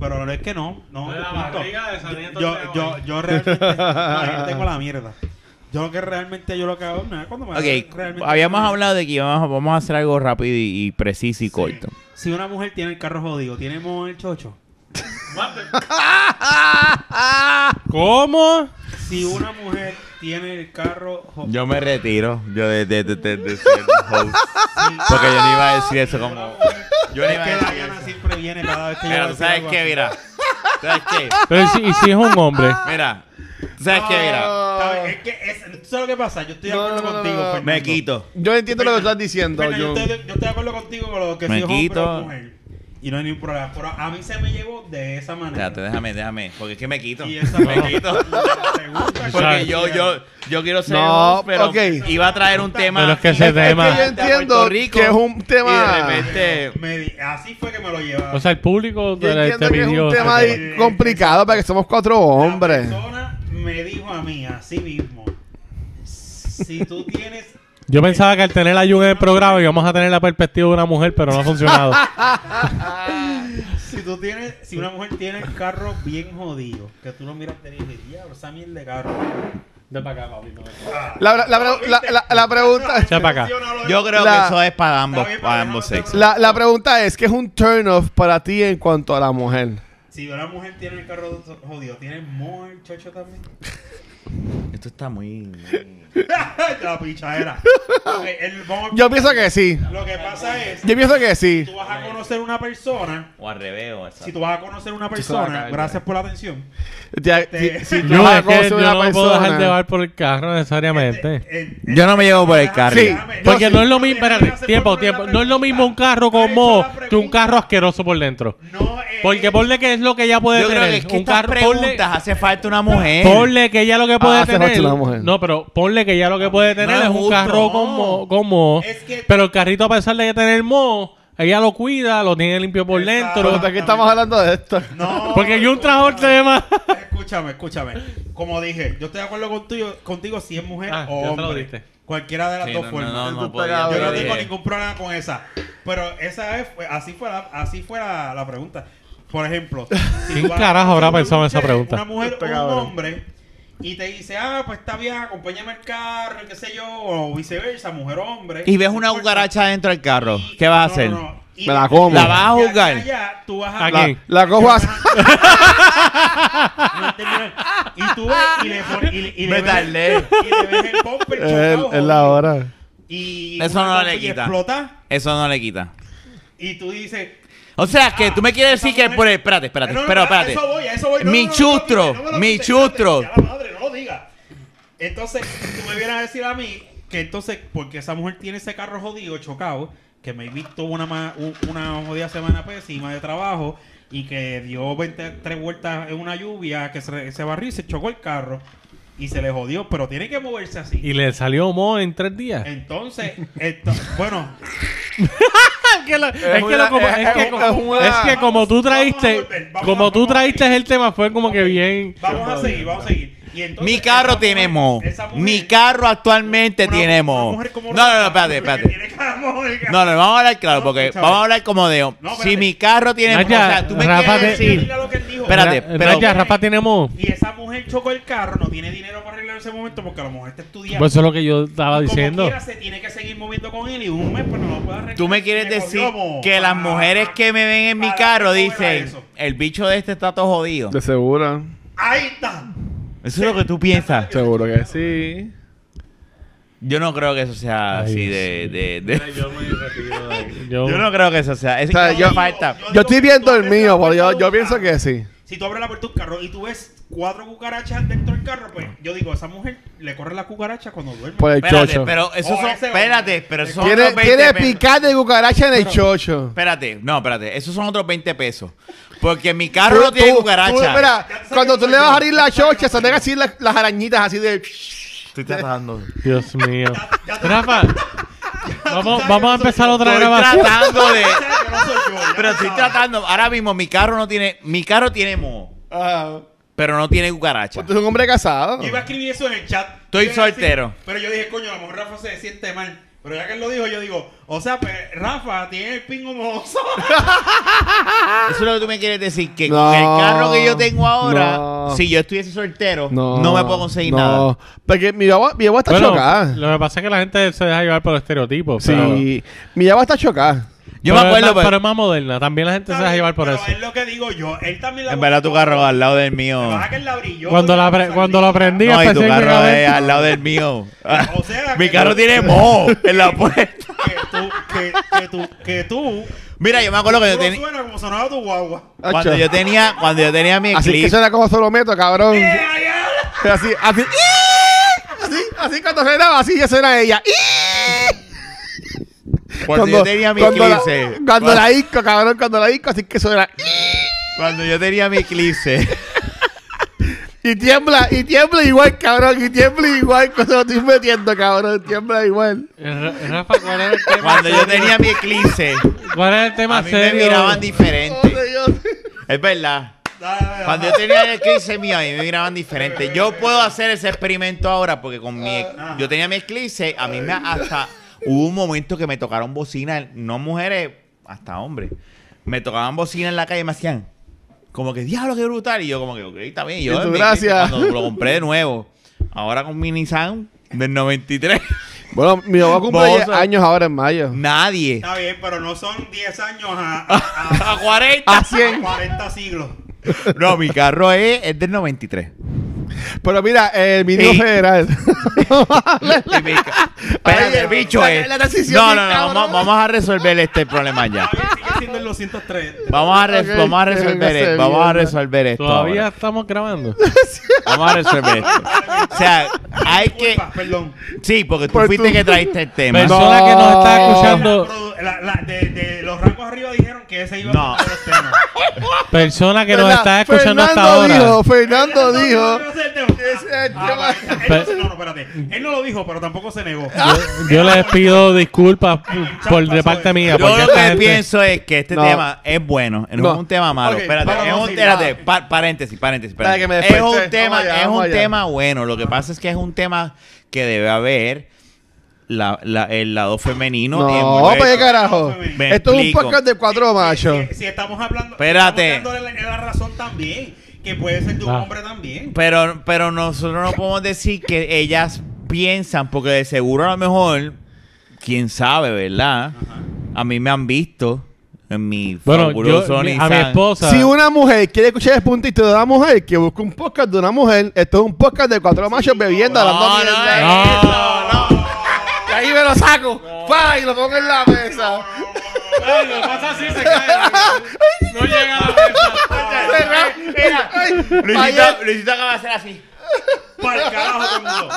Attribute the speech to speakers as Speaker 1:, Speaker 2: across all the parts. Speaker 1: Pero es que no, no.
Speaker 2: De la
Speaker 1: punto.
Speaker 2: barriga de San Nieto
Speaker 1: yo,
Speaker 2: Teo,
Speaker 1: yo,
Speaker 2: ahí.
Speaker 1: yo realmente no, yo tengo la mierda. Yo lo que realmente yo lo que hago no, es cuando me
Speaker 3: Ok,
Speaker 1: realmente-
Speaker 3: habíamos hablado de que íbamos, vamos a hacer algo rápido y, y preciso y corto.
Speaker 1: Si una mujer tiene el carro jodido, tiene mo- el chocho.
Speaker 2: Mate.
Speaker 4: ¿Cómo?
Speaker 1: Si una mujer tiene el carro jodido.
Speaker 3: Yo me retiro, yo de, de, de, de- de ser host. Porque yo no iba a decir eso como... Yo no
Speaker 1: Es
Speaker 3: iba a
Speaker 1: que
Speaker 3: decir
Speaker 1: Dayana
Speaker 3: eso.
Speaker 1: siempre viene cada vez que yo
Speaker 3: Pero
Speaker 1: voy
Speaker 3: tú
Speaker 1: a
Speaker 3: sabes
Speaker 1: decir
Speaker 3: qué,
Speaker 1: algo
Speaker 3: mira. ¿Sabes qué?
Speaker 4: Pero si, y si es un hombre.
Speaker 3: Mira. ¿Tú sabes qué, mira?
Speaker 1: así. ¿Sabes? Es que es, ¿tú sabes lo que pasa? Yo estoy de
Speaker 5: No,
Speaker 1: acuerdo
Speaker 5: no, no,
Speaker 1: contigo,
Speaker 5: no, no.
Speaker 1: Fernando.
Speaker 3: Me quito.
Speaker 5: Yo entiendo lo que estás
Speaker 1: Fernando,
Speaker 5: diciendo,
Speaker 1: yo,
Speaker 5: Jun.
Speaker 1: estoy, yo estoy de acuerdo contigo con lo que
Speaker 3: Me
Speaker 1: si es hombre
Speaker 3: quito.
Speaker 1: o mujer. Y no hay ningún problema. Pero a mí se me llegó de esa manera.
Speaker 3: Espérate, déjame, déjame. Porque es que me quito.
Speaker 1: Y esa
Speaker 3: Me quito.
Speaker 1: pregunta
Speaker 3: Porque
Speaker 1: que
Speaker 3: yo, yo, yo quiero ser
Speaker 5: No,
Speaker 3: host, pero
Speaker 5: ok.
Speaker 3: iba a traer un tema.
Speaker 4: Pero es que ese
Speaker 3: de
Speaker 4: tema-
Speaker 3: Puerto
Speaker 4: yo
Speaker 5: entiendo
Speaker 3: Rico,
Speaker 5: que es un tema-
Speaker 3: Y de repente.
Speaker 1: me di- así fue que me lo llevaron.
Speaker 4: O sea, el
Speaker 5: Yo
Speaker 4: público te,
Speaker 5: entiendo
Speaker 4: te
Speaker 5: que es
Speaker 4: pidió.
Speaker 5: un
Speaker 4: ese
Speaker 5: tema
Speaker 4: tema.
Speaker 5: ahí complicado para que somos cuatro hombres.
Speaker 1: La persona me dijo a mí, así mismo, si tú tienes...
Speaker 4: Yo pensaba que al tener a Jun en el programa íbamos a tener la perspectiva de una mujer, pero no ha funcionado.
Speaker 1: Si tú tienes... Si una mujer tiene el carro bien jodido, que tú lo miras y te dices, diablo, esa mierda de carro.
Speaker 4: De para acá, papito.
Speaker 5: La, la- la pre- la- la- la pregunta,
Speaker 4: Echa para acá.
Speaker 3: Yo creo
Speaker 5: La-
Speaker 3: que eso es para ambos,
Speaker 1: Está bien,
Speaker 3: para
Speaker 1: pero
Speaker 3: ambos
Speaker 1: déjalo,
Speaker 3: sexos.
Speaker 5: la, la pregunta es, ¿qué es un turn off para ti en cuanto a la mujer?
Speaker 1: Si una mujer tiene el carro jodido, ¿tiene more el chocho también?
Speaker 3: Esto está muy.
Speaker 1: la pichadera. Ok, el- vamos-
Speaker 5: Yo pienso que sí.
Speaker 1: Lo que pasa es,
Speaker 5: Yo pienso que sí.
Speaker 1: tú vas a conocer una persona...
Speaker 3: O al revés, o esa.
Speaker 1: Si tú vas a conocer una
Speaker 5: acá,
Speaker 1: persona,
Speaker 5: ya.
Speaker 1: gracias por la atención.
Speaker 5: Ya-
Speaker 1: Te-
Speaker 5: si, si tú
Speaker 4: Yo,
Speaker 5: vas a
Speaker 4: es que
Speaker 5: conocer
Speaker 4: yo
Speaker 5: una
Speaker 4: no me puedo dejar
Speaker 5: persona...
Speaker 4: llevar por el carro necesariamente.
Speaker 1: Eh, eh,
Speaker 3: Yo no me llevo por el carro.
Speaker 5: Sí.
Speaker 4: Porque
Speaker 5: eh, Yo
Speaker 4: no es lo mismo, espérate, tiempo, tiempo. No es lo mismo un carro como que un carro asqueroso por dentro.
Speaker 1: No eh, es.
Speaker 5: Eh,
Speaker 4: Porque ponle que es lo que ella puede
Speaker 3: Yo creo
Speaker 4: tener.
Speaker 3: que es que
Speaker 4: un
Speaker 3: estas
Speaker 4: carro, ponle,
Speaker 3: preguntas hace falta una mujer.
Speaker 4: ponle que ella lo que puede
Speaker 5: Ah, se
Speaker 4: tener.
Speaker 5: facha la mujer.
Speaker 4: No, pero ponle que ella lo que puede tener
Speaker 3: es
Speaker 4: es un
Speaker 3: justo,
Speaker 4: carro
Speaker 3: no.
Speaker 4: como, como
Speaker 1: Es que-
Speaker 4: pero el carrito a pesar de que tener mo, ella lo cuida, lo tiene limpio por
Speaker 1: Exacto.
Speaker 4: dentro.
Speaker 5: Pero aquí estamos hablando de esto.
Speaker 1: No.
Speaker 4: Porque yo un trajo el
Speaker 1: escúchame,
Speaker 4: tema.
Speaker 1: Escúchame, escúchame. Como dije, yo estoy de acuerdo contigo, contigo si es mujer
Speaker 4: Ah,
Speaker 1: o
Speaker 4: ya te lo
Speaker 1: hombre.
Speaker 4: diste.
Speaker 1: Cualquiera de las
Speaker 3: Sí,
Speaker 1: dos
Speaker 3: no,
Speaker 1: formas.
Speaker 3: no, no, no
Speaker 5: Tú
Speaker 3: podía,
Speaker 1: yo
Speaker 5: yo
Speaker 1: no
Speaker 3: dije.
Speaker 1: tengo ningún problema con esa. Pero esa es, fue- así fue la, así fue la, la pregunta. Por ejemplo, si
Speaker 4: ¿Quién
Speaker 1: tú vas a
Speaker 4: carajo habrá
Speaker 1: una
Speaker 4: pensado en esa
Speaker 1: mujer-
Speaker 4: pregunta?
Speaker 1: Una mujer
Speaker 3: Este
Speaker 1: o
Speaker 5: Está
Speaker 1: un
Speaker 5: cabrón.
Speaker 1: hombre y te dice, ah, pues está bien, acompáñame al carro, y qué sé yo, o viceversa, mujer o hombre. Pues,
Speaker 3: Y ves
Speaker 1: No
Speaker 3: una
Speaker 1: importa.
Speaker 3: cucaracha dentro del carro.
Speaker 1: Y-
Speaker 3: ¿Qué vas a
Speaker 1: no,
Speaker 3: hacer?
Speaker 1: no, no. Y
Speaker 5: Me
Speaker 1: de-
Speaker 5: la como.
Speaker 3: La vas a
Speaker 1: de aquí
Speaker 3: jugar.
Speaker 1: allá, tú vas a-
Speaker 4: ¿A
Speaker 1: la-
Speaker 4: quién?
Speaker 5: La cojo así.
Speaker 1: no entendieron. Y tú ves y le pones- y le- y le
Speaker 3: Me
Speaker 1: ves-
Speaker 3: tardé.
Speaker 1: y le ves el bumper
Speaker 5: Es
Speaker 1: chocado,
Speaker 5: es la hora.
Speaker 1: Y
Speaker 3: Eso
Speaker 1: una
Speaker 3: no le
Speaker 1: bombilla
Speaker 3: quita.
Speaker 1: Explota
Speaker 3: Eso no le quita.
Speaker 1: y tú dices.
Speaker 3: O sea, que
Speaker 1: ah,
Speaker 3: tú me quieres
Speaker 1: esa
Speaker 3: decir que
Speaker 1: mujer-
Speaker 3: por el... Espérate, espérate,
Speaker 1: No, no,
Speaker 3: pero
Speaker 1: no,
Speaker 3: espérate.
Speaker 1: a eso voy, a eso voy. No,
Speaker 3: Mi
Speaker 1: no, no, no me lo
Speaker 3: chustro,
Speaker 1: quites, no me lo
Speaker 3: mi
Speaker 1: quites,
Speaker 3: chustro.
Speaker 1: espérate, ya la madre, no lo diga. Entonces, tú me vienes a decir a mí que entonces, porque esa mujer tiene ese carro jodido, chocado, que me visto una, ma- u- una jodida semana pésima de trabajo y que dio 23 vueltas en una lluvia, que se, se barrió y se chocó el carro y se le jodió, pero tiene que moverse así.
Speaker 4: Y le salió mo en tres días.
Speaker 1: Entonces, esto- bueno,
Speaker 4: Es que lo- es que
Speaker 5: una-
Speaker 4: lo como-
Speaker 5: es-
Speaker 4: es que
Speaker 5: es
Speaker 4: como-
Speaker 5: una-
Speaker 4: es que como tú
Speaker 1: Vamos a
Speaker 4: traíste,
Speaker 1: volver, vamos a-
Speaker 4: como tú
Speaker 1: vamos a
Speaker 4: traíste
Speaker 1: seguir.
Speaker 4: el tema fue como que bien.
Speaker 1: vamos a seguir, vamos a seguir. Y entonces,
Speaker 3: Mi carro
Speaker 1: esa
Speaker 3: tiene
Speaker 1: mujer-
Speaker 3: mo.
Speaker 1: esa mujer-
Speaker 3: Mi carro actualmente
Speaker 1: Una-
Speaker 3: tiene
Speaker 1: una
Speaker 3: mo.
Speaker 1: mujer como
Speaker 3: No, no, no,
Speaker 1: Rafa,
Speaker 3: espérate,
Speaker 1: porque
Speaker 3: espérate.
Speaker 1: tiene cara módica.
Speaker 3: No, no, vamos a hablar claro,
Speaker 1: No,
Speaker 3: porque
Speaker 1: escúchame.
Speaker 3: vamos a hablar como de... si
Speaker 1: espérate.
Speaker 3: mi carro tiene... mo,
Speaker 4: Naya,
Speaker 3: o sea, tú me
Speaker 4: Rafa,
Speaker 3: quieres
Speaker 4: te-
Speaker 3: decir...
Speaker 1: Mira lo que él dijo.
Speaker 3: Espérate,
Speaker 4: Ra-
Speaker 3: pero-
Speaker 4: Raya, Rafa tiene mo.
Speaker 1: Y esa mujer chocó el carro, no tiene dinero para arreglar ese momento porque a lo mejor está estudiando.
Speaker 4: Pues eso es lo que yo estaba
Speaker 1: Como
Speaker 4: diciendo.
Speaker 1: quiera, se tiene que seguir moviendo con él y un mes pues no lo puede arreglar.
Speaker 3: Tú me quieres
Speaker 1: cogió
Speaker 3: decir
Speaker 1: mo.
Speaker 3: que las
Speaker 1: Ah,
Speaker 3: mujeres que me ven en mi
Speaker 1: para
Speaker 3: carro
Speaker 1: cómo era
Speaker 3: dicen,
Speaker 1: eso.
Speaker 3: el bicho de este está todo jodido.
Speaker 5: De seguro.
Speaker 1: Ahí está.
Speaker 3: Eso es lo que tú piensas.
Speaker 5: Seguro que sí.
Speaker 3: Yo no creo que eso sea
Speaker 4: Ay,
Speaker 3: así
Speaker 4: Dios
Speaker 3: de... de- de-
Speaker 2: Yo me retiro de aquí.
Speaker 4: Yo,
Speaker 3: Yo no creo que eso sea... Eso
Speaker 5: sea,
Speaker 3: yo,
Speaker 5: yo-
Speaker 3: falta.
Speaker 5: Yo estoy
Speaker 1: digo, tú
Speaker 5: viendo el
Speaker 1: abres la
Speaker 5: mío, pero
Speaker 1: puerta
Speaker 5: yo,
Speaker 1: de
Speaker 5: yo
Speaker 1: un
Speaker 5: pienso
Speaker 1: carro.
Speaker 5: que sí.
Speaker 1: Si tú abres la puerta de un carro y tú ves cuatro cucarachas dentro del carro, pues yo digo, a esa mujer le corre la cucaracha cuando duerme.
Speaker 4: Pues,
Speaker 5: Por el
Speaker 3: Espérate,
Speaker 5: chocho.
Speaker 3: pero eso
Speaker 1: Oh,
Speaker 3: son...
Speaker 1: ese hombre.
Speaker 3: Espérate, pero eso son
Speaker 5: Tiene,
Speaker 3: otros 20
Speaker 5: tiene
Speaker 3: pesos.
Speaker 5: picante de cucaracha en el chocho.
Speaker 3: Espérate, no, espérate. Esos son otros 20 pesos. Porque mi carro Ah, no tiene
Speaker 5: Tú- tú-
Speaker 3: cucaracha.
Speaker 5: tú- mira,
Speaker 1: Ya sabes
Speaker 5: cuando
Speaker 1: que
Speaker 5: tú
Speaker 1: soy
Speaker 5: le vas
Speaker 1: yo.
Speaker 5: a abrir la
Speaker 1: Ya sabes que
Speaker 5: chocha,
Speaker 1: soy
Speaker 5: salen
Speaker 1: yo.
Speaker 5: así las, las arañitas así de...
Speaker 3: Estoy tratando.
Speaker 4: Dios mío.
Speaker 1: Ya tú-
Speaker 4: Rafa, vamos,
Speaker 1: sabes
Speaker 4: vamos a
Speaker 1: que soy
Speaker 4: empezar
Speaker 1: yo.
Speaker 4: otra
Speaker 3: Estoy
Speaker 4: grabación.
Speaker 3: tratando de.
Speaker 1: Ya sabes que no soy yo, ya
Speaker 3: Pero
Speaker 1: lo
Speaker 3: estoy
Speaker 1: sabes.
Speaker 3: tratando. Ahora mismo mi carro no tiene. Mi carro tiene moho,
Speaker 5: Ah,
Speaker 3: pero no tiene cucaracha.
Speaker 5: tú eres un hombre casado.
Speaker 1: Yo iba a escribir eso en el chat.
Speaker 3: Estoy
Speaker 1: Yo iba a decir-
Speaker 3: soltero.
Speaker 1: pero yo dije, coño, a lo mejor Rafa se siente mal. Pero ya que él lo dijo, yo digo, o sea, pues, Rafa tiene el pingo mozo. Ah.
Speaker 3: Eso es lo que tú me quieres decir, que
Speaker 5: No,
Speaker 3: con el carro que yo tengo ahora,
Speaker 5: no.
Speaker 3: si yo estuviese soltero, no, me puedo conseguir
Speaker 5: no.
Speaker 3: nada.
Speaker 5: Porque mi guagua, mi guagua está
Speaker 4: Bueno,
Speaker 5: chocada.
Speaker 4: lo que pasa es que la gente se deja llevar por los estereotipos. pero-
Speaker 5: Sí. Mi guagua está chocada.
Speaker 3: Yo
Speaker 4: pero
Speaker 3: me
Speaker 4: es
Speaker 3: acuerdo,
Speaker 4: más-
Speaker 3: pero,
Speaker 4: pero es más moderna. También la gente se deja llevar por
Speaker 1: Pero
Speaker 4: eso.
Speaker 1: es lo que digo yo. Él también la
Speaker 3: en verdad tu carro al lado del mío.
Speaker 1: Baja que él la brilló.
Speaker 4: Cuando la pre- cuando la prendí-
Speaker 3: No, y tu carro
Speaker 4: específicamente.
Speaker 3: es al lado del mío.
Speaker 1: O sea,
Speaker 3: Mi
Speaker 1: que-
Speaker 3: carro tiene moho en la puerta.
Speaker 1: Que tú, que, que tú, que tú.
Speaker 3: Mira, yo me acuerdo que yo
Speaker 1: tú no
Speaker 3: tenía...
Speaker 1: suena como sonaba tu guagua.
Speaker 5: Acho.
Speaker 3: Cuando yo tenía, cuando yo tenía mi
Speaker 5: Así que
Speaker 3: clip,
Speaker 5: suena como solo meto, cabrón.
Speaker 1: Ay, ay,
Speaker 5: Así, así. Así, así cuando suena, así ya suena ella.
Speaker 3: cuando yo tenía eh. mi
Speaker 5: cuando la,
Speaker 3: eclipse,
Speaker 5: cuando la disco, cabrón, cuando la disco, así que suena.
Speaker 3: cuando yo tenía mi eclipse,
Speaker 5: Y tiembla, y tiembla igual, cabrón, y tiembla igual cuando lo estoy metiendo, cabrón, tiembla igual.
Speaker 4: R- Eh, Rafa, ¿cuál es el tema?
Speaker 3: cuando yo
Speaker 4: serio?
Speaker 3: tenía mi eclipse,
Speaker 4: ¿Cuál es el tema
Speaker 3: a mí me
Speaker 4: serio?
Speaker 3: miraban diferente.
Speaker 5: Joder, yo-
Speaker 3: Es verdad.
Speaker 1: dale, dale,
Speaker 3: Cuando yo
Speaker 1: ajá.
Speaker 3: tenía el eclipse mío, a mí me miraban diferente. Yo puedo hacer ese experimento ahora porque con mi. Yo tenía mi eclipse, a mí me hasta. Hubo un momento que me tocaron bocina, no mujeres, hasta hombres. Me tocaban bocina en la calle y me hacían. Como que, diablo, qué brutal. Y yo, como que, ok, está bien. Y Yo,
Speaker 5: Eso,
Speaker 3: en mi
Speaker 5: gracias.
Speaker 3: eclipse, Cuando lo compré de nuevo. Ahora con mi Nissan del 93.
Speaker 5: Bueno, mi papá cumple
Speaker 3: Vamos a-
Speaker 5: años ahora en mayo.
Speaker 3: Nadie.
Speaker 1: Está bien, pero no son 10 años a, a-
Speaker 3: A 40.
Speaker 5: A
Speaker 1: a
Speaker 5: 100.
Speaker 1: 40 siglos.
Speaker 3: Ah, No, mi carro es, es del 93.
Speaker 5: Pero mira, eh, el mínimo
Speaker 3: Sí.
Speaker 5: federal.
Speaker 3: Y mi ca- Espérate,
Speaker 5: Oye,
Speaker 3: el bicho
Speaker 5: la-
Speaker 3: es.
Speaker 5: la transición
Speaker 3: No,
Speaker 5: bien
Speaker 3: no, no.
Speaker 5: cabrona.
Speaker 3: Vamos, vamos a resolver este problema ya.
Speaker 1: Está bien, sigue siendo el 203.
Speaker 3: Vamos a, res-
Speaker 5: Ok,
Speaker 3: vamos a
Speaker 5: que
Speaker 3: resolver
Speaker 5: se
Speaker 3: esto. Vamos a
Speaker 5: vierda.
Speaker 3: resolver esto.
Speaker 4: Todavía
Speaker 3: ahora.
Speaker 4: estamos grabando.
Speaker 3: Vamos a resolver esto. O sea, hay que.
Speaker 1: Disculpa, perdón.
Speaker 3: Sí, porque tú
Speaker 5: Por
Speaker 3: fuiste
Speaker 5: tu-
Speaker 3: que traíste el tema.
Speaker 5: No.
Speaker 4: Persona que nos está escuchando.
Speaker 1: La- la- de, de los rangos arriba dijeron que ese iba
Speaker 3: No.
Speaker 1: a ser los temas.
Speaker 4: Persona que nos
Speaker 5: Fernan-
Speaker 4: está
Speaker 5: Fernando
Speaker 4: escuchando hasta ahora.
Speaker 5: dijo, Fernando dijo.
Speaker 1: No, no, no, no, no, no, no,
Speaker 5: Es el
Speaker 1: Ah,
Speaker 5: tema.
Speaker 1: vale. Él no se- No, no, espérate. Él no lo dijo, pero tampoco se negó.
Speaker 4: Yo les pido disculpas por de parte mía.
Speaker 3: Yo
Speaker 4: porque
Speaker 3: lo
Speaker 4: esta
Speaker 3: que
Speaker 4: gente-
Speaker 3: pienso es que este
Speaker 5: No.
Speaker 3: tema es bueno. No,
Speaker 5: No.
Speaker 3: es un tema malo.
Speaker 5: Ok,
Speaker 3: espérate,
Speaker 5: vamos,
Speaker 3: es un,
Speaker 1: vamos,
Speaker 3: espérate,
Speaker 1: va.
Speaker 3: pa- paréntesis, paréntesis.
Speaker 5: Espérate
Speaker 3: paréntesis.
Speaker 5: que me
Speaker 3: es
Speaker 5: desperté.
Speaker 3: un tema,
Speaker 5: Vamos allá,
Speaker 3: es un
Speaker 5: vamos allá.
Speaker 3: tema bueno. Lo que pasa es que es un tema que debe haber la, la- el lado femenino.
Speaker 5: No, pues
Speaker 3: envuelto.
Speaker 5: para qué carajo.
Speaker 3: Me
Speaker 5: Esto es un
Speaker 3: explico.
Speaker 5: podcast de cuatro machos.
Speaker 1: Si, si estamos hablando.
Speaker 3: Espérate.
Speaker 1: Estamos dándole la, la razón también. Que puede ser de un
Speaker 4: Ah.
Speaker 1: hombre también.
Speaker 3: Pero, pero nosotros no podemos decir que ellas piensan, porque de seguro a lo mejor, quién sabe, ¿verdad? A mí me han visto en mi
Speaker 4: Bueno, yo,
Speaker 3: fabuloso
Speaker 4: mi- a
Speaker 3: Nissan.
Speaker 4: mi esposa.
Speaker 5: Si una mujer quiere escuchar el puntito de una mujer que busca un podcast de una mujer, esto es un podcast de cuatro machos bebiendo,
Speaker 3: No,
Speaker 5: hablando
Speaker 3: no,
Speaker 5: mierda.
Speaker 4: no.
Speaker 3: no, no.
Speaker 5: Y ahí me lo saco. pa, Y lo pongo en la mesa.
Speaker 4: Lo pasa así, se cae. No llega a la
Speaker 5: Fernan- Ay, ayer-
Speaker 3: Luisito, Luisito acaba de hacer así.
Speaker 1: Para el carajo todo el mundo.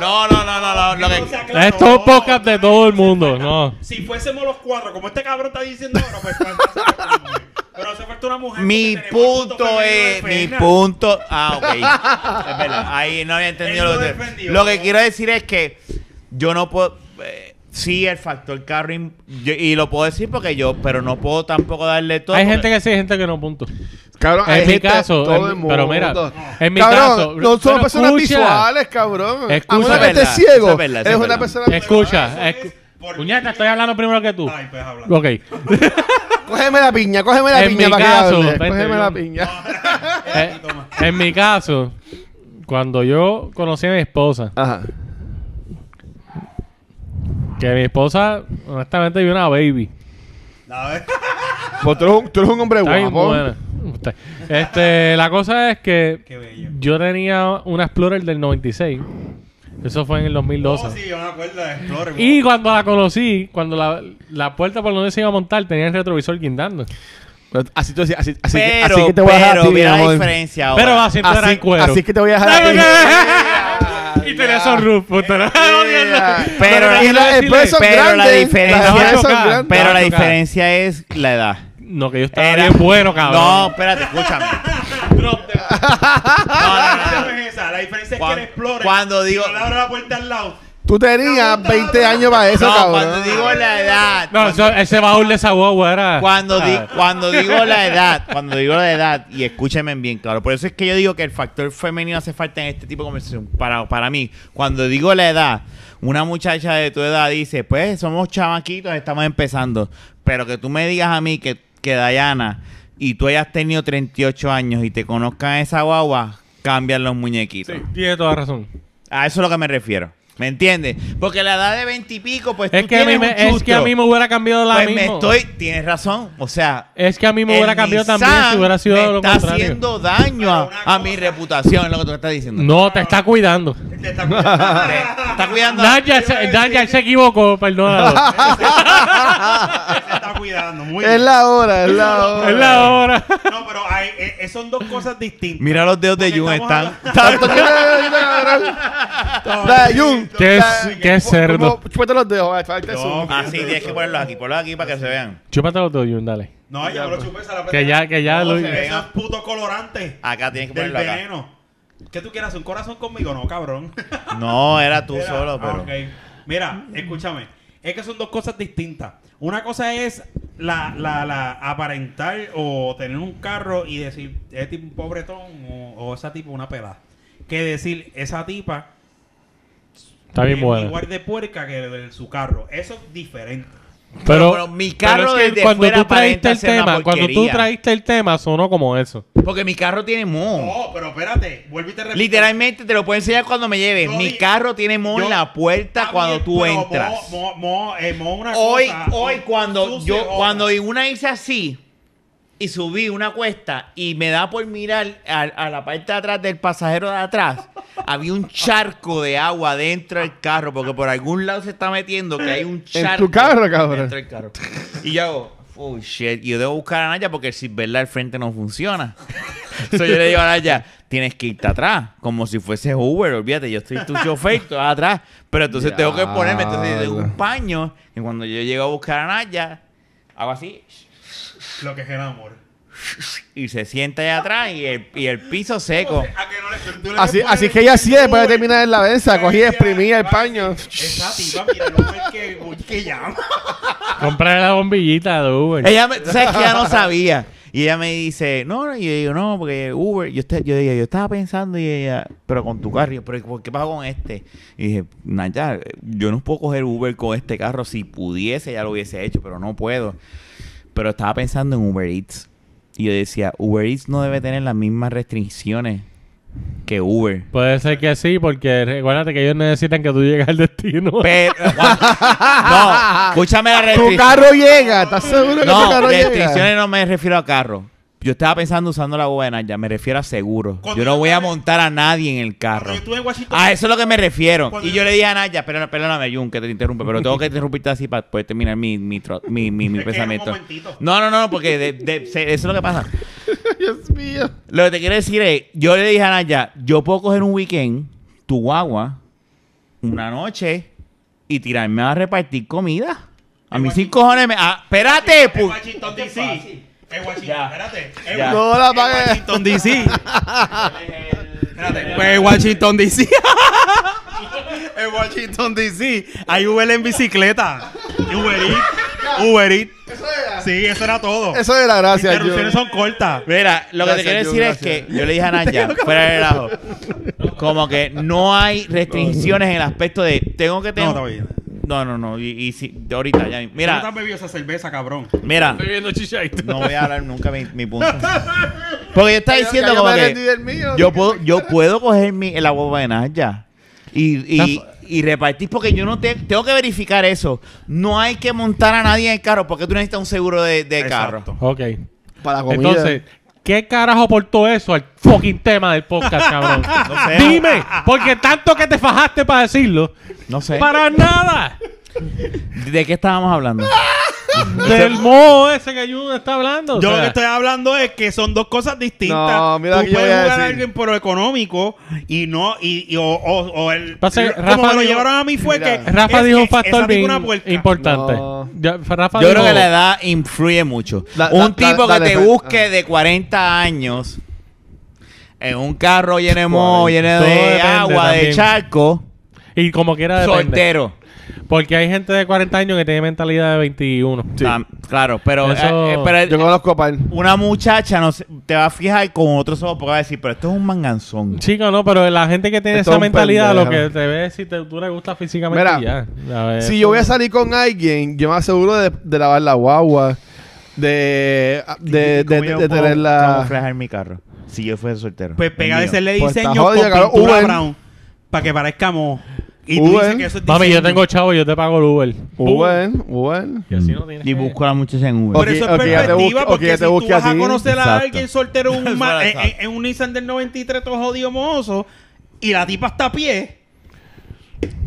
Speaker 3: No, no, no, no, no. lo que-
Speaker 1: O sea, claro,
Speaker 4: Esto es un
Speaker 1: no.
Speaker 4: podcast de todo el mundo, ¿no?
Speaker 1: Si fuésemos los cuatro, como este cabrón está diciendo ahora, pues. fantástico, hombre. Pero hace falta una mujer.
Speaker 3: Mi
Speaker 1: porque tenemos el
Speaker 3: punto
Speaker 1: femenino de
Speaker 3: es, mi
Speaker 1: Fernan.
Speaker 3: punto. Ah, ok. Es verdad. Ahí no había entendido
Speaker 1: Él
Speaker 3: lo
Speaker 1: lo
Speaker 3: que.
Speaker 1: defendió.
Speaker 3: Lo que quiero decir es que yo no puedo. eh, sí, el factor carro. im- yo- y lo puedo decir porque yo. Pero no puedo tampoco darle todo.
Speaker 4: Hay
Speaker 3: porque-
Speaker 4: gente que sí, hay gente que no, punto.
Speaker 5: Cabrón, hay
Speaker 4: En mi
Speaker 5: gente-
Speaker 4: caso,
Speaker 5: todo
Speaker 4: en
Speaker 5: el
Speaker 4: mi- pero mira,
Speaker 5: mundo.
Speaker 4: en mi
Speaker 5: cabrón,
Speaker 4: caso,
Speaker 5: no somos
Speaker 4: pero
Speaker 5: personas
Speaker 4: escucha.
Speaker 5: visuales, cabrón.
Speaker 4: Escucha.
Speaker 5: a menos que
Speaker 3: Eso es
Speaker 5: estés
Speaker 3: verdad,
Speaker 5: ciego,
Speaker 3: eso es verdad, eso
Speaker 5: eres
Speaker 3: es
Speaker 5: una
Speaker 3: verdad.
Speaker 1: Eso
Speaker 5: persona
Speaker 4: Escucha,
Speaker 1: es
Speaker 4: escu-
Speaker 1: porque-
Speaker 4: puñeta, estoy hablando primero que tú.
Speaker 1: Ay, pues habla.
Speaker 4: Ok.
Speaker 5: Cógeme la piña, cógeme la
Speaker 4: En
Speaker 5: piña
Speaker 4: mi
Speaker 5: para
Speaker 4: caso,
Speaker 5: que hable.
Speaker 4: vente,
Speaker 5: Cógeme
Speaker 4: yo-
Speaker 5: la piña.
Speaker 4: Eh, en mi caso, cuando yo conocí a mi esposa,
Speaker 5: Ajá.
Speaker 4: que mi esposa, honestamente, vio una baby.
Speaker 1: A ver.
Speaker 5: Pues tú eres un, tú eres un hombre
Speaker 4: Está bien
Speaker 5: guapo.
Speaker 4: buena. Está- Este, la cosa es
Speaker 1: Qué
Speaker 4: que
Speaker 1: bello.
Speaker 4: yo tenía una Explorer del 96. Eso fue en el
Speaker 1: Oh,
Speaker 4: 2012.
Speaker 1: sí, yo me acuerdo de Explorer.
Speaker 4: Y cuando la conocí, cuando la, la puerta por donde se iba a montar tenía el retrovisor guindando.
Speaker 5: Pero Así, tú- así, así, así que-
Speaker 3: Pero,
Speaker 5: así que te voy a dejar a
Speaker 3: pero,
Speaker 5: ti, mi
Speaker 3: mira la
Speaker 5: amor.
Speaker 3: diferencia ahora. Ah,
Speaker 4: Pero el asiento era en
Speaker 5: Así,
Speaker 4: cuero.
Speaker 5: así que te voy a dejar a ti.
Speaker 4: y tenía sunroof. puta, no,
Speaker 5: Yeah.
Speaker 3: Pero la-
Speaker 5: y las
Speaker 4: decirle-
Speaker 5: expresas son
Speaker 3: pero la
Speaker 5: grandes,
Speaker 3: diferencia-
Speaker 5: las expresas son
Speaker 4: Pero
Speaker 5: grandes.
Speaker 3: pero la
Speaker 4: Estaba chocada.
Speaker 3: diferencia es la edad.
Speaker 4: No, que yo estaba
Speaker 3: Era-
Speaker 4: bien bueno, cabrón.
Speaker 3: No, espérate, escúchame.
Speaker 1: No, no, no, no es esa. La diferencia es que
Speaker 3: Cuan-
Speaker 1: el Explorer.
Speaker 3: cuando digo-
Speaker 1: Si no le abro la puerta al lado,
Speaker 5: Tú tenías 20 años para eso,
Speaker 3: no, cuando
Speaker 5: cabrón.
Speaker 3: digo la edad.
Speaker 4: No, eso- ese baúl de esa guagua era.
Speaker 3: Cuando, di-
Speaker 4: Ah.
Speaker 3: cuando digo la edad, cuando digo la edad, y escúchenme bien claro, por eso es que yo digo que el factor femenino hace falta en este tipo de conversación. Para, para mí, cuando digo la edad, una muchacha de tu edad dice, pues somos chamaquitos, estamos empezando, pero que tú me digas a mí que, que Dayana y tú hayas tenido 38 años y te conozcan esa guagua, cambian los muñequitos.
Speaker 4: Tiene toda razón.
Speaker 3: A eso es lo que me refiero. ¿Me entiendes? Porque la edad de 20 y pico, pues
Speaker 4: Es
Speaker 3: tú
Speaker 4: que, a mí
Speaker 3: tienes un
Speaker 4: me, es que a
Speaker 3: chustro.
Speaker 4: mí me hubiera cambiado la
Speaker 3: Pues me
Speaker 4: mismo.
Speaker 3: estoy... Tienes razón. O sea,
Speaker 4: Es que a mí me
Speaker 3: el
Speaker 4: hubiera cambiado
Speaker 3: Nissan
Speaker 4: también si hubiera sido
Speaker 3: me
Speaker 4: lo
Speaker 3: está
Speaker 4: contrario.
Speaker 3: haciendo daño a, a mi reputación, es lo que tú estás diciendo.
Speaker 4: No, te está cuidando.
Speaker 1: Te está cuidando.
Speaker 3: Está cuidando.
Speaker 4: Daniel se, Daniel se equivocó, perdónalo.
Speaker 1: Te está cuidando. Muy
Speaker 5: Es
Speaker 1: bien.
Speaker 5: la hora, es la hora.
Speaker 4: es la hora.
Speaker 1: No, pero hay, eh, eh, son dos cosas distintas.
Speaker 3: Mira los dedos de
Speaker 1: Porque
Speaker 3: Jun,
Speaker 1: estamos
Speaker 3: están...
Speaker 5: Tanto que- cabrón. La de Jun.
Speaker 4: Qué,
Speaker 5: La-
Speaker 4: qué cerdo.
Speaker 5: Como- Chúpate los dedos. ay, falta el zoom.
Speaker 3: Así, tienes que ponerlos aquí, ponlos aquí para que se vean.
Speaker 4: Chúpate los dos, Jun, dale.
Speaker 1: No, ya me lo chupé, se la
Speaker 4: Que ya, que ya,
Speaker 3: No,
Speaker 4: lo-
Speaker 3: se ve.
Speaker 1: Esos putos colorantes.
Speaker 3: Acá tienes Ah, que
Speaker 1: Del
Speaker 3: ponerlo acá.
Speaker 1: veneno. ¿Qué tú quieras? ¿Un corazón conmigo? No, cabrón.
Speaker 3: No, era tú
Speaker 1: Mira,
Speaker 3: solo,
Speaker 1: ah,
Speaker 3: pero...
Speaker 1: ok. Mira, escúchame. Es que son dos cosas distintas. Una cosa es la, la, la aparentar o tener un carro y decir, es tipo un pobretón o, o esa tipo una peda. Que decir, esa tipa
Speaker 4: está bien
Speaker 1: es
Speaker 4: buena.
Speaker 1: igual de puerca que el de su carro. Eso es diferente.
Speaker 4: Pero,
Speaker 3: pero mi carro
Speaker 4: pero es que
Speaker 3: desde
Speaker 4: cuando
Speaker 3: fuera
Speaker 4: tú traíste
Speaker 3: aparenta
Speaker 4: el
Speaker 3: ser una
Speaker 4: tema, cuando tú
Speaker 3: porquería.
Speaker 4: traíste el tema, sonó como eso.
Speaker 3: Porque mi carro tiene moho.
Speaker 1: No, Oh, pero espérate. Vuelve y te repito.
Speaker 3: Literalmente te lo puedo enseñar cuando me lleves.
Speaker 1: Yo
Speaker 3: Mi
Speaker 1: di-
Speaker 3: carro tiene moho
Speaker 1: yo-
Speaker 3: en la puerta
Speaker 1: Está
Speaker 3: cuando
Speaker 1: bien,
Speaker 3: tú
Speaker 1: pero
Speaker 3: entras.
Speaker 1: Mo, mo, mo- eh, mo una
Speaker 3: hoy,
Speaker 1: cosa,
Speaker 3: hoy
Speaker 1: tú-
Speaker 3: cuando
Speaker 1: tú
Speaker 3: yo
Speaker 1: se jodas.
Speaker 3: cuando una hice así y subí una cuesta y me da por mirar a, a la parte de atrás del pasajero de atrás, había un charco de agua dentro del carro porque por algún lado se está metiendo que hay un charco.
Speaker 5: tu carro, cabrón?
Speaker 3: Dentro del carro. Y yo hago, oh shit, y yo debo buscar a Naya porque el Silverla al frente no funciona. Entonces yo le digo a Naya, tienes que irte atrás, como si fuese Uber, olvídate, yo estoy tu chofer, tú vas atrás. Pero entonces tengo que ponerme, entonces yo tengo un paño, y cuando yo llego a buscar a Naya, hago así,
Speaker 1: Lo que es el amor.
Speaker 3: y se sienta allá atrás, y el, y el piso seco.
Speaker 1: A que no le- tú le
Speaker 5: Así,
Speaker 1: puedes
Speaker 5: así
Speaker 1: poner-
Speaker 5: que ella así después de
Speaker 1: Uy.
Speaker 5: terminar en la venza, cogí y exprimía el paño.
Speaker 1: Esa tipa, mira, no es que, que llama.
Speaker 4: Comprarle la bombillita de Uber.
Speaker 3: Ella, me, tú sabes que ella no sabía. Y ella me dice, no, no, y yo digo, no, porque Uber, yo, esta- yo, digo, yo estaba pensando, y ella, pero con tu carro, Y yo, pero ¿por ¿qué pasa con este? Y dije, Naya, yo no puedo coger Uber con este carro, si pudiese ya lo hubiese hecho, pero no puedo. Pero estaba pensando en Uber Eats. Y yo decía, Uber Eats no debe tener las mismas restricciones que Uber.
Speaker 4: Puede ser que sí, porque recuérdate que ellos necesitan que tú llegues al destino.
Speaker 3: Pero, no, escúchame la
Speaker 5: Tu
Speaker 3: restricción.
Speaker 5: carro llega, ¿estás seguro que tu
Speaker 3: No,
Speaker 5: carro
Speaker 3: restricciones
Speaker 5: llega?
Speaker 3: no me refiero a carro. Yo estaba pensando usando la buena, ya me refiero a seguro.
Speaker 1: Cuando
Speaker 3: Yo
Speaker 1: yo
Speaker 3: no voy a
Speaker 1: estaba-
Speaker 3: montar a nadie en el carro.
Speaker 1: Cuando yo estuve en Washington,
Speaker 3: A eso Ah, es lo que me refiero.
Speaker 1: Cuando
Speaker 3: Y
Speaker 1: yo-
Speaker 3: yo le dije a Naya, perdóname, perdóname Jun, que te interrumpe, pero tengo que interrumpirte así para poder terminar mi, mi, tro- mi, mi, mi
Speaker 1: Es que era un
Speaker 3: pensamiento.
Speaker 1: momentito.
Speaker 3: No, no, no, porque de- de- se- eso es lo que pasa.
Speaker 5: Dios mío.
Speaker 3: Lo que te quiero decir es, yo le dije a Naya, yo puedo coger un weekend, tu guagua, una noche, y tirarme a repartir comida. A mis cinco cojones me... ah, espérate,
Speaker 1: en
Speaker 3: pu-
Speaker 1: Washington DC. En Washington,
Speaker 3: Ya.
Speaker 1: espérate. En
Speaker 3: Ya.
Speaker 5: No la pagué.
Speaker 6: Washington DC.
Speaker 1: Espérate.
Speaker 6: Pues Washington DC. en Washington DC hay Uber en bicicleta. Uber Eats. Uber Eats.
Speaker 1: Sí, eso era todo. Las
Speaker 5: Eso era gracias,
Speaker 1: interrupciones
Speaker 5: yo.
Speaker 1: son cortas.
Speaker 3: Mira, lo que te
Speaker 5: Gracias,
Speaker 3: quiero
Speaker 5: Jun,
Speaker 3: decir es que
Speaker 5: gracias.
Speaker 3: yo le dije a Naya, fuera de relajo, como que no hay restricciones en el aspecto de tengo que tener.
Speaker 1: No, está bien.
Speaker 3: No, no, no, Y, y si- de ahorita ya.
Speaker 1: ¿Tú no te
Speaker 3: Mira,
Speaker 1: has bebido esa cerveza, cabrón?
Speaker 3: mira.
Speaker 4: viendo chichaito.
Speaker 3: No voy a hablar nunca mi, mi punto. Porque yo estaba
Speaker 5: Ya- ya
Speaker 3: diciendo
Speaker 5: yo
Speaker 3: como
Speaker 5: me
Speaker 3: que
Speaker 5: rendí del mío.
Speaker 3: yo puedo, yo puedo coger mi, la boba de Naya y, y, y repartir porque yo no te- tengo que verificar eso. No hay que montar a nadie en el carro porque tú necesitas un seguro de, de carro.
Speaker 1: Exacto.
Speaker 4: Ok.
Speaker 5: Para la comida.
Speaker 4: Entonces, ¿qué carajo aportó eso al fucking tema del podcast, cabrón?
Speaker 3: No sé.
Speaker 4: Dime, porque tanto que te fajaste para decirlo.
Speaker 3: No sé.
Speaker 4: Para nada.
Speaker 3: ¿De qué estábamos hablando?
Speaker 4: Del moho ese que Jun está hablando. o
Speaker 1: Yo lo
Speaker 4: sea.
Speaker 1: que estoy hablando es que son dos cosas distintas.
Speaker 5: No, mira
Speaker 1: Tú
Speaker 5: lo que yo
Speaker 1: puedes
Speaker 5: voy a
Speaker 1: jugar a
Speaker 5: decir.
Speaker 1: alguien por lo económico y no, y, y- o, o- o el.
Speaker 4: Pasa que
Speaker 1: como
Speaker 4: Rafa
Speaker 1: me lo
Speaker 4: dijo-
Speaker 1: llevaron a mí fue
Speaker 5: Mira.
Speaker 1: que.
Speaker 4: Rafa
Speaker 1: es
Speaker 4: dijo un
Speaker 1: que esa
Speaker 4: factor
Speaker 1: tipa
Speaker 4: bien
Speaker 1: una puerca.
Speaker 4: importante.
Speaker 5: No.
Speaker 4: Ya, Rafa
Speaker 3: Yo
Speaker 4: dijo,
Speaker 3: creo que la edad influye mucho.
Speaker 5: La-
Speaker 3: un
Speaker 5: la-
Speaker 3: tipo
Speaker 5: la- ah.
Speaker 3: que
Speaker 5: dale,
Speaker 3: te
Speaker 5: Fer.
Speaker 3: busque de 40 años en un carro lleno de moho, lleno
Speaker 4: Todo
Speaker 3: de
Speaker 4: depende
Speaker 3: agua, de
Speaker 4: también.
Speaker 3: charco.
Speaker 4: Y como quiera depende.
Speaker 3: Soltero.
Speaker 4: Porque hay gente de 40 años que tiene mentalidad de 21.
Speaker 3: Tam- claro, pero,
Speaker 4: Eso-
Speaker 3: eh, eh, pero, eh,
Speaker 5: Yo conozco a Pan.
Speaker 3: una muchacha no se- te va a fijar con otros ojos porque va a decir, pero esto es un manganzón.
Speaker 4: Chico, no, pero la gente que tiene
Speaker 5: Esto es
Speaker 4: esa
Speaker 5: un
Speaker 4: mentalidad, lo que
Speaker 5: pendejo.
Speaker 4: te ve es si te, tú le gustas físicamente
Speaker 5: Mira,
Speaker 4: y ya. A ver,
Speaker 5: Si yo voy a salir con alguien, yo me aseguro de, de lavar la guagua, de, de, de,
Speaker 3: ¿Cómo
Speaker 5: de-
Speaker 3: yo
Speaker 5: de
Speaker 3: puedo
Speaker 5: tener la...
Speaker 3: camuflajar mi carro si yo fuese soltero?
Speaker 1: Pues
Speaker 3: El
Speaker 1: pega de
Speaker 3: mío.
Speaker 1: serle
Speaker 5: Pues está
Speaker 1: diseño
Speaker 5: jodido,
Speaker 1: con
Speaker 5: cabrón.
Speaker 1: pintura
Speaker 5: Uber.
Speaker 1: brown para que parezca mojo. Y tú
Speaker 5: Uber.
Speaker 1: dices que eso es diseño.
Speaker 4: Mami, yo tengo chavo, yo te pago el Uber.
Speaker 5: Uber, Uber.
Speaker 4: Y así no tienes
Speaker 3: Y
Speaker 4: que-
Speaker 3: busco a la muchacha en Uber.
Speaker 1: Pero
Speaker 5: Ok,
Speaker 1: eso es
Speaker 5: ok, ya te
Speaker 1: perspectiva
Speaker 5: busque- ok,
Speaker 1: porque
Speaker 5: ya te
Speaker 1: si tú
Speaker 5: busque a
Speaker 1: vas a,
Speaker 5: ti.
Speaker 1: conocer a
Speaker 3: Exacto.
Speaker 1: alguien soltero en un, ma- en,
Speaker 3: Exacto.
Speaker 1: en- en un Nissan del 93 todo jodido mozo y la tipa está a pie.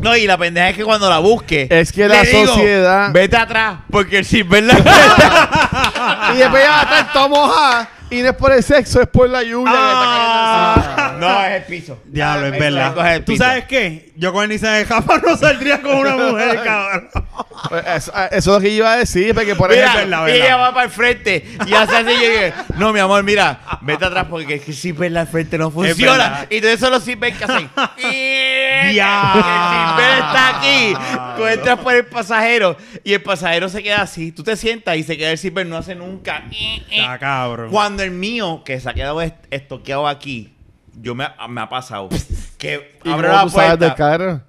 Speaker 3: No, y la pendeja es que cuando la busque.
Speaker 5: Es que
Speaker 3: le
Speaker 5: la sociedad-
Speaker 3: Vete atrás, porque si ¿verdad?
Speaker 5: Y después ya va a estar todo mojada. Y no es por el sexo, es por la lluvia.
Speaker 3: Ah. no, es el piso.
Speaker 1: Diablo, es
Speaker 3: verdad. Coge
Speaker 1: verdad.
Speaker 3: el
Speaker 1: ¿Tú
Speaker 3: pito.
Speaker 1: sabes qué? Yo con el Nissan de Jaffa no saldría con una mujer, cabrón.
Speaker 5: que está cayendo. Pues Eso, eh, eso es lo que yo iba a decir, porque por
Speaker 3: Mira,
Speaker 5: ejemplo...
Speaker 1: verdad,
Speaker 3: y
Speaker 1: verdad.
Speaker 3: ella va para el frente y hace así y llegue. No, mi amor, mira, vete atrás porque es que si verla al frente no funciona.
Speaker 1: verdad.
Speaker 3: Y entonces solo si ven que hacen. Y-
Speaker 1: Ya.
Speaker 3: que Si ven está aquí, tú entras por el pasajero y el pasajero se queda así. Tú te sientas y se queda el zipper, no hace nunca.
Speaker 1: Está cabrón.
Speaker 3: Cuando el mío, que se ha quedado est- estoqueado aquí, yo me, me ha pasado. Que
Speaker 5: ¿Y
Speaker 3: abro
Speaker 5: cómo
Speaker 3: la
Speaker 5: tú sabes del
Speaker 3: puerta.
Speaker 5: carro?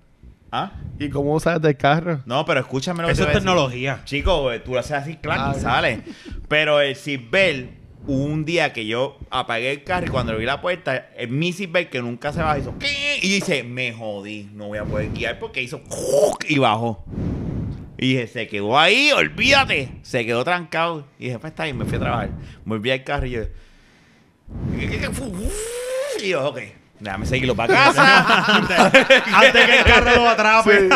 Speaker 3: ¿Ah?
Speaker 5: ¿Y cómo sabes del carro?
Speaker 3: No, pero escúchame lo que
Speaker 1: Eso
Speaker 3: te
Speaker 1: es
Speaker 3: voy a decir.
Speaker 1: tecnología.
Speaker 3: Chico, eh, tú lo haces así, clac, y sale. Pero el Sisbel, hubo un día que yo apagué el carro y cuando abrí la puerta, el mi Sisbel que nunca se baja hizo ¿qué? y dice, me jodí, no voy a poder guiar porque hizo y bajó. Y dije, se quedó ahí, olvídate. Se quedó trancado. Y dije, pues está bien, me fui a trabajar. Volví al carro y yo. Y yo, ok, déjame seguirlo para casa.
Speaker 1: Antes que el carro lo atrape.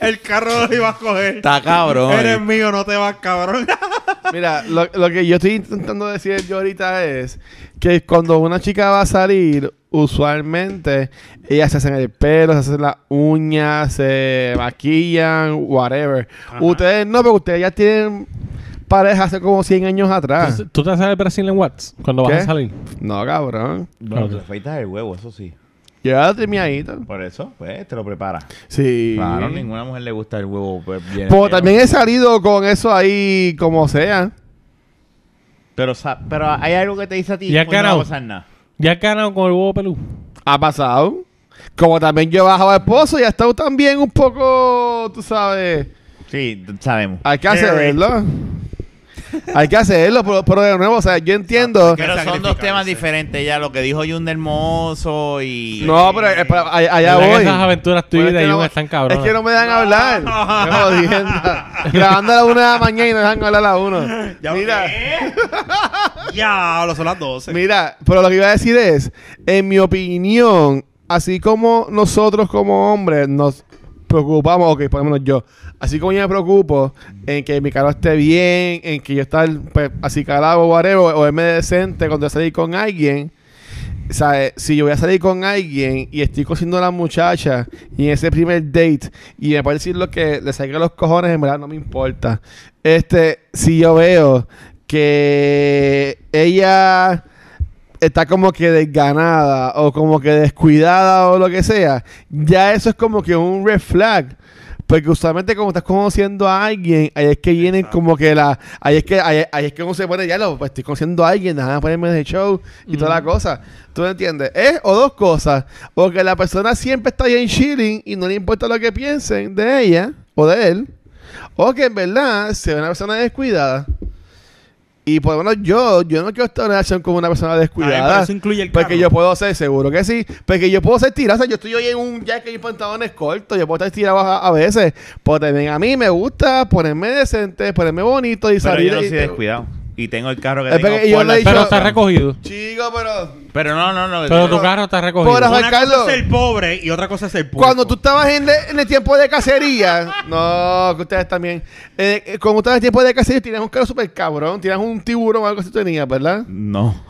Speaker 1: el carro lo iba a coger.
Speaker 3: está cabrón.
Speaker 1: Eres mío, no te vas, cabrón.
Speaker 5: Mira, lo, lo que yo estoy intentando decir yo ahorita es que cuando una chica va a salir, usualmente ellas se hacen el pelo, se hacen las uñas, se maquillan, whatever. Ustedes no, porque ustedes ya tienen pareja hace como 100 años atrás.
Speaker 4: ¿Tú- ¿Tú te haces el Brasil en Watts cuando
Speaker 5: ¿Qué?
Speaker 4: vas a salir?
Speaker 5: No, cabrón.
Speaker 3: No, te afeitas el huevo, eso sí.
Speaker 5: Llévate mi ahijito.
Speaker 3: Por eso, pues, te lo preparas.
Speaker 5: Sí.
Speaker 3: Claro, ninguna mujer le gusta el huevo pues, bien.
Speaker 5: Pues
Speaker 3: pero-
Speaker 5: también he salido con eso ahí como sea.
Speaker 3: Pero, sa- pero hay algo que te dice a ti
Speaker 4: ¿Y has
Speaker 3: pues, no va a
Speaker 4: ganado?
Speaker 3: pasar nada.
Speaker 4: ¿Ya has ganado con el huevo pelú?
Speaker 5: Ha pasado. Como también yo he bajado al pozo y ha estado también un poco, tú sabes.
Speaker 3: Sí, t- sabemos.
Speaker 5: Hay que hacerlo. Hay que hacerlo, pero, pero de nuevo, o sea, yo entiendo.
Speaker 3: Pero son dos
Speaker 1: sacrificarse.
Speaker 3: temas diferentes ya, lo que dijo Jun de Hermoso y...
Speaker 5: No, pero eh, pero allá, allá
Speaker 4: ¿Verdad que
Speaker 5: voy.
Speaker 4: Esas aventuras
Speaker 5: Pero
Speaker 4: tuyas
Speaker 5: es que
Speaker 4: de
Speaker 5: no-
Speaker 4: Jun están cabronas.
Speaker 5: Es que no me dejan hablar. Qué jodienda. Grabando a la una de la mañana y no dejan hablar a la una.
Speaker 1: Ya,
Speaker 5: Mira.
Speaker 1: ¿qué? ya, lo son las 12.
Speaker 5: Mira, pero lo que iba a decir es, en mi opinión, así como nosotros como hombres nos preocupamos, ok, por lo menos yo, así como yo me preocupo en que mi carro esté bien, en que yo estar pues, así calado o whatever, o verme decente cuando salí con alguien, ¿sabes? Si yo voy a salir con alguien y estoy cociendo a la muchacha y en ese primer date y me puede decir lo que le saque los cojones, en verdad no me importa. Este, si yo veo que ella está como que desganada o como que descuidada o lo que sea, ya eso es como que un red flag. Porque usualmente cuando estás conociendo a alguien, ahí es que vienen como que la... Ahí es que, ahí, ahí es que uno se pone, ya lo, pues estoy conociendo a alguien, nada, ponerme de show y toda la cosa. ¿Tú entiendes? Es o dos cosas. O que la persona siempre está ahí en chilling y no le importa lo que piensen de ella o de él. O que en verdad se ve una persona descuidada. Y por lo menos yo, yo no quiero estar en una relación con una persona
Speaker 1: Ay,
Speaker 5: descuidada.
Speaker 1: pero eso incluye el
Speaker 5: porque
Speaker 1: carro.
Speaker 5: Pues yo puedo ser, seguro que sí. Porque yo puedo ser tirado. O sea, yo estoy hoy en un jacket y pantalones cortos. Yo puedo estar tirado a, a veces. Pero también a mí me gusta ponerme decente, ponerme bonito y
Speaker 3: Pero
Speaker 5: salir.
Speaker 3: yo no
Speaker 5: y-
Speaker 3: soy descuidado. Y tengo el carro que
Speaker 5: Es
Speaker 3: tengo
Speaker 5: porque yo
Speaker 3: por
Speaker 5: le he
Speaker 3: la-
Speaker 4: Pero
Speaker 5: dicho-
Speaker 4: está recogido.
Speaker 5: Chico, pero.
Speaker 3: Pero no, no, no.
Speaker 4: Pero tu carro está recogido.
Speaker 5: Por-
Speaker 1: Una
Speaker 5: Carlos.
Speaker 1: cosa es el pobre y otra cosa es el pobre.
Speaker 5: Cuando tú estabas en, le- en el tiempo de cacería, no, que ustedes también. Eh, eh, cuando estabas en el tiempo de cacería, tienes un carro súper cabrón, tienes un tiburón o algo así tenías, ¿verdad?
Speaker 3: No.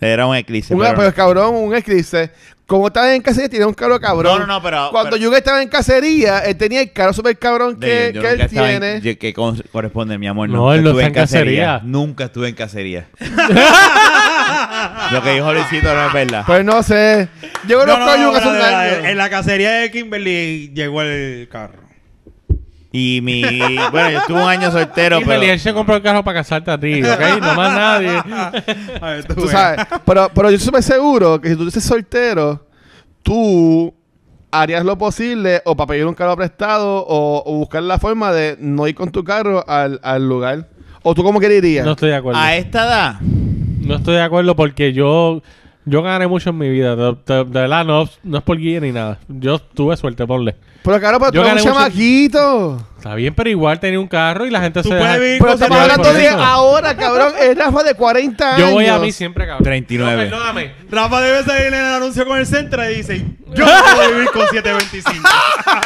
Speaker 3: Era un eclipse.
Speaker 5: Un
Speaker 3: pero
Speaker 5: pero cabrón, un eclipse. Como estaba en cacería, tenía un carro cabrón.
Speaker 3: No, no, no, pero-
Speaker 5: Cuando
Speaker 3: pero-
Speaker 5: Yuga estaba en cacería, él tenía el carro súper cabrón que,
Speaker 3: De- yo
Speaker 5: que
Speaker 3: nunca
Speaker 5: él
Speaker 3: estaba en-
Speaker 5: tiene.
Speaker 3: yo- que cor- corresponde, mi amor.
Speaker 4: No,
Speaker 3: nunca
Speaker 4: él no
Speaker 3: estuve
Speaker 4: está en cacería.
Speaker 3: Nunca estuve en cacería. Lo que dijo Luisito no es verdad.
Speaker 5: Pues no sé. Yo
Speaker 1: No,
Speaker 5: conozco
Speaker 1: no,
Speaker 5: a
Speaker 1: no,
Speaker 5: Yuga hace un
Speaker 1: espérate, espérate. En
Speaker 5: año.
Speaker 1: la cacería de Kimberly llegó el carro.
Speaker 3: Y mi. Bueno, yo estuve un año soltero,
Speaker 4: Y
Speaker 3: pero.
Speaker 4: Meliel se compró el carro para casarte a ti, ¿ok? No más nadie.
Speaker 1: A ver,
Speaker 5: Tú
Speaker 1: ves.
Speaker 5: sabes. Pero, pero yo estoy súper seguro que si tú dices soltero, tú harías lo posible o para pedir un carro prestado o, o buscar la forma de no ir con tu carro al, al lugar. ¿O tú cómo querías?
Speaker 4: No estoy de acuerdo.
Speaker 3: A esta edad.
Speaker 4: No estoy de acuerdo porque yo yo gané mucho en mi vida. De, de- de verdad, no, no es por guía ni nada. Yo tuve suerte, ponle.
Speaker 5: Pero claro, pero tú
Speaker 4: Yo
Speaker 5: eres un
Speaker 4: gané mucho-
Speaker 5: chamaquito.
Speaker 4: Está bien, pero igual tenía un carro y la gente
Speaker 1: Tú
Speaker 4: se
Speaker 1: puedes
Speaker 4: deja-
Speaker 1: vivir
Speaker 5: Pero
Speaker 1: con
Speaker 5: estamos
Speaker 4: yo voy
Speaker 5: hablando
Speaker 4: por
Speaker 5: de
Speaker 4: eso.
Speaker 5: ahora, cabrón. Es Rafa de 40 años.
Speaker 4: Yo voy a mí siempre, cabrón.
Speaker 3: 39.
Speaker 4: No, perdóname.
Speaker 1: Rafa debe salir en el anuncio con el Centra y dice: Yo no puedo vivir con 725.
Speaker 4: Ah.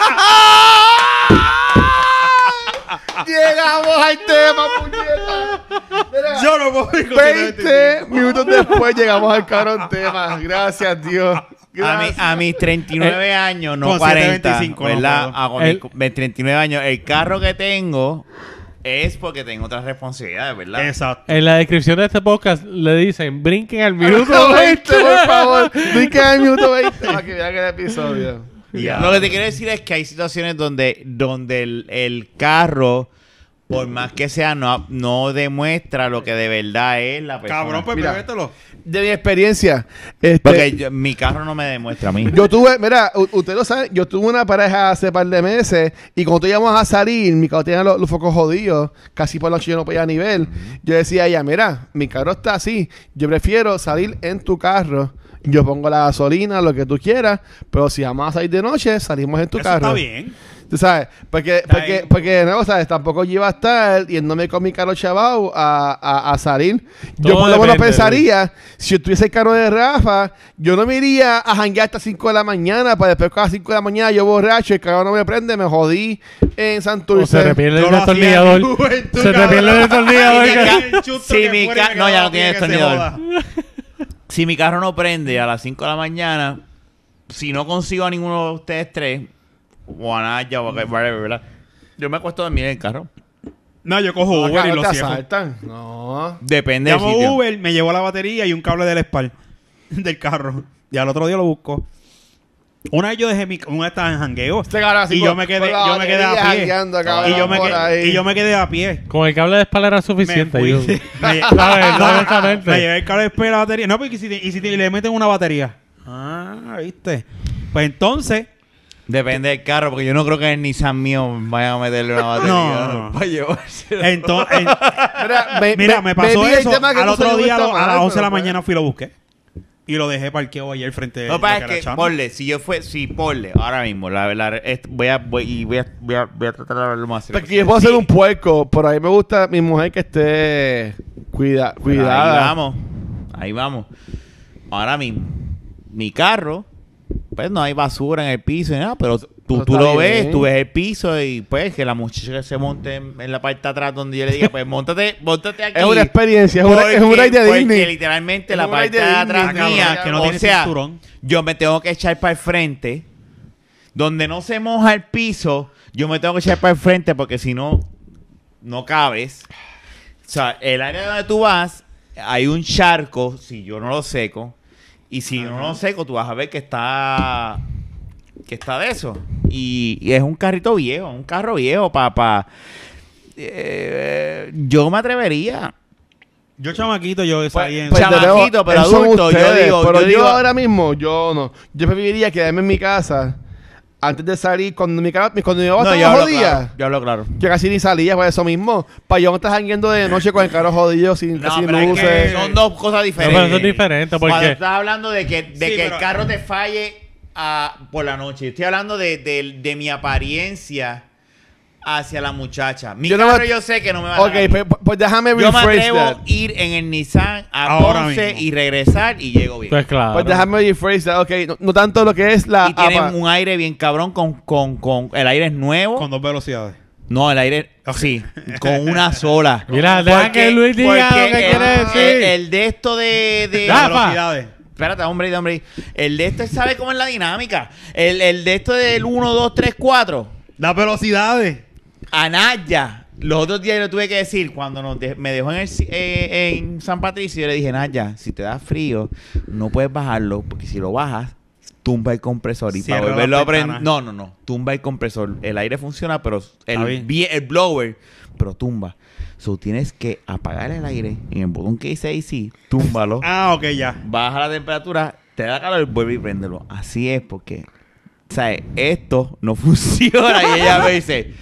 Speaker 5: Llegamos al tema, puñeta. Mira,
Speaker 1: Yo no puedo vivir con 725.
Speaker 5: 20 minutos después llegamos al cabrón tema. Gracias, Dios.
Speaker 3: A, mi-
Speaker 5: Gracias.
Speaker 3: a mis 39 años, no
Speaker 1: con
Speaker 3: 40,
Speaker 1: 725,
Speaker 3: ¿verdad?
Speaker 1: no,
Speaker 3: A con
Speaker 4: Eh, El-
Speaker 3: mis- mis 39 años, el carro que tengo es porque tengo otras responsabilidades, ¿verdad?
Speaker 1: Exacto.
Speaker 4: En la descripción de este podcast le dicen, brinquen al minuto
Speaker 5: Minuto 20,
Speaker 4: 20.
Speaker 5: por favor. Di que al minuto 20 para que vean el episodio.
Speaker 3: Ya. Lo que te quiero decir es que hay situaciones donde, donde el, el carro, por más que sea, no, no demuestra lo que de verdad es la persona.
Speaker 1: Cabrón, pues
Speaker 5: Mira.
Speaker 1: bebételo.
Speaker 5: De mi experiencia, este,
Speaker 3: Porque yo- mi carro no me demuestra a mí.
Speaker 5: yo tuve, mira, u- ustedes lo saben, yo tuve una pareja hace par de meses y cuando íbamos a salir, mi carro tenía los, los focos jodidos, casi por la noche yo no podía nivel. Yo decía a ella, mira, mi carro está así, yo prefiero salir en tu carro. Yo pongo la gasolina, lo que tú quieras, pero si vamos a salir de noche, salimos en tu
Speaker 1: Eso
Speaker 5: carro.
Speaker 1: está bien.
Speaker 5: Tú sabes, porque, porque,
Speaker 1: bien.
Speaker 5: porque de nuevo, ¿sabes? Tampoco yo iba a estar yéndome con mi carro chavao a, a, a salir. Yo
Speaker 4: Todo
Speaker 5: por lo menos
Speaker 4: depende,
Speaker 5: pensaría, si yo tuviese el carro de Rafa, yo no me iría a janguear hasta 5 de la mañana, para después a las 5 de la mañana yo borracho, el carro no me prende, me jodí en
Speaker 4: O se
Speaker 5: Santurce.
Speaker 4: repierde
Speaker 1: Yo
Speaker 4: el
Speaker 1: lo hacía en mi
Speaker 4: destornillador.
Speaker 1: juventud,
Speaker 4: Se repierde
Speaker 1: cabrón.
Speaker 4: el destornillador.
Speaker 3: Y
Speaker 4: que-
Speaker 3: ca-
Speaker 1: El chusto
Speaker 3: Sí,
Speaker 1: que
Speaker 3: mi
Speaker 1: fuera y
Speaker 3: ca-
Speaker 1: me
Speaker 3: no,
Speaker 1: quedaba
Speaker 3: ya no
Speaker 1: bien
Speaker 3: tiene
Speaker 1: que se
Speaker 3: destornillador.
Speaker 1: joda.
Speaker 3: Si mi carro no prende a las 5 de la mañana, si no consigo a ninguno de ustedes tres, o a Naya, o a whatever, ¿verdad? Yo me acuesto a dormir en el carro.
Speaker 1: No, yo cojo Uber y
Speaker 5: Acá
Speaker 1: lo
Speaker 5: Ah, te
Speaker 1: cierro.
Speaker 5: asaltan. No.
Speaker 3: Depende del
Speaker 1: Llamo
Speaker 3: sitio.
Speaker 1: Uber, me llevó la batería y un cable del SPAR del carro. Y al otro día lo busco. Una vez yo dejé mi. Una estaba en jangueo.
Speaker 5: Este cabrón así
Speaker 1: y
Speaker 5: con-
Speaker 1: yo me
Speaker 5: con
Speaker 1: quedé,
Speaker 5: la
Speaker 1: yo me quedé a
Speaker 5: batería
Speaker 1: pie.
Speaker 5: jangueando, cabrón,
Speaker 1: y, yo me
Speaker 5: por ahí.
Speaker 1: quedé, y yo me quedé a pie.
Speaker 4: Con el cable de espalda era suficiente.
Speaker 1: Me
Speaker 4: yo-
Speaker 1: fui. Me, lle-
Speaker 4: ¿Sabes?
Speaker 1: No,
Speaker 4: Honestamente.
Speaker 1: me llevé el cable de espera de la batería. No, porque si, te- y si te- y le meten una batería. Ah, viste. Pues entonces.
Speaker 3: Depende del carro, porque yo no creo que el Nissan mío vaya a meterle una batería
Speaker 1: No.
Speaker 3: para llevarse.
Speaker 1: entonces
Speaker 5: Mira, Eh, me,
Speaker 1: mira, me pasó
Speaker 5: vi el
Speaker 1: eso.
Speaker 5: tema que
Speaker 1: Al
Speaker 5: tú
Speaker 1: otro
Speaker 5: salió
Speaker 1: día,
Speaker 5: esta
Speaker 1: lo- a
Speaker 5: mal,
Speaker 1: las 11 de la
Speaker 5: pero,
Speaker 1: mañana, fui y lo busqué. Y lo dejé parqueado ayer frente de
Speaker 3: No,
Speaker 1: la
Speaker 3: para es que,
Speaker 1: Carachana.
Speaker 3: ponle, si yo fue, si ponle, ahora mismo, la, la- est- voy a, voy, y voy a, voy a, voy a tratar de hablarlo más serio
Speaker 5: Porque pues, yo puedo ser un puerco, pero a mí me gusta mi mujer que esté cuida,
Speaker 3: Pero
Speaker 5: cuidada.
Speaker 3: Ahí vamos, ahí vamos. Ahora mismo, mi carro, pues no hay basura en el piso ni nada, pero tú,
Speaker 5: Eso
Speaker 3: tú
Speaker 5: está bien.
Speaker 3: lo ves, tú ves el piso y pues que la muchacha que se monte en, en la parte de atrás donde yo le diga, pues montate, montate aquí.
Speaker 5: Es una experiencia, es, una, es un
Speaker 3: Porque-
Speaker 5: ride de
Speaker 3: porque
Speaker 5: Disney.
Speaker 3: literalmente
Speaker 5: Es
Speaker 3: la
Speaker 5: un ride
Speaker 3: parte
Speaker 5: de
Speaker 3: de
Speaker 5: Disney,
Speaker 3: atrás
Speaker 5: cabrón,
Speaker 3: mía,
Speaker 1: que no
Speaker 3: o
Speaker 1: tiene
Speaker 3: sea,
Speaker 1: cinturón.
Speaker 3: yo me tengo que echar para el frente. Donde no se moja el piso, yo me tengo que echar para el frente porque si no, no cabes. O sea, el área donde tú vas, hay un charco, si yo no lo seco. Y si yo no lo seco, tú vas a ver que está que está de eso. Y, y es un carrito viejo, un carro viejo, papá. Eh, yo me atrevería.
Speaker 1: Yo, chamaquito, yo salí en.
Speaker 3: pues,
Speaker 5: de nuevo,
Speaker 3: chamaquito, pero
Speaker 5: esos son
Speaker 3: adulto, yo digo,
Speaker 5: pero
Speaker 3: yo
Speaker 5: yo,
Speaker 3: digo-
Speaker 5: ahora mismo, yo no. Yo preferiría quedarme en mi casa antes de salir cuando mi cara, cuando mi papá
Speaker 3: No, yo
Speaker 5: estaba
Speaker 3: hablo,
Speaker 5: jodida.
Speaker 3: claro, yo hablo claro.
Speaker 5: Yo casi ni salía por eso mismo. Para yo no estar jangueando de noche con el carro jodido sin
Speaker 3: No,
Speaker 5: sin
Speaker 3: pero es
Speaker 5: luces.
Speaker 3: que son dos cosas
Speaker 4: No,
Speaker 3: diferentes.
Speaker 4: pero eso es diferente
Speaker 3: Cuando
Speaker 4: porque...
Speaker 3: estás hablando de que, de
Speaker 1: Sí,
Speaker 3: que
Speaker 1: pero-
Speaker 3: el carro te falle ah, por la noche. Estoy hablando de, de- de mi apariencia hacia la muchacha. Mi
Speaker 5: Yo no
Speaker 3: carro
Speaker 5: me-
Speaker 3: yo sé que no me va a
Speaker 5: Ok,
Speaker 3: dar.
Speaker 5: pues, pues déjame
Speaker 3: Yo me
Speaker 5: rephrase
Speaker 3: atrevo
Speaker 5: that.
Speaker 3: a ir en el Nissan a
Speaker 1: Ahora
Speaker 3: Ponce
Speaker 1: mismo.
Speaker 3: y regresar y llego bien.
Speaker 4: Pues claro.
Speaker 5: Pues déjame rephrase that. Ok, no, no tanto lo que es la...
Speaker 3: y tienen
Speaker 5: apa-
Speaker 3: un aire bien cabrón con, con, con... El aire es nuevo.
Speaker 1: Con dos velocidades.
Speaker 3: No, el aire... Sí, con una sola.
Speaker 4: Mira, deja que Luis diga lo que
Speaker 3: porque
Speaker 4: quiere
Speaker 3: el,
Speaker 4: decir.
Speaker 3: el- el de esto de... de-
Speaker 4: Rafa.
Speaker 1: Velocidades.
Speaker 3: Espérate, hombre, hombre. hombre. El de este sabe cómo es la dinámica. El, el de esto del 1, 2, 3, 4.
Speaker 6: Las velocidades.
Speaker 3: Anaya. Los otros días yo le tuve que decir, cuando nos de- me dejó en, el ci- eh, en San Patricio, yo le dije, Naya, si te da frío, no puedes bajarlo, porque si lo bajas, tumba el compresor. Y
Speaker 1: Cierra
Speaker 3: para
Speaker 1: la
Speaker 3: volverlo a prender.
Speaker 1: ventana.
Speaker 3: No, no, no. Tumba el compresor. El aire funciona, pero
Speaker 1: Está
Speaker 3: el,
Speaker 1: bien.
Speaker 3: vi- el blower, pero tumba. So tienes que apagar el aire en el botón que dice AC, túmbalo,
Speaker 1: Ah, ok, ya.
Speaker 3: baja la temperatura, te da calor, vuelve y préndelo. Así es, porque, ¿sabes? Esto no funciona. Y ella me dice,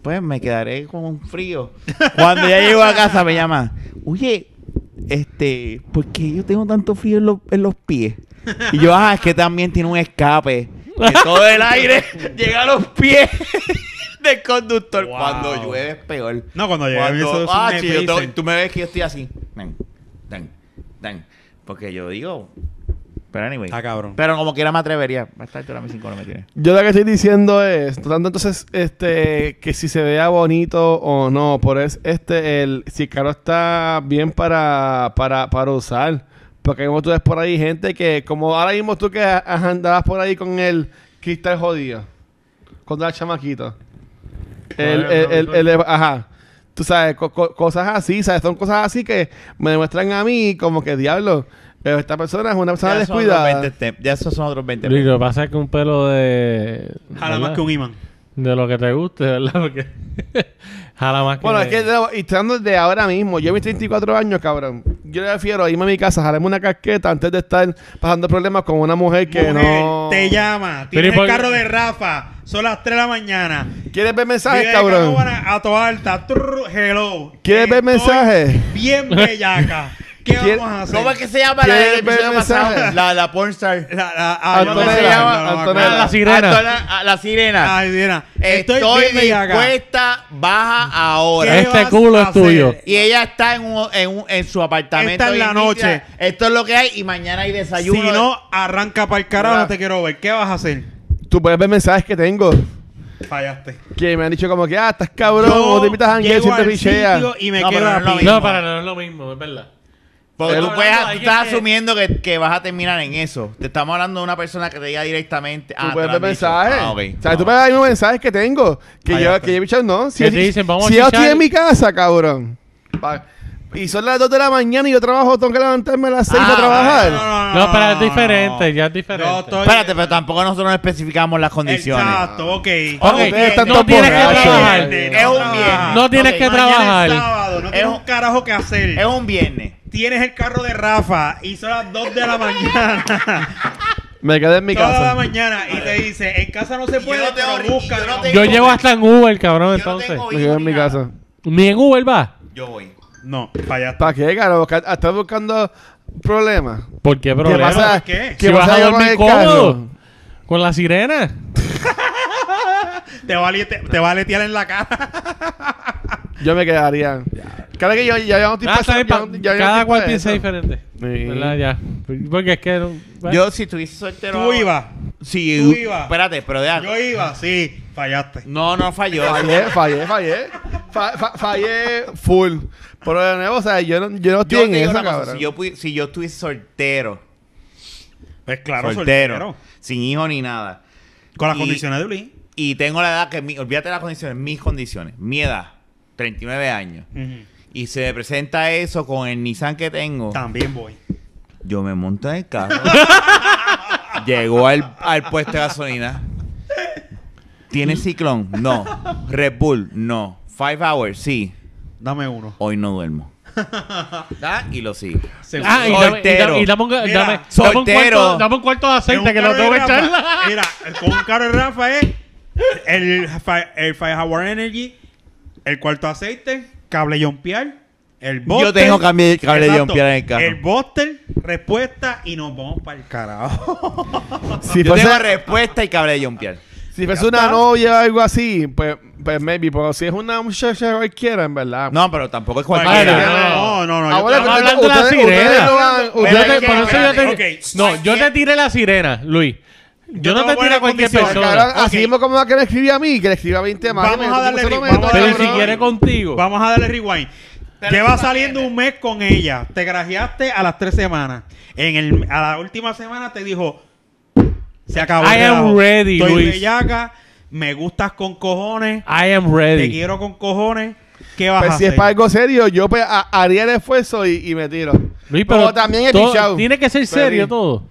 Speaker 3: pues me quedaré con un frío. Cuando ya llego a casa me llama, oye, este, ¿por qué yo tengo tanto frío en, los- en los pies? Y yo, ah, es que también tiene un escape. Que todo el aire llega a los pies del conductor.
Speaker 1: Wow.
Speaker 3: Cuando llueve es peor.
Speaker 1: No, cuando llegué
Speaker 3: Cuando-
Speaker 1: eso es un
Speaker 3: ah, sí, yo
Speaker 1: freezer.
Speaker 3: tengo- tú me ves que yo estoy así. Tan, tan, tan. Porque yo digo. Pero anyway.
Speaker 1: Está Ah, cabrón.
Speaker 3: Pero como quiera me atrevería. Va a estar tú a mis cinco no me tienes.
Speaker 5: Yo lo que estoy diciendo es, tratando entonces, este, que si se vea bonito o no, por es este, el, si el carro está bien para, para, para usar. Porque como tú ves por ahí gente que, como ahora mismo tú que a- ajá, andabas por ahí con el cristal jodido, cuando era chamaquito. El, el, el, el- el- ajá. Tú sabes, co- co- cosas así, ¿sabes? Son cosas así que me demuestran a mí como que, diablo, eh, esta persona es una persona
Speaker 3: Ya son otros
Speaker 5: descuidada.
Speaker 3: 20 tem- Ya esos son otros 20
Speaker 4: Lo que pasa es que un pelo de.
Speaker 1: Jala más
Speaker 4: ¿verdad?
Speaker 1: que un imán.
Speaker 4: De lo que te guste, ¿verdad? Porque. jala más que.
Speaker 5: Bueno, es que de- y estando desde ahora mismo, yo a mis 34 años, cabrón, yo le prefiero irme a mi casa, jalarme una casqueta antes de estar pasando problemas con una mujer que
Speaker 1: Mujer,
Speaker 5: no...
Speaker 1: te llama.
Speaker 4: Pero ¿y
Speaker 1: Tiene el
Speaker 4: por qué?
Speaker 1: carro de Rafa. Son las 3 de la mañana.
Speaker 5: ¿Quieres ver mensajes,
Speaker 1: Vive de
Speaker 5: cabrón?
Speaker 1: Canóvana a Toa Alta. Trrr, hello.
Speaker 5: ¿Quieres ver
Speaker 1: Estoy
Speaker 5: mensajes?
Speaker 1: Bien bellaca. ¿Qué
Speaker 5: ¿Quiere-
Speaker 1: vamos a hacer?
Speaker 3: ¿Cómo es que se llama la del
Speaker 5: ¿Quieres ver
Speaker 3: episodio
Speaker 5: mensajes?
Speaker 3: pasado? La, la pornstar.
Speaker 1: La, la, ay, no
Speaker 5: Antonella,
Speaker 1: me acuerdo, no me acuerdo.
Speaker 5: Antonella.
Speaker 4: Ah, la sirena.
Speaker 3: Ah, la, a la sirena.
Speaker 1: Ay, mira.
Speaker 3: Estoy,
Speaker 1: bien bellaca.
Speaker 3: dispuesta, baja ahora.
Speaker 1: ¿Qué
Speaker 4: Este
Speaker 1: vas
Speaker 4: culo
Speaker 1: a
Speaker 4: es tuyo.
Speaker 1: hacer?
Speaker 3: Y ella está en, un- en, un- en su apartamento.
Speaker 1: Esta es
Speaker 3: bien
Speaker 1: la
Speaker 3: nítida.
Speaker 1: noche.
Speaker 3: Esto es lo que hay y mañana hay desayuno.
Speaker 1: Si no, arranca para el carajo,
Speaker 3: Mira.
Speaker 1: no te quiero ver. ¿Qué vas a hacer?
Speaker 5: Tú puedes ver mensajes que tengo,
Speaker 1: Fallaste.
Speaker 5: que me han dicho como que, ah, estás cabrón,
Speaker 1: Yo
Speaker 5: o te invitas a janguear,
Speaker 1: llego
Speaker 5: siempre
Speaker 1: al
Speaker 5: pichea.
Speaker 1: sitio Y me
Speaker 3: No,
Speaker 1: quedo
Speaker 3: pero no es lo
Speaker 1: a pie.
Speaker 3: mismo.
Speaker 4: No, para no es lo mismo, es verdad.
Speaker 3: Porque
Speaker 5: Pero-
Speaker 3: tú, puedes-
Speaker 4: hablando de
Speaker 3: tú
Speaker 4: alguien
Speaker 3: estás
Speaker 4: que-
Speaker 3: asumiendo que, que vas a terminar en eso. Te estamos hablando de una persona que te diga directamente.
Speaker 5: Tú
Speaker 3: te
Speaker 5: puedes
Speaker 3: lo
Speaker 5: ver
Speaker 3: han dicho.
Speaker 5: mensajes.
Speaker 3: Ah, ok.
Speaker 5: O sea, tú
Speaker 3: No.
Speaker 5: puedes ver los mensajes que tengo. Que yo, que yo he dicho, no. Si,
Speaker 4: Que
Speaker 5: yo-
Speaker 4: pues. te dicen, vamos a
Speaker 5: si yo
Speaker 4: chichar.
Speaker 5: estoy en mi casa, cabrón. pa- y son las 2 de la mañana y yo trabajo, tengo que levantarme a las 6
Speaker 3: Ah,
Speaker 5: para trabajar.
Speaker 4: No, pero es diferente, ya es diferente.
Speaker 1: No, estoy-
Speaker 3: Espérate, pero tampoco nosotros no especificamos las condiciones.
Speaker 1: Exacto, ok.
Speaker 4: Ok,
Speaker 5: Ah, ustedes están
Speaker 4: no
Speaker 5: todos
Speaker 4: tienes que
Speaker 5: borrachos.
Speaker 4: trabajar.
Speaker 1: Gente,
Speaker 3: Es un
Speaker 1: trabaja.
Speaker 3: viernes.
Speaker 4: No tienes
Speaker 3: Ok,
Speaker 4: que
Speaker 3: mañana
Speaker 4: trabajar.
Speaker 1: Es sábado, no tienes
Speaker 3: Es-
Speaker 1: un carajo que hacer.
Speaker 3: Es un viernes.
Speaker 1: Tienes el carro de Rafa y son las 2 de la mañana.
Speaker 5: Me quedé en mi
Speaker 1: Toda la
Speaker 5: casa.
Speaker 1: mañana y te dice, en casa no se
Speaker 3: yo
Speaker 1: puede,
Speaker 3: no tengo
Speaker 1: pero
Speaker 3: ri-
Speaker 1: busca.
Speaker 3: yo no
Speaker 1: ¿no?
Speaker 3: tengo-
Speaker 4: Yo llevo hasta en Uber, cabrón,
Speaker 3: Yo no
Speaker 4: entonces.
Speaker 3: tengo
Speaker 5: Me
Speaker 3: hijo
Speaker 5: quedé en
Speaker 3: ni
Speaker 5: mi
Speaker 3: nada.
Speaker 5: casa.
Speaker 4: Ni en Uber va.
Speaker 3: Yo voy.
Speaker 1: No, fallaste.
Speaker 5: ¿Para qué, caro? Busca- ¿Estás buscando problemas?
Speaker 4: ¿Por qué
Speaker 5: ¿Qué
Speaker 4: problema?
Speaker 5: pasa?
Speaker 1: ¿Por qué?
Speaker 5: ¿Qué
Speaker 4: Si
Speaker 5: pasa
Speaker 4: vas a
Speaker 5: yo con
Speaker 4: dormir
Speaker 5: el
Speaker 4: cómodo.
Speaker 5: carro?
Speaker 4: Con la sirena.
Speaker 1: Te va, a li- te, te va a letear en la cara.
Speaker 5: Yo me quedaría. Claro que pues, yo ya ya no estoy
Speaker 4: Ah,
Speaker 5: pasando-
Speaker 4: ¿sabes?
Speaker 5: ya
Speaker 4: Pa-
Speaker 5: no- ya no
Speaker 4: Cada
Speaker 5: estoy
Speaker 4: cual
Speaker 5: para
Speaker 4: piensa
Speaker 5: eso.
Speaker 4: diferente.
Speaker 5: Sí.
Speaker 4: ¿Verdad? Ya. Porque es que. no- bueno.
Speaker 3: Yo, si estuviese soltero.
Speaker 1: Tú ibas.
Speaker 3: Sí,
Speaker 1: Tú ibas.
Speaker 3: Espérate, pero deja.
Speaker 1: Yo iba, sí, fallaste.
Speaker 3: No, no falló.
Speaker 5: Fallé, fallé, fallé. Fa- fa- fallé full. Pero de nuevo, o sea, yo no, yo no estoy
Speaker 3: Yo te
Speaker 5: en
Speaker 3: digo
Speaker 5: eso,
Speaker 3: una cosa,
Speaker 5: cabrón.
Speaker 3: si, yo pudi- si yo estuviese soltero,
Speaker 1: Pues claro,
Speaker 3: soltero,
Speaker 1: soltero.
Speaker 3: sin hijo ni nada,
Speaker 1: Con las
Speaker 3: Y-
Speaker 1: condiciones de Blin.
Speaker 3: y tengo la edad que, mi, olvídate de las condiciones, mis condiciones, mi edad, 39 años, y se me presenta eso con el Nissan que tengo,
Speaker 1: También voy.
Speaker 3: yo me monto en el carro, llego al, al puesto de gasolina, ¿tiene ciclón? No. Red Bull? No. Five Hours? Sí.
Speaker 1: Dame uno.
Speaker 3: Hoy no duermo. ¿Da? Y lo sigo.
Speaker 1: Seguro.
Speaker 4: Ah, y dame, y dame-
Speaker 3: Soltero.
Speaker 4: y dame un, dame,
Speaker 1: Mira,
Speaker 4: dame un
Speaker 3: soltero.
Speaker 4: cuarto, dame un cuarto de
Speaker 1: En un
Speaker 4: aceite que lo
Speaker 1: carro
Speaker 4: tengo que
Speaker 1: de Rafa,
Speaker 4: echar.
Speaker 1: Mira, con un carro de Rafa es el, fi- el Firepower Energy, el cuarto aceite, cable jumpear, el boster.
Speaker 3: tengo cable- cable
Speaker 1: Exacto.
Speaker 3: jumpear en el carro.
Speaker 1: El boster, respuesta y nos vamos para el carajo.
Speaker 5: si
Speaker 3: Yo
Speaker 5: fuese,
Speaker 3: tengo respuesta y cabré de jumpear.
Speaker 5: si fuese una novia o algo así, pues, pues maybe. Pero si es una muchacha cualquiera, en verdad.
Speaker 3: No, pero tampoco es
Speaker 4: Ay,
Speaker 3: cualquiera.
Speaker 1: no,
Speaker 4: no.
Speaker 1: no, no. yo
Speaker 5: Ahora,
Speaker 1: te-
Speaker 5: ustedes-
Speaker 4: estamos hablando de la
Speaker 5: ustedes- ustedes
Speaker 4: sirena.
Speaker 5: no van-
Speaker 4: Yo
Speaker 5: ustedes-
Speaker 4: te- por eso yo te-
Speaker 1: espérate, ok.
Speaker 4: No, yo te tiré la sirena, Luis. Yo,
Speaker 1: Yo
Speaker 4: no
Speaker 1: te
Speaker 4: te
Speaker 1: voy a
Speaker 4: tiré
Speaker 1: poner
Speaker 4: a cualquier
Speaker 1: condiciones,
Speaker 5: Cabrón,
Speaker 4: persona.
Speaker 1: Ok.
Speaker 5: Así mismo como que le escribí a mí, que le escribí a 20 más.
Speaker 1: Vamos a darle
Speaker 5: Eso no
Speaker 1: ritmo,
Speaker 5: me
Speaker 1: vamos a
Speaker 5: toca,
Speaker 4: Pero
Speaker 1: darle
Speaker 4: ni
Speaker 5: cabrón.
Speaker 1: ritmo.
Speaker 4: siquiera contigo.
Speaker 1: Vamos a darle rewind. Lleva saliendo un mes con ella. Te grajeaste a las tres semanas. En el, a la última semana te dijo: Se acabó. el
Speaker 4: I am
Speaker 1: relajo.
Speaker 4: ready,
Speaker 1: Estoy
Speaker 4: Luis.
Speaker 1: bellaca. Me gustas con cojones.
Speaker 4: I am ready.
Speaker 1: Te quiero con cojones. ¿Qué vas
Speaker 5: Pues
Speaker 1: a
Speaker 5: si es
Speaker 1: hacer?
Speaker 5: para algo serio, yo pues, a- haría el esfuerzo y, y me tiro.
Speaker 4: Luis,
Speaker 5: pero, también he
Speaker 4: todo-
Speaker 5: pichado.
Speaker 4: Tiene que ser serio todo.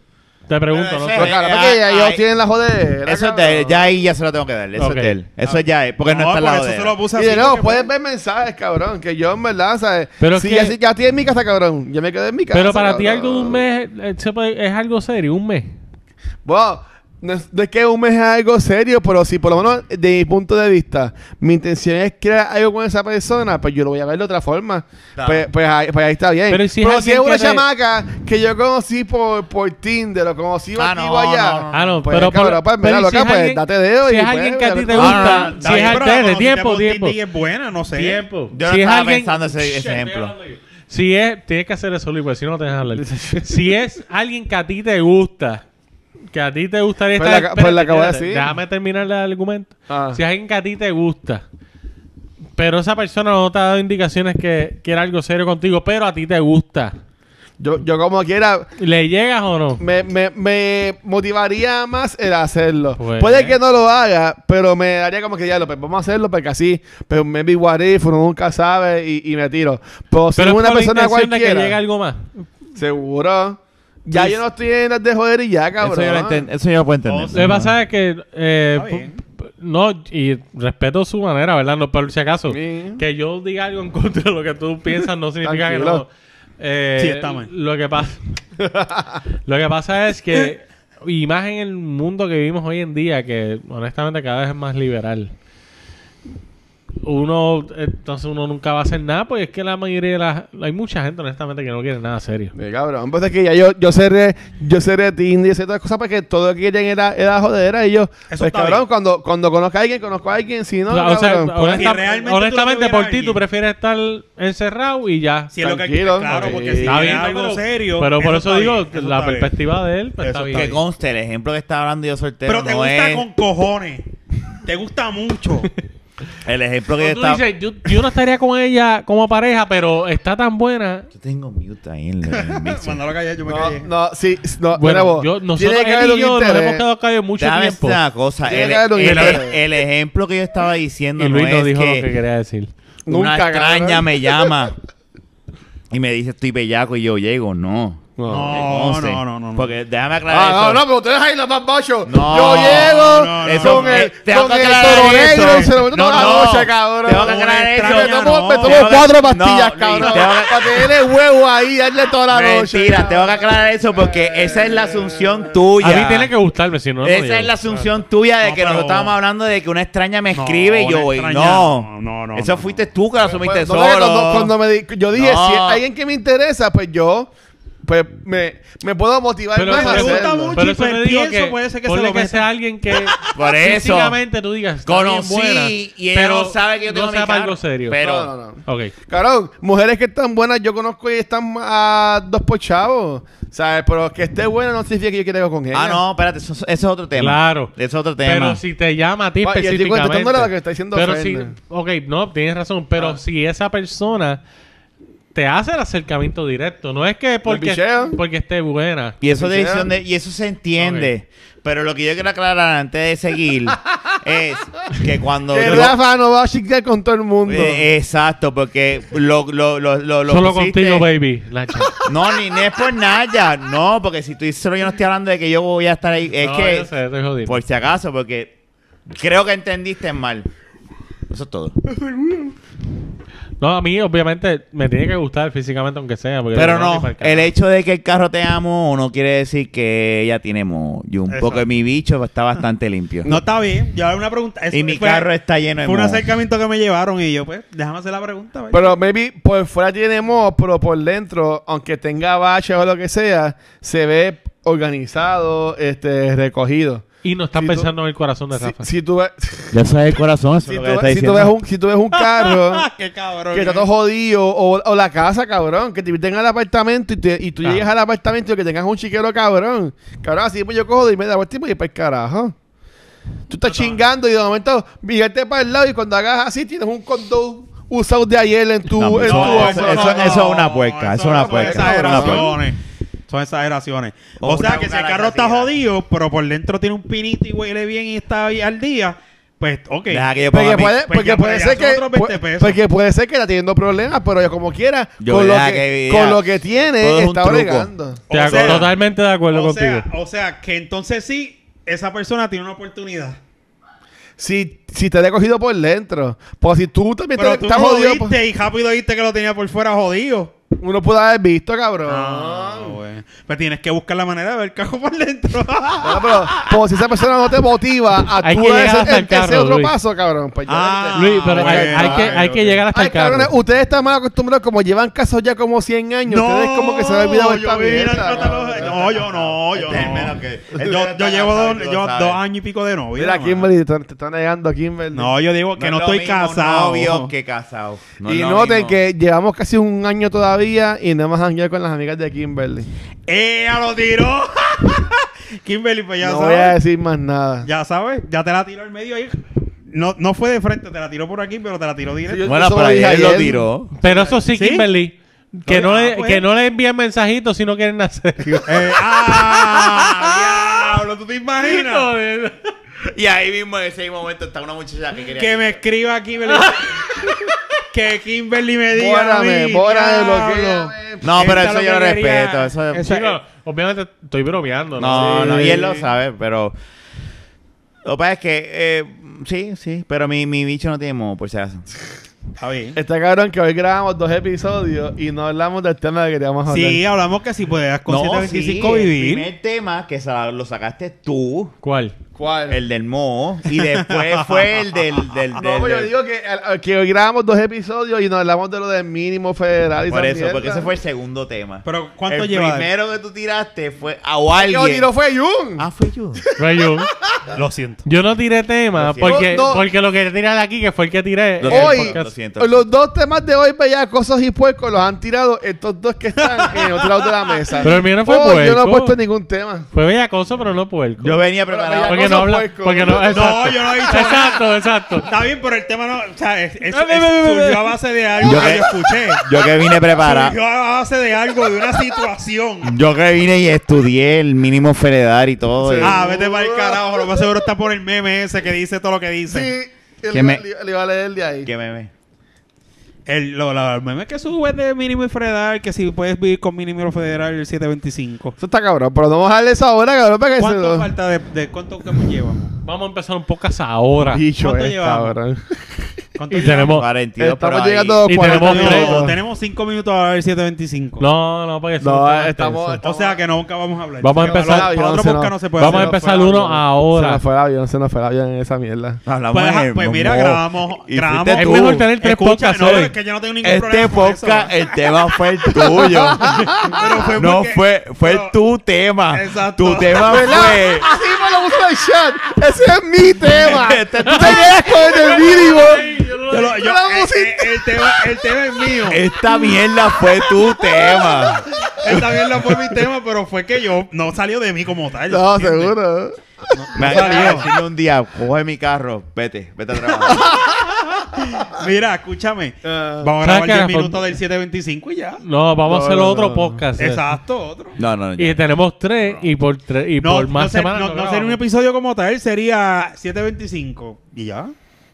Speaker 4: Te pregunto, no
Speaker 3: ese-
Speaker 5: Pero
Speaker 4: sé.
Speaker 5: pues claro,
Speaker 3: Eh,
Speaker 5: porque
Speaker 3: ah,
Speaker 5: ellos
Speaker 3: ahí-
Speaker 5: tienen la jodera.
Speaker 3: Eso es de él. Ya ahí ya se lo tengo que dar. Eso
Speaker 4: Ok.
Speaker 3: es de él. Eso es ya él. Porque no, está al
Speaker 1: por
Speaker 3: lado
Speaker 1: eso
Speaker 3: de
Speaker 1: se
Speaker 3: él.
Speaker 1: lo puse
Speaker 5: Y
Speaker 1: así.
Speaker 5: de nuevo,
Speaker 1: porque,
Speaker 5: puedes ver mensajes, cabrón. Que yo, en verdad, ¿sabes?
Speaker 4: Pero
Speaker 5: si
Speaker 4: es
Speaker 5: ya,
Speaker 4: que-
Speaker 5: ya estoy en mi casa, cabrón. Yo me quedé en mi casa.
Speaker 4: Pero para ti
Speaker 5: cabrón.
Speaker 4: algo de un mes eh, se puede- es algo serio, un mes.
Speaker 5: Bueno, no es, no es que un mes es algo serio, pero si por lo menos de mi punto de vista, mi intención es crear algo con esa persona, pues yo lo voy a ver de otra forma.
Speaker 3: Claro.
Speaker 5: Pues, pues, ahí, pues ahí está bien.
Speaker 4: Pero ¿y si es alguien
Speaker 5: una
Speaker 4: que te-
Speaker 5: chamaca que yo conocí por, por Tinder, lo conocí
Speaker 3: Ah,
Speaker 5: aquí
Speaker 3: no,
Speaker 5: o allá.
Speaker 3: no, no, no.
Speaker 4: Ah, no,
Speaker 5: Pues,
Speaker 4: pero.
Speaker 5: cabrón,
Speaker 4: pero-
Speaker 5: pues, mira,
Speaker 4: pero ¿y
Speaker 5: loca,
Speaker 4: es
Speaker 5: pues,
Speaker 4: alguien-
Speaker 5: date dedo
Speaker 4: Si
Speaker 5: y
Speaker 4: es
Speaker 5: pues,
Speaker 4: alguien que a ti te
Speaker 5: no, no,
Speaker 4: gusta,
Speaker 3: no, no,
Speaker 4: si es
Speaker 1: Pero la
Speaker 4: alterne,
Speaker 1: conociste
Speaker 4: tiempo,
Speaker 1: por Tinder
Speaker 4: tiempo.
Speaker 1: y es buena, no sé.
Speaker 4: Tiempo.
Speaker 3: Yo no
Speaker 4: Si es
Speaker 3: estaba
Speaker 4: alguien.
Speaker 3: pensando ese, ese
Speaker 4: Shit,
Speaker 3: ejemplo.
Speaker 4: Si es. Tienes que hacer eso, Luis, porque si no, no te dejan hablar. si es alguien que a ti te gusta. Que a ti te gustaría
Speaker 5: Pues
Speaker 4: estar.
Speaker 5: la- pues la acabo de
Speaker 4: espérate,
Speaker 5: decir.
Speaker 4: Déjame terminar el argumento.
Speaker 5: Ah.
Speaker 4: Si es alguien que a ti te gusta. Pero esa persona no te ha dado indicaciones que quiere algo serio contigo, pero a ti te gusta.
Speaker 5: Yo, yo como quiera,
Speaker 4: ¿Le llegas o no?
Speaker 5: me, me, me motivaría más el hacerlo.
Speaker 4: Pues.
Speaker 5: Puede que no lo haga, pero me daría como que ya lo pues, vamos a hacerlo porque así, pero maybe what if, uno nunca sabe y, y me tiro. Pero si
Speaker 4: Pero es
Speaker 5: una
Speaker 4: por la
Speaker 5: persona
Speaker 4: intención de que llegue Pues,
Speaker 5: cualquiera,
Speaker 4: algo más.
Speaker 5: seguro. Ya
Speaker 3: Sí.
Speaker 5: yo no estoy en las de joder y ya, cabrón.
Speaker 3: Eso yo, lo enten- eso yo lo puedo
Speaker 1: O
Speaker 3: entender.
Speaker 4: Lo que pasa es que. eh,
Speaker 1: Está bien.
Speaker 4: pu- pu- no, y respeto su manera, ¿verdad? No, por si acaso.
Speaker 5: Sí.
Speaker 4: Que yo diga algo en contra de lo que tú piensas no significa que no.
Speaker 5: Tranquilo.
Speaker 4: Eh,
Speaker 1: Sí, está mal.
Speaker 4: Lo que pasa. lo que pasa es que. Y más en el mundo que vivimos hoy en día, que honestamente cada vez es más liberal. Uno, entonces uno nunca va a hacer nada, porque es que la mayoría de las. Hay mucha gente, honestamente, que no quiere nada serio.
Speaker 5: Sí, cabrón, pues es que ya yo, yo cerré, yo cerré Tinder y ciertas cosas porque todo lo que querían era, era jodedera y yo, pues
Speaker 1: está
Speaker 5: cabrón,
Speaker 1: bien.
Speaker 5: cuando, cuando conozca a alguien, conozco a alguien, si no,
Speaker 4: O sea, o sea,
Speaker 5: cabrón, pues-
Speaker 4: honesta-
Speaker 1: Si realmente tú
Speaker 4: honestamente,
Speaker 1: tuvieras
Speaker 4: por ti, tú
Speaker 1: alguien.
Speaker 4: prefieres estar encerrado y ya.
Speaker 1: Si es lo que
Speaker 5: Tranquilo.
Speaker 1: claro, porque si
Speaker 5: Está
Speaker 1: es
Speaker 4: bien,
Speaker 1: algo
Speaker 4: pero-
Speaker 1: serio.
Speaker 4: Pero por eso,
Speaker 1: está
Speaker 4: digo,
Speaker 1: bien, eso
Speaker 4: la
Speaker 1: está bien.
Speaker 4: perspectiva de él pues,
Speaker 1: Eso
Speaker 4: está
Speaker 1: está
Speaker 4: bien.
Speaker 3: Que conste, el ejemplo que estaba hablando yo soltero
Speaker 1: Pero te
Speaker 3: no
Speaker 1: gusta
Speaker 3: es
Speaker 1: con cojones. Te gusta mucho.
Speaker 3: el ejemplo que yo
Speaker 4: Cuando tú
Speaker 3: estaba...
Speaker 4: dices, yo, yo no estaría con ella como pareja, pero está tan buena.
Speaker 3: Yo tengo mute ahí en el- en el mixer.
Speaker 1: Mándalo callar, yo me
Speaker 5: No,
Speaker 1: callé.
Speaker 5: no, sí, no, mira
Speaker 4: Bueno,
Speaker 5: vos,
Speaker 4: yo, nosotros
Speaker 5: tiene que
Speaker 4: él
Speaker 5: haber
Speaker 4: y
Speaker 5: un
Speaker 4: yo nos
Speaker 5: interés.
Speaker 4: hemos quedado callados mucho
Speaker 3: Déjame decirte
Speaker 4: tiempo.
Speaker 3: una cosa.
Speaker 5: Tiene
Speaker 3: El,
Speaker 5: que haber un
Speaker 3: el-
Speaker 5: interés.
Speaker 3: el ejemplo que yo estaba diciendo
Speaker 4: Y Luis
Speaker 3: no
Speaker 4: no
Speaker 3: es
Speaker 4: dijo
Speaker 3: que,
Speaker 4: lo que quería decir.
Speaker 3: una
Speaker 5: Nunca, cabrón.
Speaker 3: extraña me llama y me dice estoy bellaco y yo llego. No. Que
Speaker 1: No,
Speaker 3: conste.
Speaker 1: no, no, no. no.
Speaker 3: Porque déjame aclarar
Speaker 5: Ah,
Speaker 3: eso.
Speaker 5: no, no, pero ustedes ahí los más bajos.
Speaker 3: No,
Speaker 5: Yo llego
Speaker 1: no,
Speaker 3: Eso-
Speaker 5: con el,
Speaker 3: eh, tengo
Speaker 5: con
Speaker 3: que
Speaker 5: el
Speaker 3: aclarar
Speaker 5: toro
Speaker 3: eso. eh.
Speaker 5: negro y se lo meto
Speaker 3: No,
Speaker 5: toda
Speaker 3: no.
Speaker 5: la noche, cabrón.
Speaker 3: Tengo que aclarar
Speaker 5: Me
Speaker 3: eso.
Speaker 5: tomo- Me
Speaker 1: No.
Speaker 5: tomo
Speaker 3: Tengo que-
Speaker 5: cuatro pastillas,
Speaker 3: No,
Speaker 5: cabrón.
Speaker 3: Luis, tengo que-
Speaker 5: Para tener el huevo ahí, darle toda la noche.
Speaker 3: Mentira, tengo
Speaker 5: cabrón.
Speaker 3: que aclarar eso porque esa es la asunción tuya.
Speaker 4: A mí tiene que gustarme, si no, no
Speaker 3: Esa
Speaker 4: llego.
Speaker 3: es la asunción tuya de
Speaker 1: No,
Speaker 3: que nosotros
Speaker 1: pero-
Speaker 3: estábamos hablando de que una extraña me escribe y
Speaker 1: una
Speaker 3: yo voy.
Speaker 1: extraña-
Speaker 3: No.
Speaker 1: no, no,
Speaker 3: Eso
Speaker 1: no,
Speaker 3: fuiste tú que lo asumiste
Speaker 5: Pues, no,
Speaker 3: solo.
Speaker 5: cuando, cuando me di- yo dije,
Speaker 3: No.
Speaker 5: si es alguien que me interesa, pues yo pues me, me puedo motivar
Speaker 4: Pero,
Speaker 5: más
Speaker 4: pero-
Speaker 5: a
Speaker 1: me gusta
Speaker 5: hacerlo.
Speaker 1: mucho.
Speaker 4: pero eso
Speaker 1: Pues,
Speaker 4: le digo
Speaker 1: pienso,
Speaker 4: que,
Speaker 1: puede ser que
Speaker 4: ponle
Speaker 1: se lo
Speaker 4: que
Speaker 1: meta.
Speaker 4: sea alguien que
Speaker 3: Por eso.
Speaker 4: físicamente tú digas está bien
Speaker 3: Conocí
Speaker 4: buena,
Speaker 3: y ella no sabe que yo tengo
Speaker 4: no
Speaker 3: mi
Speaker 4: sepa
Speaker 3: cara.
Speaker 4: algo serio.
Speaker 3: Pero-
Speaker 5: No, no, no.
Speaker 4: Ok.
Speaker 5: Cabrón, mujeres que están buenas, yo conozco y están a dos por chavo. ¿Sabes? Pero que esté buena no significa que yo quiera ir con ella.
Speaker 3: Ah, no, espérate, eso, eso es otro tema.
Speaker 4: Claro.
Speaker 3: Eso es otro este tema.
Speaker 4: Pero si te llama a ti
Speaker 5: Ah, y estoy
Speaker 4: específicamente.
Speaker 5: contestándole a lo que está diciendo Ah.
Speaker 4: pero si,
Speaker 5: Fernan.
Speaker 4: ok, no, tienes razón. Pero si esa persona te hace el acercamiento directo, no es que porque,
Speaker 5: bichea.
Speaker 4: porque esté buena.
Speaker 3: Y eso, de
Speaker 5: Quisiera-
Speaker 3: edición de- y eso se entiende. Pero lo que yo quiero aclarar antes de seguir es que cuando...
Speaker 5: Que
Speaker 3: yo-
Speaker 5: Rafa no va a chicar con todo el mundo.
Speaker 3: Eh, exacto, porque lo, lo, lo, lo, lo
Speaker 4: Solo
Speaker 3: pusiste-
Speaker 4: contigo, baby. Nacho.
Speaker 3: No, ni, ni es por nada. No, porque si tú dices solo yo no estoy hablando de que yo voy a estar ahí. Es
Speaker 4: No,
Speaker 3: que,
Speaker 4: yo sé, estoy jodido.
Speaker 3: por si acaso, porque creo que entendiste mal. Eso es todo.
Speaker 4: No, a mí obviamente me tiene que gustar físicamente aunque sea. porque
Speaker 3: Pero
Speaker 4: yo
Speaker 3: no,
Speaker 4: soy para
Speaker 3: el
Speaker 4: carajo.
Speaker 3: hecho de que el carro te amo no quiere decir que ella tiene mojo.
Speaker 1: Exacto.
Speaker 3: Porque mi bicho está bastante limpio.
Speaker 1: No está bien. Yo hago una pregunta. Eso
Speaker 3: y mi
Speaker 1: fue-
Speaker 3: carro está lleno de
Speaker 1: Fue un
Speaker 3: moho.
Speaker 1: acercamiento que me llevaron y yo, pues, déjame hacer la pregunta. a ver.
Speaker 5: Pero maybe por fuera tiene moho, pero por dentro, aunque tenga baches o lo que sea, se ve organizado, este, recogido.
Speaker 4: Y no estás
Speaker 5: si tú-
Speaker 4: pensando en el corazón de
Speaker 5: Si-
Speaker 4: Rafa.
Speaker 5: Si, tú ves,
Speaker 3: Ya sabes el corazón, eso
Speaker 5: si
Speaker 3: es
Speaker 5: tú
Speaker 3: lo que
Speaker 5: ves-
Speaker 3: está
Speaker 5: si tú
Speaker 3: diciendo.
Speaker 5: ves un, si tú ves un carro
Speaker 1: Qué cabrón.
Speaker 5: que está
Speaker 1: ¿eh?
Speaker 5: todo jodido, o, o la casa, cabrón, que te inviten al apartamento y, te- y tú
Speaker 4: Ah.
Speaker 5: llegas al apartamento y que tengas un chiquero, cabrón. Cabrón, así pues yo cojo y me da vuelta y voy para el carajo. Tú estás chingando y de momento mirarte para el lado y cuando hagas así tienes un condón, usados de ayer en tu,
Speaker 3: No,
Speaker 5: en tu
Speaker 3: no, eso-
Speaker 5: hombro.
Speaker 3: eso- eso es una puerca, eso es una
Speaker 1: son
Speaker 3: puerca, eso es una
Speaker 1: Exageraciones. Son exageraciones.
Speaker 3: O
Speaker 1: O
Speaker 3: una-
Speaker 1: sea que si el
Speaker 3: una
Speaker 1: carro está
Speaker 3: lagartija.
Speaker 1: jodido, pero por dentro tiene un pinito y huele bien y está ahí al día, pues ok.
Speaker 3: Deja que yo ponga
Speaker 5: Porque
Speaker 3: mi-
Speaker 5: puede,
Speaker 1: pues
Speaker 5: porque
Speaker 1: ya,
Speaker 5: puede
Speaker 1: pero ya
Speaker 5: ser
Speaker 1: son
Speaker 5: que
Speaker 1: otros 20
Speaker 5: pu-
Speaker 1: pesos.
Speaker 5: porque puede ser que está teniendo problemas, pero ya como quiera,
Speaker 3: Yo
Speaker 5: con lo
Speaker 3: vea
Speaker 5: que,
Speaker 3: que-
Speaker 5: con lo que tiene
Speaker 3: todo es un
Speaker 5: está
Speaker 3: truco.
Speaker 5: bregando.
Speaker 1: O
Speaker 4: Te hago-
Speaker 1: sea,
Speaker 4: totalmente de acuerdo
Speaker 1: o
Speaker 4: contigo.
Speaker 1: sea, o sea, que entonces sí, esa persona tiene una oportunidad.
Speaker 5: Si, si te he cogido por dentro, porque si tú también
Speaker 1: Pero
Speaker 5: te,
Speaker 1: tú
Speaker 5: estás
Speaker 1: lo
Speaker 5: jodido, pues,
Speaker 1: viste y rápido viste que lo tenía por fuera jodido.
Speaker 5: uno puede haber visto, cabrón.
Speaker 1: Ah, bueno. Pero tienes que buscar la manera de ver el carro por dentro.
Speaker 5: No, Ah, pero como si esa persona no te motiva a
Speaker 4: Hay
Speaker 5: tú
Speaker 4: que
Speaker 5: dar
Speaker 4: llegar
Speaker 5: ese,
Speaker 4: hasta el
Speaker 5: ese
Speaker 4: carro,
Speaker 5: otro
Speaker 4: Luis.
Speaker 5: paso, cabrón. Pues ya
Speaker 1: Ah,
Speaker 4: Luis, pero hay,
Speaker 1: bueno,
Speaker 4: hay que, hay
Speaker 1: ok,
Speaker 4: que
Speaker 1: ok.
Speaker 4: llegar hasta
Speaker 5: Ay,
Speaker 4: el carro.
Speaker 5: cabrones, ustedes están mal acostumbrados, como llevan casos ya como 100 años. ustedes como que se han olvidado
Speaker 1: yo
Speaker 5: esta
Speaker 1: vine al
Speaker 5: mierda.
Speaker 1: catálogo-
Speaker 5: cabrón.
Speaker 1: No, yo no, yo
Speaker 3: Este es el
Speaker 1: no.
Speaker 3: menos que- este
Speaker 1: Yo,
Speaker 3: menos
Speaker 1: yo
Speaker 3: que
Speaker 1: llevo
Speaker 3: sabe,
Speaker 1: dos,
Speaker 3: tú lo
Speaker 1: yo
Speaker 3: sabes.
Speaker 1: dos años y pico de novia.
Speaker 5: Mira,
Speaker 1: mano.
Speaker 5: Kimberly, te, te está negando a Kimberly.
Speaker 1: No, yo digo que no,
Speaker 3: es lo
Speaker 1: estoy
Speaker 3: mismo
Speaker 1: casado.
Speaker 3: novio que casado. No es
Speaker 5: y
Speaker 3: lo
Speaker 5: noten
Speaker 3: mismo.
Speaker 5: que llevamos casi un año todavía y nada más hanguear con las amigas de Kimberly.
Speaker 1: ¡Ella ¡Eh, lo tiró! Kimberly, pues ya
Speaker 5: no voy a
Speaker 1: sabes.
Speaker 5: decir más nada.
Speaker 1: Ya sabes, ya te la tiró al medio ahí. No, no fue de frente, te la tiró por aquí, pero te la tiró directo.
Speaker 5: yo-
Speaker 3: Bueno,
Speaker 5: eso
Speaker 3: pero
Speaker 5: lo dije
Speaker 3: ayer lo
Speaker 5: ayer.
Speaker 3: tiró.
Speaker 4: Pero eso sí,
Speaker 1: ¿Sí?
Speaker 4: Kimberly, que,
Speaker 1: No,
Speaker 4: no
Speaker 1: ah,
Speaker 4: le,
Speaker 1: pues.
Speaker 4: que no le envíen mensajitos si no quieren hacer.
Speaker 1: Eh, ¡Ah! ¡Diablo! ¿Tú te imaginas?
Speaker 3: Y ahí mismo en ese momento está una muchacha que quería.
Speaker 1: Que me escriba Kimberly. que Kimberly me diga. a
Speaker 5: Bórame,
Speaker 1: mí,
Speaker 5: bórame,
Speaker 1: diablo.
Speaker 5: bloqueame.
Speaker 3: No, pero
Speaker 1: Esta
Speaker 3: eso
Speaker 1: lo
Speaker 3: yo lo
Speaker 1: que quería.
Speaker 3: respeto. Eso es-
Speaker 1: Esa-
Speaker 4: Digo, obviamente estoy bromeando.
Speaker 3: No,
Speaker 4: Sí.
Speaker 3: no, y él lo sabe, pero. Lo que pasa es que. eh, sí, sí, pero mi, mi bicho no tiene modo, por si acaso.
Speaker 1: Está bien.
Speaker 5: Está cabrón que hoy grabamos dos episodios y no hablamos del tema que queríamos hablar.
Speaker 1: Sí, hablamos que si podías con 725
Speaker 3: sí, El
Speaker 1: vivir.
Speaker 3: primer tema que sa- lo sacaste tú,
Speaker 4: ¿Cuál?
Speaker 5: ¿Cuál?
Speaker 3: el del moho, y después fue el del. del, del,
Speaker 5: No, pues yo
Speaker 3: del-
Speaker 5: digo que, al- que hoy grabamos dos episodios y nos hablamos de lo del mínimo federal y
Speaker 3: Por
Speaker 5: esa
Speaker 3: eso, porque
Speaker 5: mierda.
Speaker 3: ese fue el segundo tema.
Speaker 1: Pero ¿cuánto
Speaker 3: el
Speaker 1: lleva?
Speaker 3: primero que tú tiraste fue a
Speaker 5: El que
Speaker 3: alguien.
Speaker 5: lo tiró fue Jun.
Speaker 3: Ah, fue yo.
Speaker 4: Ray Jung.
Speaker 1: Lo siento.
Speaker 4: Yo no tiré tema
Speaker 3: Lo siento.
Speaker 4: porque,
Speaker 5: No, no.
Speaker 4: porque lo quería tirar aquí, que fue el que tiré.
Speaker 3: Lo
Speaker 4: en el
Speaker 5: Hoy-
Speaker 4: podcast.
Speaker 3: lo siento.
Speaker 5: Los dos temas de hoy, bellacosos y puercos, los han tirado estos dos que están en el otro lado de la mesa.
Speaker 4: Pero el mío no fue
Speaker 5: Yo no he
Speaker 4: puerco.
Speaker 5: puesto ningún tema.
Speaker 4: Fue bellacoso, pero no puerco.
Speaker 3: Yo venía
Speaker 5: Pero
Speaker 3: preparado.
Speaker 5: bellacoso
Speaker 4: porque no habla.
Speaker 5: puerco.
Speaker 4: Porque no,
Speaker 5: No,
Speaker 4: exacto.
Speaker 1: yo no he dicho
Speaker 4: Exacto, exacto.
Speaker 1: Está bien, pero el tema no. O sea, es, es-
Speaker 4: Ve, ve,
Speaker 1: es-
Speaker 4: ve, ve, ve.
Speaker 1: surgió a base de algo
Speaker 3: Yo
Speaker 1: que
Speaker 3: que-
Speaker 1: yo escuché.
Speaker 3: Yo que vine preparado.
Speaker 1: Surgió a base de algo, de una situación.
Speaker 3: Yo que vine y estudié el mínimo federal y todo.
Speaker 5: Sí.
Speaker 3: y-
Speaker 1: Ah, vete para el carajo. Lo más seguro está por el meme ese que dice todo lo que dice.
Speaker 5: Sí, él
Speaker 3: Que
Speaker 5: iba-
Speaker 3: me-
Speaker 5: le, le iba a leer de ahí.
Speaker 3: ¿Qué meme?
Speaker 1: El, lo, la- el meme que sube de mínimo y federal, que si puedes vivir con mínimo federal el 725.
Speaker 5: Eso está cabrón, pero no vamos a darle eso ahora, cabrón, para que se
Speaker 1: ¿Cuánto
Speaker 5: lo...
Speaker 1: falta de, de cuánto que me llevamos?
Speaker 4: Vamos a empezar un podcast ahora. Y,
Speaker 5: Bicho
Speaker 1: ¿Cuánto
Speaker 5: es,
Speaker 1: llevamos?
Speaker 5: cabrón.
Speaker 1: ¿Cuánto llevamos?
Speaker 4: tenemos.
Speaker 3: 42 por
Speaker 5: Estamos
Speaker 3: ahí.
Speaker 5: llegando a
Speaker 4: Y tenemos
Speaker 5: 40
Speaker 4: tres.
Speaker 1: No,
Speaker 5: minutos.
Speaker 1: tenemos 5 minutos para el 725.
Speaker 4: No, no, porque son
Speaker 5: No,
Speaker 4: temas
Speaker 5: estamos-
Speaker 4: tensos.
Speaker 1: O sea que nunca vamos a hablar.
Speaker 4: Vamos a
Speaker 1: Para
Speaker 4: empezar-
Speaker 1: otro- Para otro podcast no se puede
Speaker 4: Vamos a
Speaker 1: hacer.
Speaker 4: empezar uno ahora.
Speaker 5: Se nos fue el avión, se nos fue el avión en esa mierda.
Speaker 3: Hablamos
Speaker 1: Pues,
Speaker 3: en el
Speaker 1: pues mira,
Speaker 3: moho.
Speaker 1: grabamos-
Speaker 3: Y
Speaker 1: grabamos-
Speaker 3: fuiste
Speaker 4: Es
Speaker 3: tú.
Speaker 4: mejor tener tres
Speaker 1: Escucha,
Speaker 4: podcasts
Speaker 1: no,
Speaker 4: hoy.
Speaker 1: es que yo no tengo ningún
Speaker 3: Este
Speaker 1: problema con eso.
Speaker 3: podcast, el tema fue el tuyo.
Speaker 1: Pero fue
Speaker 3: no
Speaker 1: porque-
Speaker 3: fue, fue
Speaker 1: pero-
Speaker 3: tu tema.
Speaker 1: Exacto. Este
Speaker 3: Tu tema fue.
Speaker 5: Así me lo gusta el chat. Ese es mi tema.
Speaker 3: Este es tu
Speaker 5: Tú te quedas con el mínimo.
Speaker 1: Yo lo- yo-
Speaker 5: La
Speaker 1: eh,
Speaker 5: música.
Speaker 1: eh, el, tema, el tema es mío.
Speaker 3: Esta mierda fue tu tema.
Speaker 1: Esta mierda fue mi tema, pero fue que yo no salió de mí como tal.
Speaker 5: No,
Speaker 1: ¿entiendes?
Speaker 5: seguro.
Speaker 3: Me
Speaker 1: salió.
Speaker 3: acabas de decirle un día, coge mi carro, vete, vete a trabajar.
Speaker 1: Mira, escúchame.
Speaker 5: Ah,
Speaker 1: Vamos a
Speaker 4: ¿Sabes
Speaker 1: grabar
Speaker 4: qué?
Speaker 1: 10 minutos del 725 y ya.
Speaker 4: No, vamos
Speaker 5: No,
Speaker 4: a hacer
Speaker 5: no,
Speaker 4: otro
Speaker 5: no.
Speaker 4: podcast. eh.
Speaker 1: Exacto, otro.
Speaker 3: No, no, no. ya.
Speaker 4: Y tenemos tres y por tres y
Speaker 1: No,
Speaker 4: por más
Speaker 1: no, ser-
Speaker 4: semanas.
Speaker 1: no- no sería un episodio como tal, sería 725. Y ya,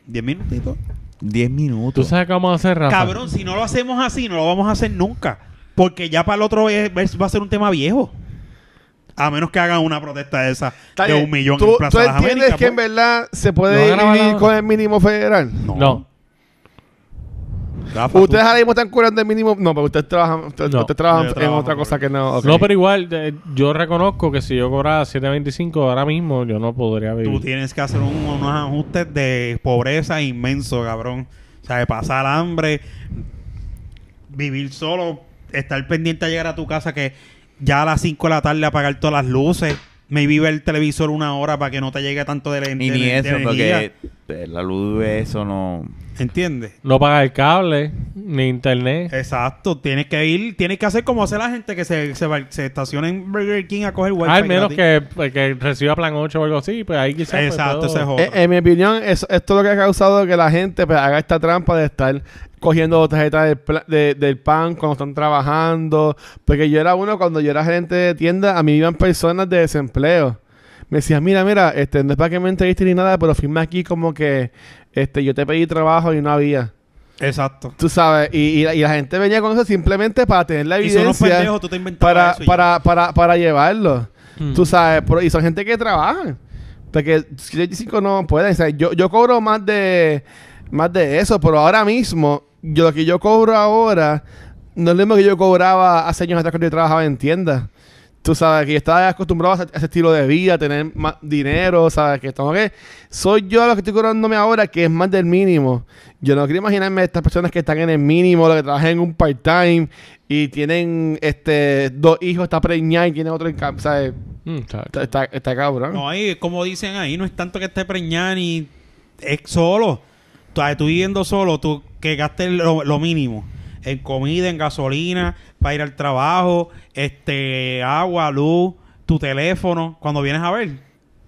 Speaker 1: 10 minutitos.
Speaker 3: Diez
Speaker 4: Tú
Speaker 3: minutos.
Speaker 4: sabes qué vamos a hacer, Rafa.
Speaker 1: Cabrón, si no lo hacemos así, no lo vamos a hacer nunca. Porque ya para el otro es- es- va a ser un tema viejo. A menos que hagan una protesta de esa
Speaker 5: Está
Speaker 1: de
Speaker 5: bien.
Speaker 1: un millón
Speaker 5: ¿Tú,
Speaker 1: en Plaza
Speaker 5: ¿tú
Speaker 1: de las
Speaker 5: entiendes
Speaker 1: Américas,
Speaker 5: que en
Speaker 1: pues.
Speaker 5: verdad se
Speaker 4: No
Speaker 5: puede
Speaker 4: ganaba
Speaker 5: vivir
Speaker 4: nada.
Speaker 5: con el mínimo federal?
Speaker 4: No.
Speaker 1: Rafa,
Speaker 5: Ustedes
Speaker 1: tú-
Speaker 5: ahora mismo están curando el mínimo. No, pero ustedes trabajan, ustedes,
Speaker 4: No.
Speaker 5: ustedes trabajan
Speaker 1: Yo
Speaker 5: en
Speaker 1: trabajo
Speaker 5: otra
Speaker 1: por-
Speaker 5: cosa que no. ok.
Speaker 4: No, pero igual, eh, yo reconozco que si yo cobrara 7.25 ahora mismo, yo no podría
Speaker 1: Tú
Speaker 4: vivir.
Speaker 1: tienes que hacer un- unos ajustes de pobreza inmenso, cabrón. O sea, de pasar hambre, vivir solo, estar pendiente a llegar a tu casa que ya a las 5 de la tarde apagar todas las luces, me vive el televisor una hora para que no te llegue tanto de, la
Speaker 3: Ni
Speaker 1: de-
Speaker 3: ni
Speaker 1: de
Speaker 3: eso,
Speaker 1: energía.
Speaker 3: porque eh, la luz, eso no.
Speaker 1: ¿Entiendes?
Speaker 4: No pagar el cable, ni internet. Ah,
Speaker 1: Exacto, tienes que ir, tienes que hacer como hace la gente que se, se, va- se estaciona en Burger King a coger wifi.
Speaker 4: Al menos
Speaker 1: gratis.
Speaker 4: que, pues, que reciba plan 8 o algo así, pues ahí quizás. pues,
Speaker 1: Exacto,
Speaker 4: puedo-
Speaker 1: ese es otro.
Speaker 5: Eh, en mi opinión, eso- esto es lo que ha causado que la gente pues, haga esta trampa de estar cogiendo tarjetas del, pla- de- del pan cuando están trabajando. Porque yo era uno, cuando yo era gerente de tienda, a mí iban personas de desempleo. Me decían, mira, mira, este, no es para que me entreviste ni nada, pero firma aquí como que este, yo te pedí trabajo y no había.
Speaker 1: Exacto.
Speaker 5: Tú sabes, y, y la, y la gente venía con eso simplemente para tener la
Speaker 1: Y son unos
Speaker 5: evidencia
Speaker 1: pendejos, tú te inventabas
Speaker 5: para,
Speaker 1: eso y
Speaker 5: para, para, para llevarlo.
Speaker 4: Mm.
Speaker 5: Tú sabes, por- y son gente que trabaja. Porque 75 no pueden. O sea, yo, yo cobro más de más de eso, pero ahora mismo, yo, lo que yo cobro ahora no es lo mismo que yo cobraba hace años atrás cuando yo trabajaba en tiendas. Tú sabes que yo estaba acostumbrado a ese- a ese estilo de vida, a tener más dinero, ¿sabes? Que estamos que soy yo lo que estoy cobrándome ahora, que es más del mínimo. Yo no quiero imaginarme estas personas que están en el mínimo, los que trabajan en un part-time y tienen este dos hijos, está preñada y tiene otro en casa, ¿sabes?
Speaker 4: Mm, chacho.
Speaker 5: Está, está, está cabrón.
Speaker 1: No, ahí, como dicen ahí, no es tanto que esté preñada ni es solo. Tú, ah, tú viviendo solo, tú que gastes lo, lo mínimo. En comida, en gasolina, para ir al trabajo, este agua, luz, tu teléfono. Cuando vienes a ver,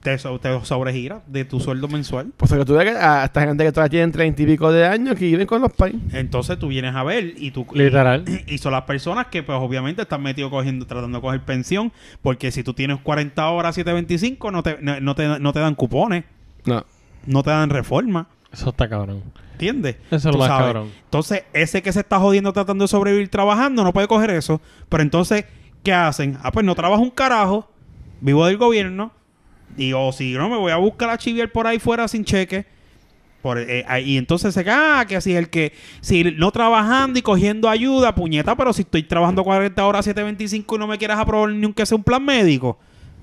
Speaker 1: te, so- te sobregira de tu sueldo mensual.
Speaker 5: Pues que tú ves que a esta gente que todavía tienen treinta y pico de años que viven con los pais.
Speaker 1: Entonces tú vienes a ver y tú...
Speaker 4: Literal.
Speaker 1: Y son las personas que, pues, obviamente están metidos cogiendo, tratando de coger pensión, porque si tú tienes 40 horas, 725, no te, no, no te, no te dan cupones,
Speaker 5: No.
Speaker 1: no te dan reforma.
Speaker 4: Eso está cabrón.
Speaker 1: ¿Entiendes?
Speaker 4: Eso es lo
Speaker 1: Tú
Speaker 4: más
Speaker 1: sabes.
Speaker 4: cabrón.
Speaker 1: Entonces, ese que se está jodiendo tratando de sobrevivir trabajando no puede coger eso. Pero entonces, ¿qué hacen? Ah, pues no trabajo un carajo, vivo del gobierno. Y o si no, me voy a buscar a chiviar por ahí fuera sin cheque. Por, eh, ah, y entonces se ah, que así es el que, si no trabajando y cogiendo ayuda, puñeta, pero si estoy trabajando 40 horas, 725 y no me quieras aprobar ni un que sea un plan médico.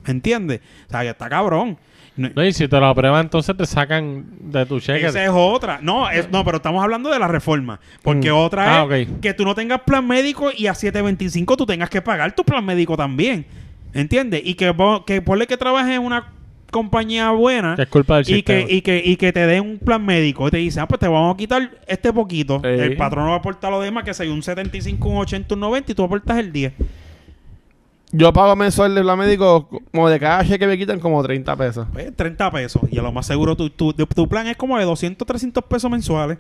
Speaker 1: ¿Me entiendes? O sea, que está cabrón. No-
Speaker 4: No, y si te lo aprueban, entonces te sacan de tu cheque.
Speaker 1: esa es otra. No, es- no, pero estamos hablando de la reforma. Porque
Speaker 5: Mm.
Speaker 1: otra
Speaker 4: Ah,
Speaker 1: es
Speaker 4: ok.
Speaker 1: que tú no tengas plan médico y a 725 tú tengas que pagar tu plan médico también. ¿Entiendes? Y que, vo- que ponle que trabajes en una compañía buena
Speaker 4: Que es culpa del
Speaker 1: y que,
Speaker 4: sistema.
Speaker 1: y, que, y que te den un plan médico y te dicen, ah, pues te vamos a quitar este poquito.
Speaker 4: Ey.
Speaker 1: El patrón va a aportar lo demás, que sea un 75, un 80, un 90 y tú aportas el 10.
Speaker 5: Yo pago mensual de plan médico como de cada cheque me quitan como 30 pesos.
Speaker 1: Pues 30 pesos. Y a lo más seguro tu, tu, tu plan es como de 200, 300 pesos mensuales.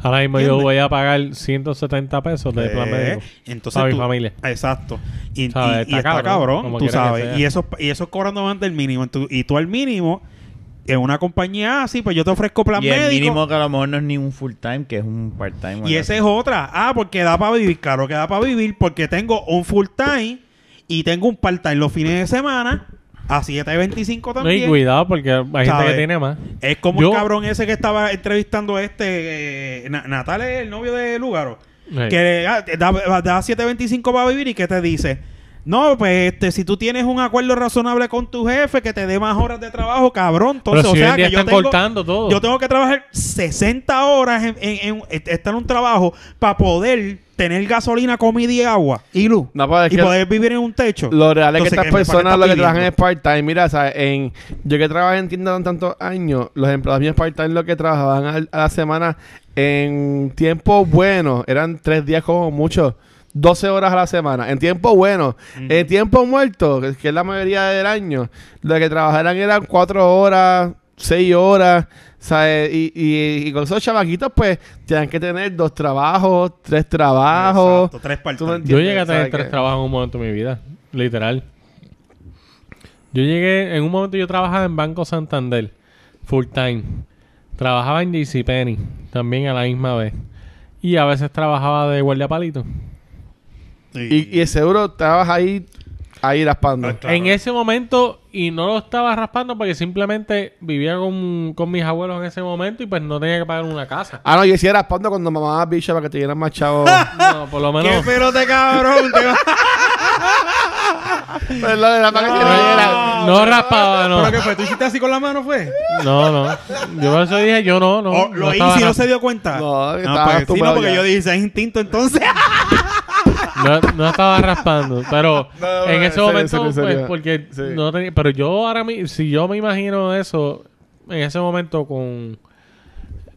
Speaker 4: Ahora mismo yo
Speaker 1: ¿Entiendes?
Speaker 4: voy a pagar 170 pesos de Pues plan
Speaker 1: Eh,
Speaker 4: médico.
Speaker 1: Entonces
Speaker 4: Para mi
Speaker 1: tú-
Speaker 4: familia.
Speaker 1: Exacto. Y, y-
Speaker 4: ¿Sabes?
Speaker 1: y
Speaker 4: Está
Speaker 1: está,
Speaker 4: cabrón,
Speaker 1: cabrón,
Speaker 4: como
Speaker 1: tú
Speaker 4: quiera que
Speaker 1: sabes.
Speaker 4: sea.
Speaker 1: Y eso, y eso cobrando más del mínimo. Tú- y tú al mínimo, en una compañía así, pues yo te ofrezco plan
Speaker 3: Y
Speaker 1: médico.
Speaker 3: el mínimo que a lo mejor no es ni un full time, que es un part time.
Speaker 1: Y esa es otra. Ah, porque da para vivir. Claro que da para vivir porque tengo un full time y tengo un part time los fines de semana a 7.25
Speaker 4: No, y
Speaker 1: también.
Speaker 4: cuidado porque hay gente que
Speaker 1: ¿Sabes? Eh,
Speaker 4: tiene más.
Speaker 1: es como
Speaker 4: Yo-
Speaker 1: el cabrón ese que estaba entrevistando este eh, Na- Natal, es el novio de Lugaro.
Speaker 4: Sí.
Speaker 1: que ah, te da, da 7.25 para vivir y que te dice, no, pues este, si tú tienes un acuerdo razonable con tu jefe que te dé más horas de trabajo, cabrón, entonces,
Speaker 4: Pero si
Speaker 1: o
Speaker 4: hoy
Speaker 1: sea,
Speaker 4: en día
Speaker 1: que yo
Speaker 4: están
Speaker 1: tengo,
Speaker 4: cortando todo.
Speaker 1: yo tengo que trabajar 60 horas en, en- en- est- estar en un trabajo para poder tener gasolina, comida y agua y luz
Speaker 5: No, pero es
Speaker 1: y
Speaker 5: que-
Speaker 1: poder vivir en un techo.
Speaker 5: Lo real es que
Speaker 1: Entonces,
Speaker 5: estas
Speaker 1: ¿qué me- para qué
Speaker 5: personas
Speaker 1: estás
Speaker 5: lo que
Speaker 1: pidiendo?
Speaker 5: trabajan es part-time. Mira, o sea, en, yo que trabajé en tienda tan- tantos años, los empleados míos part-time lo que trabajaban al- a, la semana en tiempo bueno, eran tres días como mucho, 12 horas a la semana, en tiempo bueno.
Speaker 1: Mm.
Speaker 5: En tiempo muerto, que- que es la mayoría del año, lo que trabajaran eran cuatro horas, seis horas, ¿sabes? Y, y, y con esos chavaquitos, pues, tenían que tener dos trabajos, tres trabajos.
Speaker 1: Exacto, tres
Speaker 5: Tú me
Speaker 1: partes.
Speaker 4: Yo llegué a
Speaker 5: ¿Sabes
Speaker 4: tener
Speaker 5: qué?
Speaker 4: tres trabajos en un momento de mi vida, literal. Yo llegué, en un momento yo trabajaba en Banco Santander, full time. Trabajaba en JCPenney, también a la misma vez. Y a veces trabajaba de guardia palito.
Speaker 5: Y, y de seguro estabas ahí, ahí raspando.
Speaker 1: Claro.
Speaker 4: En ese momento, y no lo estaba raspando porque simplemente vivía con, con mis abuelos en ese momento y pues no tenía que pagar una casa.
Speaker 5: Ah, no, yo sí era raspando cuando mamaba bicha para que te dieran más chavo.
Speaker 1: Ah,
Speaker 4: No, por lo menos...
Speaker 1: pelote cabrón! Te va-
Speaker 5: Perdón, era para que te dieran.
Speaker 4: No, no raspaba, no.
Speaker 1: ¿Pero qué fue? ¿Tú hiciste así con la mano, fue?
Speaker 4: No, no. Yo por eso dije, yo no, no.
Speaker 1: O-
Speaker 4: no
Speaker 1: Oh, lo hice
Speaker 4: estaba
Speaker 1: y no
Speaker 4: ras-
Speaker 1: se dio cuenta.
Speaker 5: No,
Speaker 1: no,
Speaker 5: estaba
Speaker 1: pues, sí, no
Speaker 5: estupendo
Speaker 1: porque
Speaker 5: ya.
Speaker 1: yo dije, "Ese es instinto entonces.
Speaker 4: No, no estaba raspando, pero
Speaker 5: No, no,
Speaker 4: en
Speaker 5: en
Speaker 4: ese
Speaker 5: serio, en
Speaker 4: momento,
Speaker 5: serio, en
Speaker 4: pues,
Speaker 5: serio.
Speaker 4: porque
Speaker 5: Sí.
Speaker 4: no tenía. Pero yo ahora mismo, si yo me imagino eso, en ese momento con.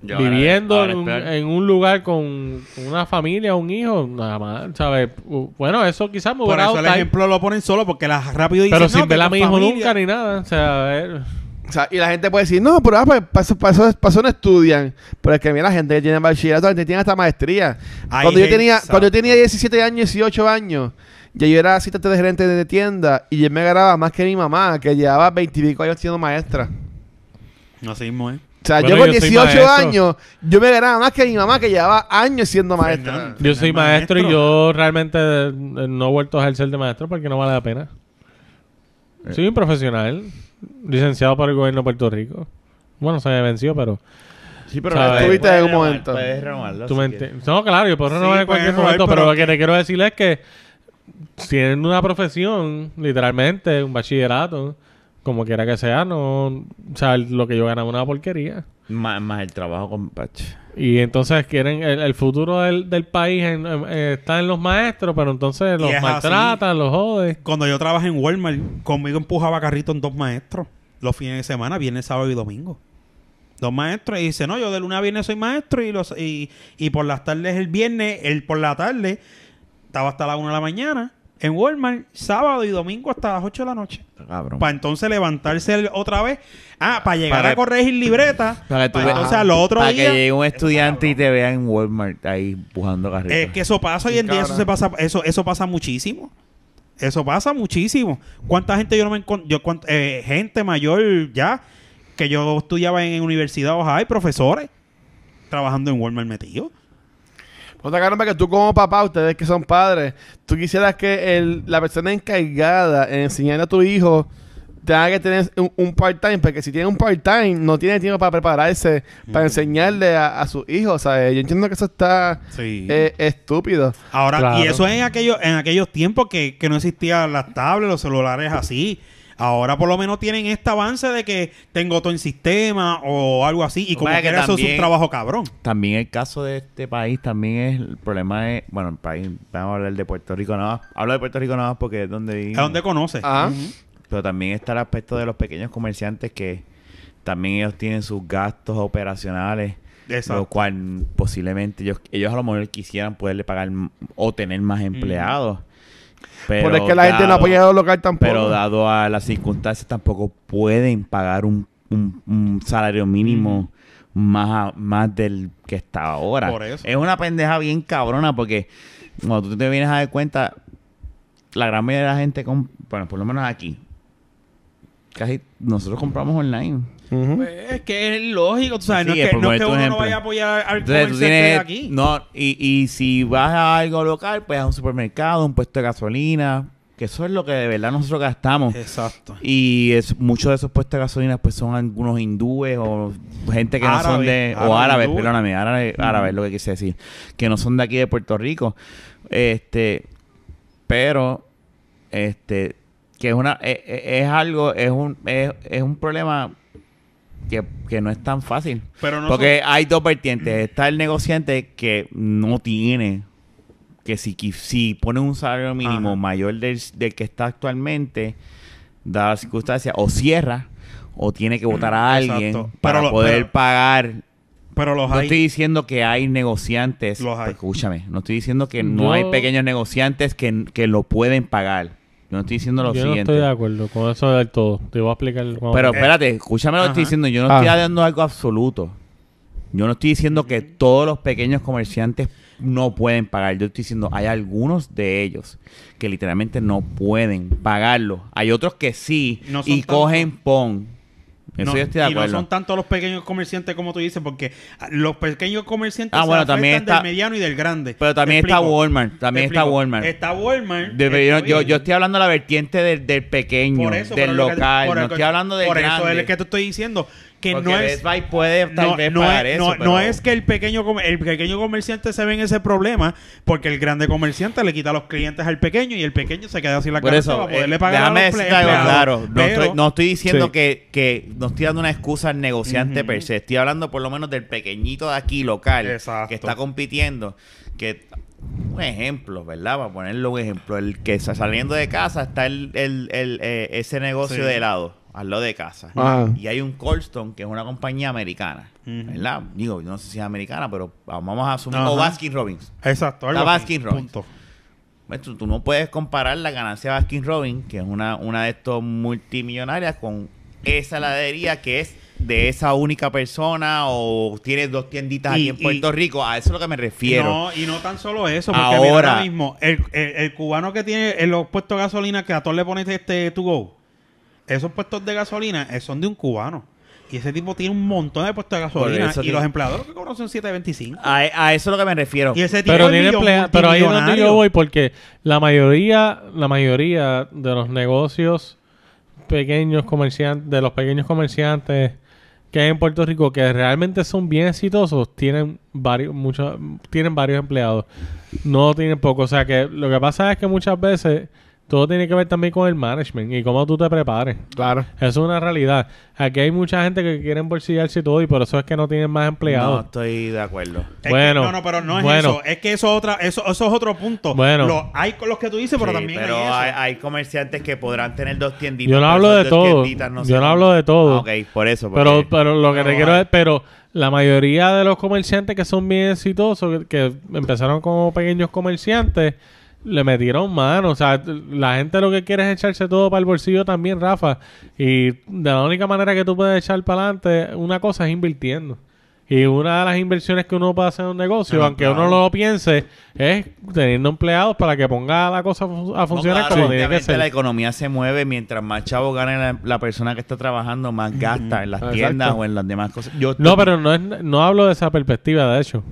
Speaker 3: Yo ahora-
Speaker 4: viviendo
Speaker 3: ahora
Speaker 4: en, un,
Speaker 3: es peor.
Speaker 4: en un lugar con una familia, un hijo, nada más, ¿sabes? U- Bueno, eso quizás me
Speaker 1: Por
Speaker 4: hubiera
Speaker 1: eso
Speaker 4: dado
Speaker 1: el
Speaker 4: time,
Speaker 1: ejemplo lo ponen solo porque las rápido dicen,
Speaker 4: pero
Speaker 1: "No,
Speaker 4: sin
Speaker 1: que
Speaker 4: ver a
Speaker 1: tu
Speaker 4: mi hijo
Speaker 1: familia".
Speaker 4: nunca ni nada, o sea, a ver,
Speaker 5: O sea, y la gente puede decir, no, pero ah, pues, para, eso, para eso- para eso no estudian. Pero es que mira, la gente que tiene bachillerato, la gente tiene hasta maestría.
Speaker 1: Hay
Speaker 5: Cuando yo,
Speaker 1: gente-
Speaker 5: tenía, cuando yo tenía 17 años, 18 años, ya yo era asistente de gerente de tienda y yo me ganaba más que mi mamá, que llevaba 20 y pico años siendo maestra.
Speaker 1: Así mismo, ¿eh?
Speaker 5: O sea,
Speaker 4: Bueno,
Speaker 5: yo con
Speaker 4: yo soy
Speaker 5: 18
Speaker 4: maestro.
Speaker 5: años, yo me ganaba más que mi mamá, que llevaba años siendo maestra.
Speaker 1: Fernando.
Speaker 4: yo soy
Speaker 1: Eres
Speaker 4: maestro, y
Speaker 1: maestro.
Speaker 4: yo realmente eh, no he vuelto a ejercer de maestro porque no vale la pena.
Speaker 1: Eh.
Speaker 4: Soy un profesional, licenciado por el gobierno de Puerto Rico. Bueno, se me venció, pero...
Speaker 3: Sí,
Speaker 4: pero ¿sabes?
Speaker 5: estuviste
Speaker 3: puedes
Speaker 5: en un
Speaker 3: renovar,
Speaker 5: momento.
Speaker 3: Puedes renovarlo.
Speaker 4: Tú
Speaker 3: si
Speaker 4: me
Speaker 3: quieres.
Speaker 4: entiendes. No, claro, yo puedo
Speaker 1: Sí,
Speaker 4: renovar
Speaker 1: puedes
Speaker 4: en cualquier
Speaker 1: renovar,
Speaker 4: momento, pero,
Speaker 1: pero-
Speaker 4: lo que te quiero decir es que siendo una profesión, literalmente, un bachillerato, como quiera que sea, no. O sea, lo que yo ganaba una porquería.
Speaker 3: Más, más el trabajo con Pache.
Speaker 4: Y entonces quieren. El, el futuro del, del país en- en- eh, está en los maestros, pero entonces los
Speaker 1: es así.
Speaker 4: maltratan, los joden.
Speaker 1: Cuando yo trabajé en Walmart, conmigo empujaba carrito en dos maestros. Los fines de semana, viernes, sábado y domingo. Dos maestros. Y dice, no, yo de lunes a viernes soy maestro y los y, y por las tardes el viernes, el por la tarde, estaba hasta la una de la mañana en Walmart, sábado y domingo hasta las 8 de la noche.
Speaker 3: Cabrón.
Speaker 1: Para entonces levantarse el- otra vez. Ah, para llegar
Speaker 3: Para-
Speaker 1: a corregir libreta.
Speaker 3: Para que tú
Speaker 1: pa'
Speaker 3: veas-
Speaker 1: entonces al otro
Speaker 3: para
Speaker 1: día.
Speaker 3: que llegue un estudiante y te vea en Walmart ahí empujando carritos.
Speaker 1: Es que eso pasa hoy en día, eso se pasa, eso, eso pasa muchísimo. Eso pasa muchísimo. ¿Cuánta gente yo no me encontré? Yo, cuan- eh, gente mayor ya, que yo estudiaba en, universidad, ojalá, y profesores trabajando en Walmart metido.
Speaker 5: Otra caramba que tú como papá, ustedes que son padres, tú quisieras que el- la persona encargada en enseñarle a tu hijo tenga que tener un, un part-time, porque si tiene un part-time no tiene tiempo para prepararse, para enseñarle a, a sus hijos, ¿sabes? eh, Yo entiendo que eso está
Speaker 1: Sí.
Speaker 5: eh, estúpido.
Speaker 1: Ahora,
Speaker 4: Claro.
Speaker 1: y eso en aquellos, en aquellos tiempos que, que no existían las tablets, los celulares así. Ahora por lo menos tienen este avance de que tengo todo en sistema o algo así. Y
Speaker 3: Lo
Speaker 1: como
Speaker 3: que pasa es que
Speaker 1: quiera, eso es un
Speaker 3: también-
Speaker 1: trabajo cabrón.
Speaker 3: También el caso de este país, también es el problema es, bueno, el país, vamos a hablar de Puerto Rico nada más. Hablo de Puerto Rico nada más porque es donde vivimos.
Speaker 1: ¿A dónde conoces?
Speaker 3: Ah.
Speaker 5: Ajá.
Speaker 3: Pero también está el aspecto de los pequeños comerciantes que también ellos tienen sus gastos operacionales.
Speaker 1: Exacto.
Speaker 3: Lo cual posiblemente ellos, ellos a lo mejor quisieran poderle pagar m- o tener más empleados. Pero
Speaker 5: Porque Pues es que la gente no
Speaker 3: dado-
Speaker 5: apoya a los locales tampoco.
Speaker 3: Pero dado a las circunstancias tampoco pueden pagar un, un- un salario mínimo más, a- más del que está ahora.
Speaker 1: Por eso.
Speaker 3: Es una pendeja bien cabrona porque cuando tú te vienes a dar cuenta, la gran mayoría de la gente, com- bueno, por lo menos aquí, casi nosotros compramos online.
Speaker 5: Ujú.
Speaker 1: Pues, Es que es lógico, tú sabes,
Speaker 3: Sí,
Speaker 1: no es
Speaker 3: es
Speaker 1: que,
Speaker 3: por
Speaker 1: no es que
Speaker 3: ponerte un
Speaker 1: uno no
Speaker 3: ejemplo.
Speaker 1: vaya a apoyar al
Speaker 3: Entonces tú
Speaker 1: comerciante
Speaker 3: tienes...
Speaker 1: de aquí.
Speaker 3: No, y, y si vas a algo local, pues a un supermercado, un puesto de gasolina, que eso es lo que de verdad nosotros gastamos.
Speaker 1: Exacto.
Speaker 3: Y es, muchos de esos puestos de gasolina pues son algunos hindúes o gente que no son
Speaker 1: Árabe,
Speaker 3: de... o
Speaker 1: árabe,
Speaker 3: árabes,
Speaker 1: hindú.
Speaker 3: perdóname, árabe, árabe es lo que quise decir. Que no son de aquí de Puerto Rico. Este... Pero... Este... Que es una... e- e- Es, algo... Es un, es, es un problema que, que no es tan fácil.
Speaker 1: Pero no
Speaker 3: Porque hay dos vertientes. Está el negociante que no tiene que si, qui- si pone un salario mínimo
Speaker 1: Ajá.
Speaker 3: mayor del, del que está actualmente, dadas las circunstancias, o cierra, o tiene que votar a
Speaker 1: Exacto.
Speaker 3: alguien
Speaker 1: Pero
Speaker 3: para
Speaker 1: lo-
Speaker 3: poder
Speaker 1: pero-
Speaker 3: pagar.
Speaker 1: Pero los
Speaker 3: No
Speaker 1: hay.
Speaker 3: estoy diciendo que hay negociantes.
Speaker 1: Los hay.
Speaker 3: Escúchame, no estoy diciendo que no
Speaker 4: Yo-
Speaker 3: hay pequeños negociantes que, que lo pueden pagar. Yo no estoy diciendo lo
Speaker 4: yo no
Speaker 3: siguiente.
Speaker 4: estoy de acuerdo con eso del todo. Te voy a explicar. cuando-
Speaker 3: Pero espérate, escúchame lo que estoy
Speaker 1: Ajá.
Speaker 3: diciendo. Yo no
Speaker 5: Ah.
Speaker 3: estoy dando algo absoluto. Yo no estoy diciendo que todos los pequeños comerciantes no pueden pagar. Yo estoy diciendo, hay algunos de ellos que literalmente no pueden pagarlo. Hay otros que sí
Speaker 1: No son
Speaker 3: y
Speaker 1: tanto.
Speaker 3: cogen pon. Eso
Speaker 1: No,
Speaker 3: yo estoy de
Speaker 1: Y
Speaker 3: acuerdo.
Speaker 1: no son tanto los pequeños comerciantes como tú dices, porque ah, los pequeños comerciantes
Speaker 3: Ah,
Speaker 1: se
Speaker 3: bueno, también
Speaker 1: afectan
Speaker 3: está-
Speaker 1: del mediano y del grande.
Speaker 3: Pero también
Speaker 1: Te
Speaker 3: está
Speaker 1: explico.
Speaker 3: Walmart. También
Speaker 1: Te
Speaker 3: está
Speaker 1: explico. Este,
Speaker 3: Walmart.
Speaker 1: Está Walmart.
Speaker 3: De- pero
Speaker 1: está
Speaker 3: yo,
Speaker 1: bien.
Speaker 3: yo estoy hablando de la vertiente del, del pequeño,
Speaker 1: Por eso, pero
Speaker 3: del
Speaker 1: lo que-
Speaker 3: local.
Speaker 1: por
Speaker 3: no
Speaker 1: el-
Speaker 3: estoy hablando del
Speaker 1: Por
Speaker 3: grande.
Speaker 1: eso es lo que te estoy diciendo. Que
Speaker 3: Porque
Speaker 1: no
Speaker 3: Best
Speaker 1: es.
Speaker 3: Buy puede tal
Speaker 1: no,
Speaker 3: vez
Speaker 1: no
Speaker 3: pagar
Speaker 1: es,
Speaker 3: eso,
Speaker 1: no-
Speaker 3: pero-
Speaker 1: no es que el pequeño com- el pequeño comerciante se ve en ese problema porque el grande comerciante le quita los clientes al pequeño y el pequeño se queda sin la
Speaker 3: Por
Speaker 1: cabeza
Speaker 3: eso,
Speaker 1: para poderle
Speaker 3: eh,
Speaker 1: pagar
Speaker 3: déjame
Speaker 1: a los
Speaker 3: decirte algo
Speaker 1: empleados.
Speaker 3: claro. No,
Speaker 1: Pero-
Speaker 3: estoy, no estoy diciendo
Speaker 5: Sí.
Speaker 3: que, que no estoy dando una excusa al negociante per se. Estoy hablando por lo menos del pequeñito de aquí local
Speaker 1: Exacto.
Speaker 3: que está compitiendo. Que un ejemplo, ¿verdad? Para ponerlo un ejemplo, el que sa- saliendo de casa está el, el- el, eh, ese negocio
Speaker 1: Sí.
Speaker 3: de helado. al lado de casa.
Speaker 5: Ajá.
Speaker 3: Y hay un Colston, que es una compañía americana. ¿Verdad? Digo, no sé si es americana, pero vamos a asumir. O
Speaker 1: Ajá.
Speaker 3: Baskin Robbins.
Speaker 1: Exacto. algo
Speaker 3: La
Speaker 1: así,
Speaker 3: Baskin Robbins.
Speaker 1: Punto.
Speaker 3: Maestro, Pues, tú no puedes comparar la ganancia de Baskin Robbins, que es una, una de estos multimillonarias, con esa heladería que es de esa única persona o tienes dos tienditas
Speaker 1: Y-
Speaker 3: aquí en
Speaker 1: y-
Speaker 3: Puerto Rico. A eso es lo que me
Speaker 1: Y
Speaker 3: refiero.
Speaker 1: no, y no tan solo eso, porque mira,
Speaker 3: Ahora-
Speaker 1: ahora, mismo, el, el- el cubano que tiene en los puestos de gasolina que a todos le pones este to go, esos puestos de gasolina eh, son de un cubano. Y ese tipo tiene un montón de puestos de gasolina.
Speaker 3: eso
Speaker 1: Y
Speaker 3: tiene-
Speaker 1: los empleados lo que conocen son 725.
Speaker 3: A, a eso es lo que me refiero.
Speaker 1: Y ese tipo
Speaker 4: Pero,
Speaker 1: es
Speaker 4: tiene
Speaker 1: millon-
Speaker 4: emplea- pero ahí es donde
Speaker 1: multimillonario.
Speaker 4: yo voy porque la mayoría, la mayoría de los negocios pequeños comerciantes, de los pequeños comerciantes que hay en Puerto Rico que realmente son bien exitosos, tienen varios, muchos, tienen varios empleados. No tienen poco. O sea que lo que pasa es que muchas veces todo tiene que ver también con el management y cómo tú te prepares.
Speaker 5: Claro.
Speaker 4: Eso es una realidad. Aquí hay mucha gente que quiere embolsillarse y todo y por eso es que no tienen más
Speaker 3: no
Speaker 4: empleados.
Speaker 3: estoy de acuerdo.
Speaker 1: Es que-
Speaker 4: Bueno,
Speaker 1: no, no, pero no es
Speaker 4: bueno.
Speaker 1: eso. Es que eso, es otra, eso, eso es otro punto.
Speaker 4: Bueno.
Speaker 1: Lo- hay con los que tú dices, pero
Speaker 3: Sí,
Speaker 1: también
Speaker 3: pero
Speaker 1: hay, eso.
Speaker 3: hay, hay comerciantes que podrán tener dos tienditas.
Speaker 4: Yo no
Speaker 3: pero
Speaker 4: hablo
Speaker 3: esas dos
Speaker 4: de todo.
Speaker 3: tienditas
Speaker 4: Yo
Speaker 3: se
Speaker 4: no
Speaker 3: van.
Speaker 4: hablo de todo.
Speaker 3: Ah, ok, por eso.
Speaker 4: Pero,
Speaker 3: porque-
Speaker 4: pero lo que te
Speaker 3: No,
Speaker 4: quiero
Speaker 3: vale.
Speaker 4: es, pero la mayoría de los comerciantes que son bien exitosos, que, que empezaron como pequeños comerciantes, le metieron mano. O sea, la gente lo que quiere es echarse todo para el bolsillo también, Rafa. Y de la única manera que tú puedes echar para adelante una cosa es invirtiendo. Y una de las inversiones que uno puede hacer en un negocio,
Speaker 3: Ah,
Speaker 4: aunque
Speaker 3: claro.
Speaker 4: uno lo piense, es teniendo empleados para que ponga la cosa a fun- a
Speaker 3: No,
Speaker 4: funcionar
Speaker 3: claro,
Speaker 4: como tiene que
Speaker 3: obviamente
Speaker 4: ser.
Speaker 3: la economía se mueve mientras más chavo gane la, la persona que está trabajando, más gasta en las
Speaker 5: Exacto.
Speaker 3: tiendas o en las demás cosas. Yo
Speaker 4: No, pero no, es, no hablo de esa perspectiva, de hecho.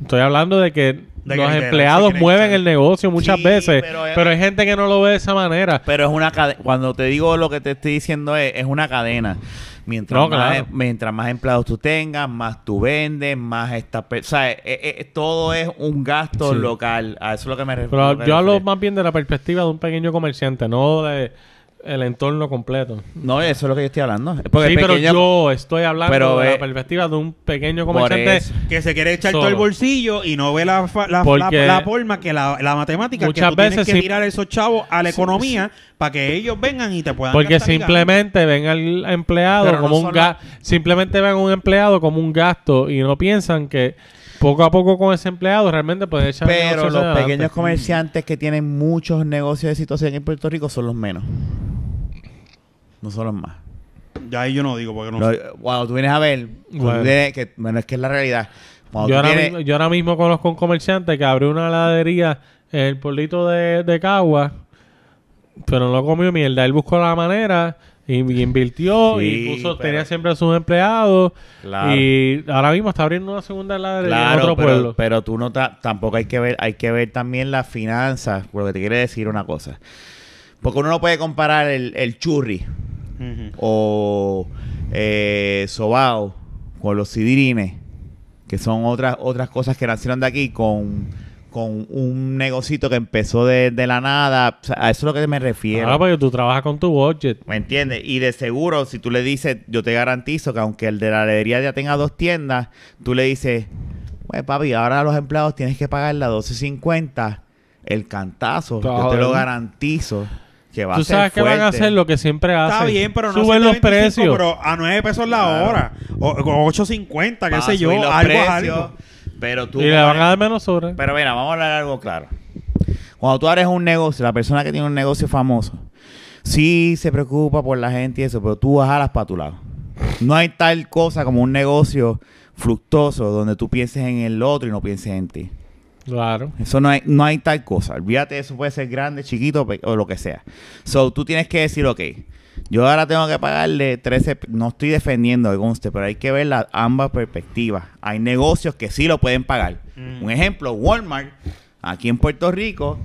Speaker 4: Estoy hablando de que
Speaker 1: que
Speaker 4: los
Speaker 1: literal se
Speaker 4: empleados
Speaker 1: quieren
Speaker 4: mueven
Speaker 1: echar.
Speaker 4: el negocio muchas
Speaker 3: Sí,
Speaker 4: veces,
Speaker 3: pero
Speaker 4: pero,
Speaker 3: es-
Speaker 4: hay gente que no lo ve de esa manera.
Speaker 3: Pero es una cadena. Cuando te digo lo que te estoy diciendo es, es una cadena. Mientras,
Speaker 4: No,
Speaker 3: más, em,
Speaker 4: claro.
Speaker 3: mientras más empleados tú tengas, más tú vendes, más esta... pe- O sea, eh, eh, todo es un gasto
Speaker 4: Sí.
Speaker 3: local. A eso es lo que me refiero.
Speaker 4: Pero yo hablo más bien de la perspectiva de un pequeño comerciante, no de el entorno completo.
Speaker 3: No, eso es lo que yo estoy hablando. Porque el
Speaker 4: sí, pero
Speaker 3: pequeño-
Speaker 4: yo estoy hablando
Speaker 3: Pero,
Speaker 4: de
Speaker 3: eh,
Speaker 4: la perspectiva de un pequeño
Speaker 3: por
Speaker 4: comerciante
Speaker 3: eso.
Speaker 1: que se quiere echar
Speaker 4: Solo.
Speaker 1: todo el bolsillo y no ve la, fa- la, la,
Speaker 4: Porque-
Speaker 1: la forma que la, la matemática
Speaker 4: Muchas
Speaker 1: que tú
Speaker 4: veces
Speaker 1: tienes que
Speaker 4: sim-
Speaker 1: tirar esos chavos a la economía para que ellos vengan y te puedan
Speaker 4: Porque
Speaker 1: gastar y ganar.
Speaker 4: simplemente ven al empleado
Speaker 3: Pero no
Speaker 4: como un
Speaker 3: solo-
Speaker 4: ga- simplemente ven a un empleado como un gasto y no piensan que poco a poco con ese empleado realmente pueden echar el negocio
Speaker 3: Pero
Speaker 4: hacia
Speaker 3: los
Speaker 4: adelante.
Speaker 3: pequeños comerciantes que tienen muchos negocios de situación en Puerto Rico son los menos. No son los más.
Speaker 1: Ya ahí yo no digo porque no
Speaker 3: Lo-
Speaker 1: sé.
Speaker 3: cuando tú vienes a ver, cuando
Speaker 4: Bueno.
Speaker 3: tú vienes- que, bueno, es que es la realidad. Cuando
Speaker 4: Yo
Speaker 3: tú
Speaker 4: ahora,
Speaker 3: vienes-
Speaker 4: mismo, yo ahora mismo conozco un comerciante que abrió una heladería en el pueblito de, de Cagua, pero no comió mierda. Él buscó la manera y, y invirtió
Speaker 3: Sí,
Speaker 4: y puso,
Speaker 3: pero-
Speaker 4: tenía siempre a sus empleados.
Speaker 3: Claro.
Speaker 4: Y ahora mismo está abriendo una segunda heladería en otro
Speaker 3: pero,
Speaker 4: pueblo.
Speaker 3: pero tú no ta- tampoco hay que ver, hay que ver también las finanzas, por lo que te quiere decir una cosa. Porque uno no puede comparar el, el churri
Speaker 1: Ujú.
Speaker 3: o eh, sobao con los sidirines, que son otras otras cosas que nacieron de aquí con, con un negocito que empezó de, de la nada. O sea, a eso es lo que me refiero.
Speaker 4: Ahora porque tú trabajas con tu budget.
Speaker 3: ¿Me entiendes? Y de seguro, si tú le dices, yo te garantizo que aunque el de la heladería ya tenga dos tiendas, tú le dices, pues papi, ahora a los empleados tienes que pagar la 12.50, el cantazo, yo te
Speaker 5: Claro.
Speaker 3: lo garantizo que va
Speaker 4: Tú
Speaker 3: a ser
Speaker 4: sabes que van a
Speaker 3: fuerte".
Speaker 4: hacer lo que siempre hacen.
Speaker 1: Está bien, pero no
Speaker 4: Ah, Suben los
Speaker 1: 7.25,
Speaker 4: precios.
Speaker 1: Pero a 9 pesos la
Speaker 3: Claro.
Speaker 1: hora. O, o 8.50,
Speaker 3: Va
Speaker 1: qué
Speaker 3: a
Speaker 1: sé yo.
Speaker 3: subir los
Speaker 1: Algo
Speaker 3: precios,
Speaker 1: a algo.
Speaker 3: Pero tú
Speaker 4: Y le van a dar menos horas.
Speaker 3: Pero mira, vamos a hablar algo claro. Cuando tú abres un negocio, la persona que tiene un negocio famoso, sí se preocupa por la gente y eso, pero tú jalas para tu lado. No hay tal cosa como un negocio fructuoso donde tú pienses en el otro y no pienses en ti.
Speaker 4: Claro.
Speaker 3: Eso no hay, no hay tal cosa. Olvídate, eso puede ser grande, chiquito pe- o lo que sea. So, tú tienes que decir, ok, yo ahora tengo que pagarle 13. pe- No estoy defendiendo que conste, pero hay que ver las ambas perspectivas. Hay negocios que sí lo pueden pagar.
Speaker 5: Mm.
Speaker 3: Un ejemplo, Walmart, aquí en Puerto Rico,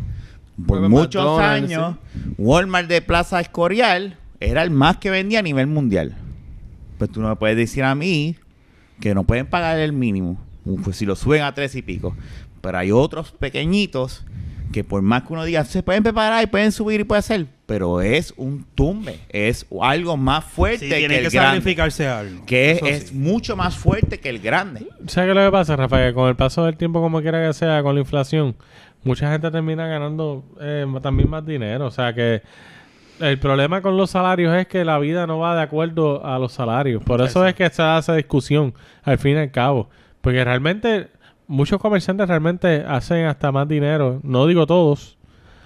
Speaker 3: por
Speaker 5: Bueno,
Speaker 3: muchos
Speaker 5: McDonald's,
Speaker 3: años, Walmart de Plaza Escorial era el más que vendía a nivel mundial. Pues tú no me puedes decir a mí que no pueden pagar el mínimo. Uf, Pues si lo suben a tres y pico. Pero hay otros pequeñitos que por más que uno diga, se pueden preparar y pueden subir y pueden hacer. Pero es un tumbe. Es algo más fuerte
Speaker 1: Sí,
Speaker 3: que
Speaker 1: tiene
Speaker 3: el
Speaker 1: que
Speaker 3: grande.
Speaker 1: sacrificarse algo.
Speaker 3: Que es,
Speaker 1: Eso
Speaker 3: es
Speaker 1: sí.
Speaker 3: mucho más fuerte que el grande.
Speaker 4: ¿Sabes qué es lo que pasa, Rafa? Que con el paso del tiempo, como quiera que sea, con la inflación, mucha gente termina ganando eh, ma- también más dinero. O sea que el problema con los salarios es que la vida no va de acuerdo a los salarios. Por eso es que se hace discusión, al fin y al cabo. Porque realmente, muchos comerciantes realmente hacen hasta más dinero. No digo todos.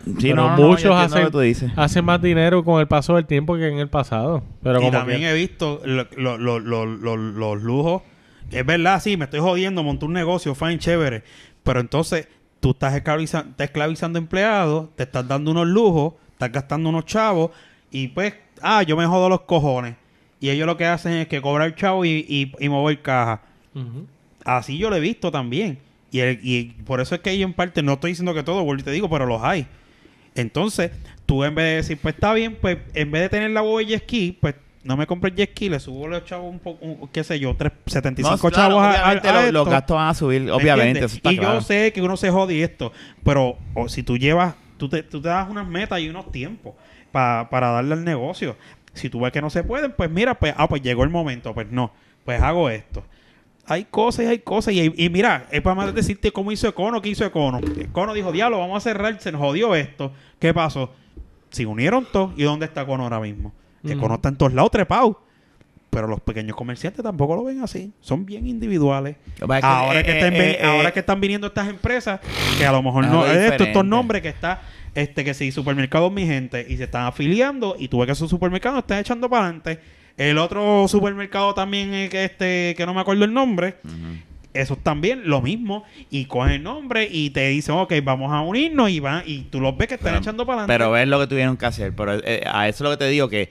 Speaker 3: Sí,
Speaker 4: pero
Speaker 3: no, no, no,
Speaker 4: muchos
Speaker 3: yo entiendo
Speaker 4: hacen,
Speaker 3: lo que tú dices.
Speaker 4: hacen más dinero con el paso del tiempo que en el pasado. Pero
Speaker 1: y
Speaker 4: como
Speaker 1: también
Speaker 4: que-
Speaker 1: he visto lo- lo- lo- lo- lo- los lujos. Es verdad, sí, me estoy jodiendo, monté un negocio, fine, chévere. Pero entonces, tú estás esclaviza- estás esclavizando, empleados, te estás dando unos lujos, estás gastando unos chavos. Y pues, ah, yo me jodo los cojones. Y ellos lo que hacen es que cobrar chavo y, y, y mover caja.
Speaker 4: Ujú.
Speaker 1: Así yo lo he visto también. Y, el- y por eso es que yo en parte, no estoy diciendo que todo, vuelvo y te digo, pero los hay. Entonces, tú en vez de decir, pues está bien, pues en vez de tener la boba de jet ski, pues no me compré el jet ski, le subo los chavos un poco, un- qué sé yo, tres- 75
Speaker 3: No, claro,
Speaker 1: chavos a- a-
Speaker 3: obviamente
Speaker 1: a
Speaker 3: lo-
Speaker 1: esto,
Speaker 3: los gastos van a subir,
Speaker 1: ¿me
Speaker 3: obviamente.
Speaker 1: entiendes?
Speaker 3: Eso está
Speaker 1: y
Speaker 3: claro.
Speaker 1: yo sé que uno se jode y esto, pero o si tú llevas, tú te, tú te das unas metas y unos tiempos pa- para darle al negocio. Si tú ves que no se pueden, pues mira, pues, ah, pues llegó el momento, pues no, pues hago esto. Hay cosas, y hay cosas. Y, y mira, es para más decirte cómo hizo Econo, qué hizo Econo. Econo dijo, diablo, vamos a cerrar, se nos jodió esto. ¿Qué pasó? Se unieron todos. ¿Y dónde está Econo ahora mismo?
Speaker 3: Mm.
Speaker 4: Ujú.
Speaker 1: Econo está en todos lados trepado. Pero los pequeños comerciantes tampoco lo ven así. Son bien individuales.
Speaker 3: Lo que pasa es que,
Speaker 1: ahora, que
Speaker 3: eh,
Speaker 1: están,
Speaker 3: eh,
Speaker 1: ven-
Speaker 3: eh,
Speaker 1: ahora que están viniendo estas empresas, que a lo mejor
Speaker 3: Algo
Speaker 1: no... eh, Esto, estos
Speaker 3: diferente.
Speaker 1: nombres que está... Este, que si supermercados mi gente y se están afiliando y tú ves que esos supermercados están echando para adelante. El otro supermercado también, eh, que este, que no me acuerdo el nombre, esos también lo mismo y cogen el nombre y te dicen ok vamos a unirnos y van y tú los ves que están
Speaker 3: Pero-
Speaker 1: echando para adelante
Speaker 3: Pero ves lo que tuvieron que hacer. Pero eh, a eso es lo que te digo, que,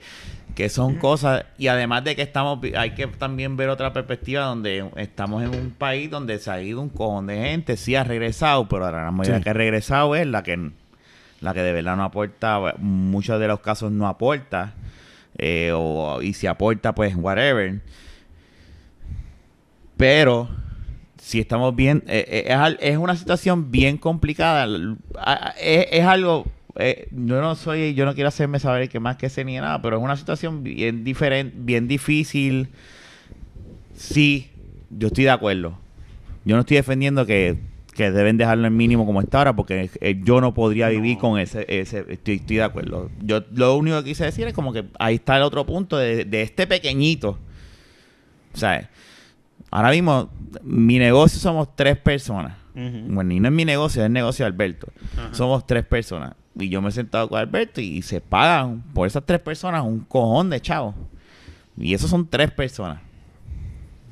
Speaker 3: que son cosas. Y además de que estamos, vi- hay que también ver otra perspectiva donde estamos en un país donde se ha ido un cojón de gente. Sí ha regresado, pero ahora la mayoría
Speaker 4: Sí.
Speaker 3: que ha regresado es la que, la que de verdad no aporta. Muchos de los casos no aporta. eh, o, y si aporta, pues whatever. Pero si estamos bien, eh, eh, es, al- es una situación bien complicada. L- a- a- Es, es algo, eh, yo no soy, yo no quiero hacerme saber que más que sé ni nada, pero es una situación bien diferente, bien difícil. Sí, yo estoy de acuerdo. Yo no estoy defendiendo que, que deben dejarlo en mínimo como está ahora, porque eh, yo no podría vivir con ese, ese estoy, estoy de acuerdo. Yo lo único que quise decir es como que ahí está el otro punto de, de este pequeñito. O sea, ahora mismo, mi negocio somos tres personas.
Speaker 1: Ujú.
Speaker 3: Bueno, y no es mi negocio, es el negocio de Alberto. Somos tres personas. Y yo me he sentado con Alberto y se pagan por esas tres personas un cojón de chavo. Y esos son tres personas.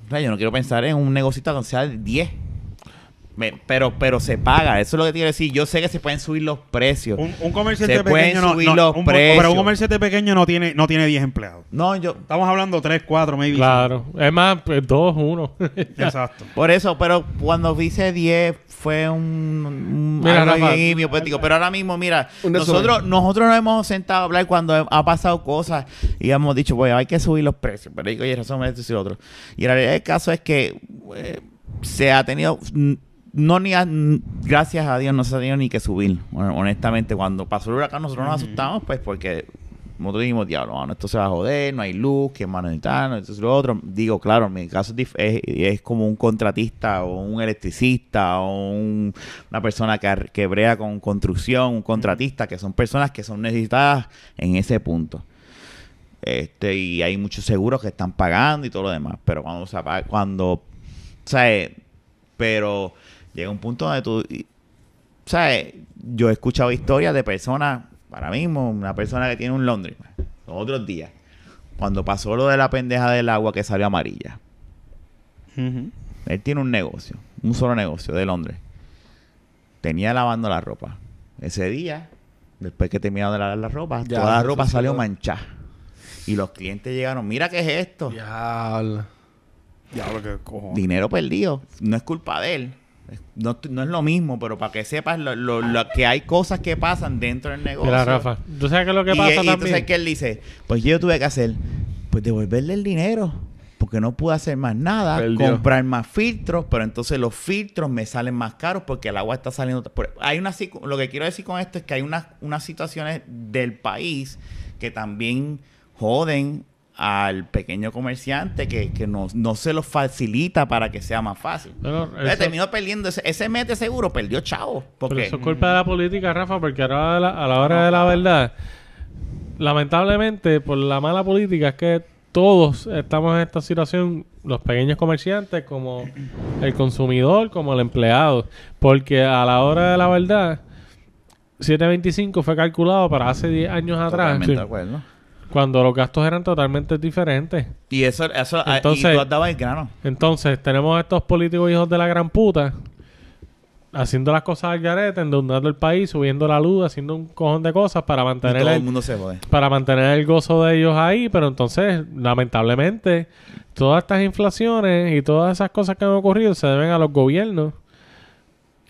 Speaker 3: O sea, yo no quiero pensar en un negocito que sea de 10. Me- pero, pero se paga. Eso es lo que quiero decir. Yo sé que se pueden subir los precios.
Speaker 1: un, un comerciante
Speaker 3: Se pueden
Speaker 1: pequeño no,
Speaker 3: subir
Speaker 1: no,
Speaker 3: los
Speaker 1: un, pero
Speaker 3: precios.
Speaker 1: un comerciante pequeño no tiene no tiene 10 empleados
Speaker 3: No, yo.
Speaker 1: estamos hablando 3, 4, maybe
Speaker 4: Claro. Es más, pues, dos, uno.
Speaker 1: exacto
Speaker 3: Por eso, pero cuando hice 10 fue un, un
Speaker 4: Mira,
Speaker 3: algo
Speaker 4: Rafa.
Speaker 3: bien hipotético. Pero ahora mismo, mira,
Speaker 5: Un resumen.
Speaker 3: nosotros, nosotros nos hemos sentado a hablar cuando he- ha pasado cosas y hemos dicho, bueno, hay que subir los precios. Pero digo, oye, razón esto y lo otro. Y la realidad del caso es que eh, se ha tenido, mm, no ni a- mm, gracias a Dios, no se ha tenido ni que subir. Hon- Honestamente, cuando pasó el huracán, nosotros nos asustamos, pues, porque nosotros dijimos, diablo, mano, esto se va a joder, no hay luz, que mano necesitan, esto es lo otro. Digo, claro, en mi caso es, dif- es, es como un contratista o un electricista o un- una persona que, ar- que brea con construcción, un contratista, que son personas que son necesitadas en ese punto. Este, y hay muchos seguros que están pagando y todo lo demás. Pero cuando se apaga- cuando, o sea, eh, pero llega un punto donde tú, y- o sea, eh, yo he escuchado historias de personas, ahora mismo, una persona que tiene un laundry, los otros días, cuando pasó lo de la pendeja del agua que salió amarilla.
Speaker 1: Ujú.
Speaker 3: Él tiene un negocio, un solo negocio de Londres. Tenía lavando la ropa. Ese día, después que terminaron de lavar la ropa,
Speaker 5: Ya,
Speaker 3: toda la
Speaker 5: eso
Speaker 3: ropa
Speaker 5: sí
Speaker 3: salió
Speaker 5: lo-
Speaker 3: manchada. Y los clientes llegaron, mira qué es esto.
Speaker 5: Diablo.
Speaker 1: diablo que cojones
Speaker 3: Dinero perdido. No es culpa de él. Es- No, no es lo mismo, pero para que sepas lo, lo- lo que hay cosas que pasan dentro del negocio.
Speaker 4: Mira, Rafa. ¿Tú sabes qué es lo que
Speaker 3: y,
Speaker 4: pasa
Speaker 3: y
Speaker 4: también?
Speaker 3: entonces que él dice, pues yo tuve que hacer, pues devolverle el dinero, porque no pude hacer más nada,
Speaker 5: Perdió.
Speaker 3: comprar más filtros, pero entonces los filtros me salen más caros porque el agua está saliendo. por- Hay una, sicu- lo que quiero decir con esto es que hay unas, unas situaciones del país que también joden al pequeño comerciante que, que no, no se lo facilita para que sea más fácil.
Speaker 4: No, no,
Speaker 3: Entonces,
Speaker 4: eso-
Speaker 3: Terminó perdiendo ese, ese mes de seguro, perdió chavo.
Speaker 4: Pero
Speaker 3: Porque
Speaker 4: eso es culpa de la política, Rafa, porque ahora a la, a la hora de la verdad, lamentablemente, por la mala política, es que todos estamos en esta situación, los pequeños comerciantes, como el consumidor, como el empleado. Porque a la hora de la verdad, 7.25 fue calculado para hace 10 años atrás,
Speaker 3: Totalmente
Speaker 4: sí,
Speaker 3: de acuerdo.
Speaker 4: cuando los gastos eran totalmente diferentes.
Speaker 3: Y eso, eso ah, y
Speaker 4: Entonces-
Speaker 3: tú has dado el grano.
Speaker 4: Entonces, tenemos a estos políticos hijos de la gran puta haciendo las cosas al garete, endeudando el país, subiendo la luz, haciendo un cojón de cosas para
Speaker 3: Y
Speaker 4: mantener
Speaker 3: todo el
Speaker 4: el,
Speaker 3: mundo se jode.
Speaker 4: para mantener el gozo de ellos ahí, pero entonces, lamentablemente, todas estas inflaciones y todas esas cosas que han ocurrido se deben a los gobiernos.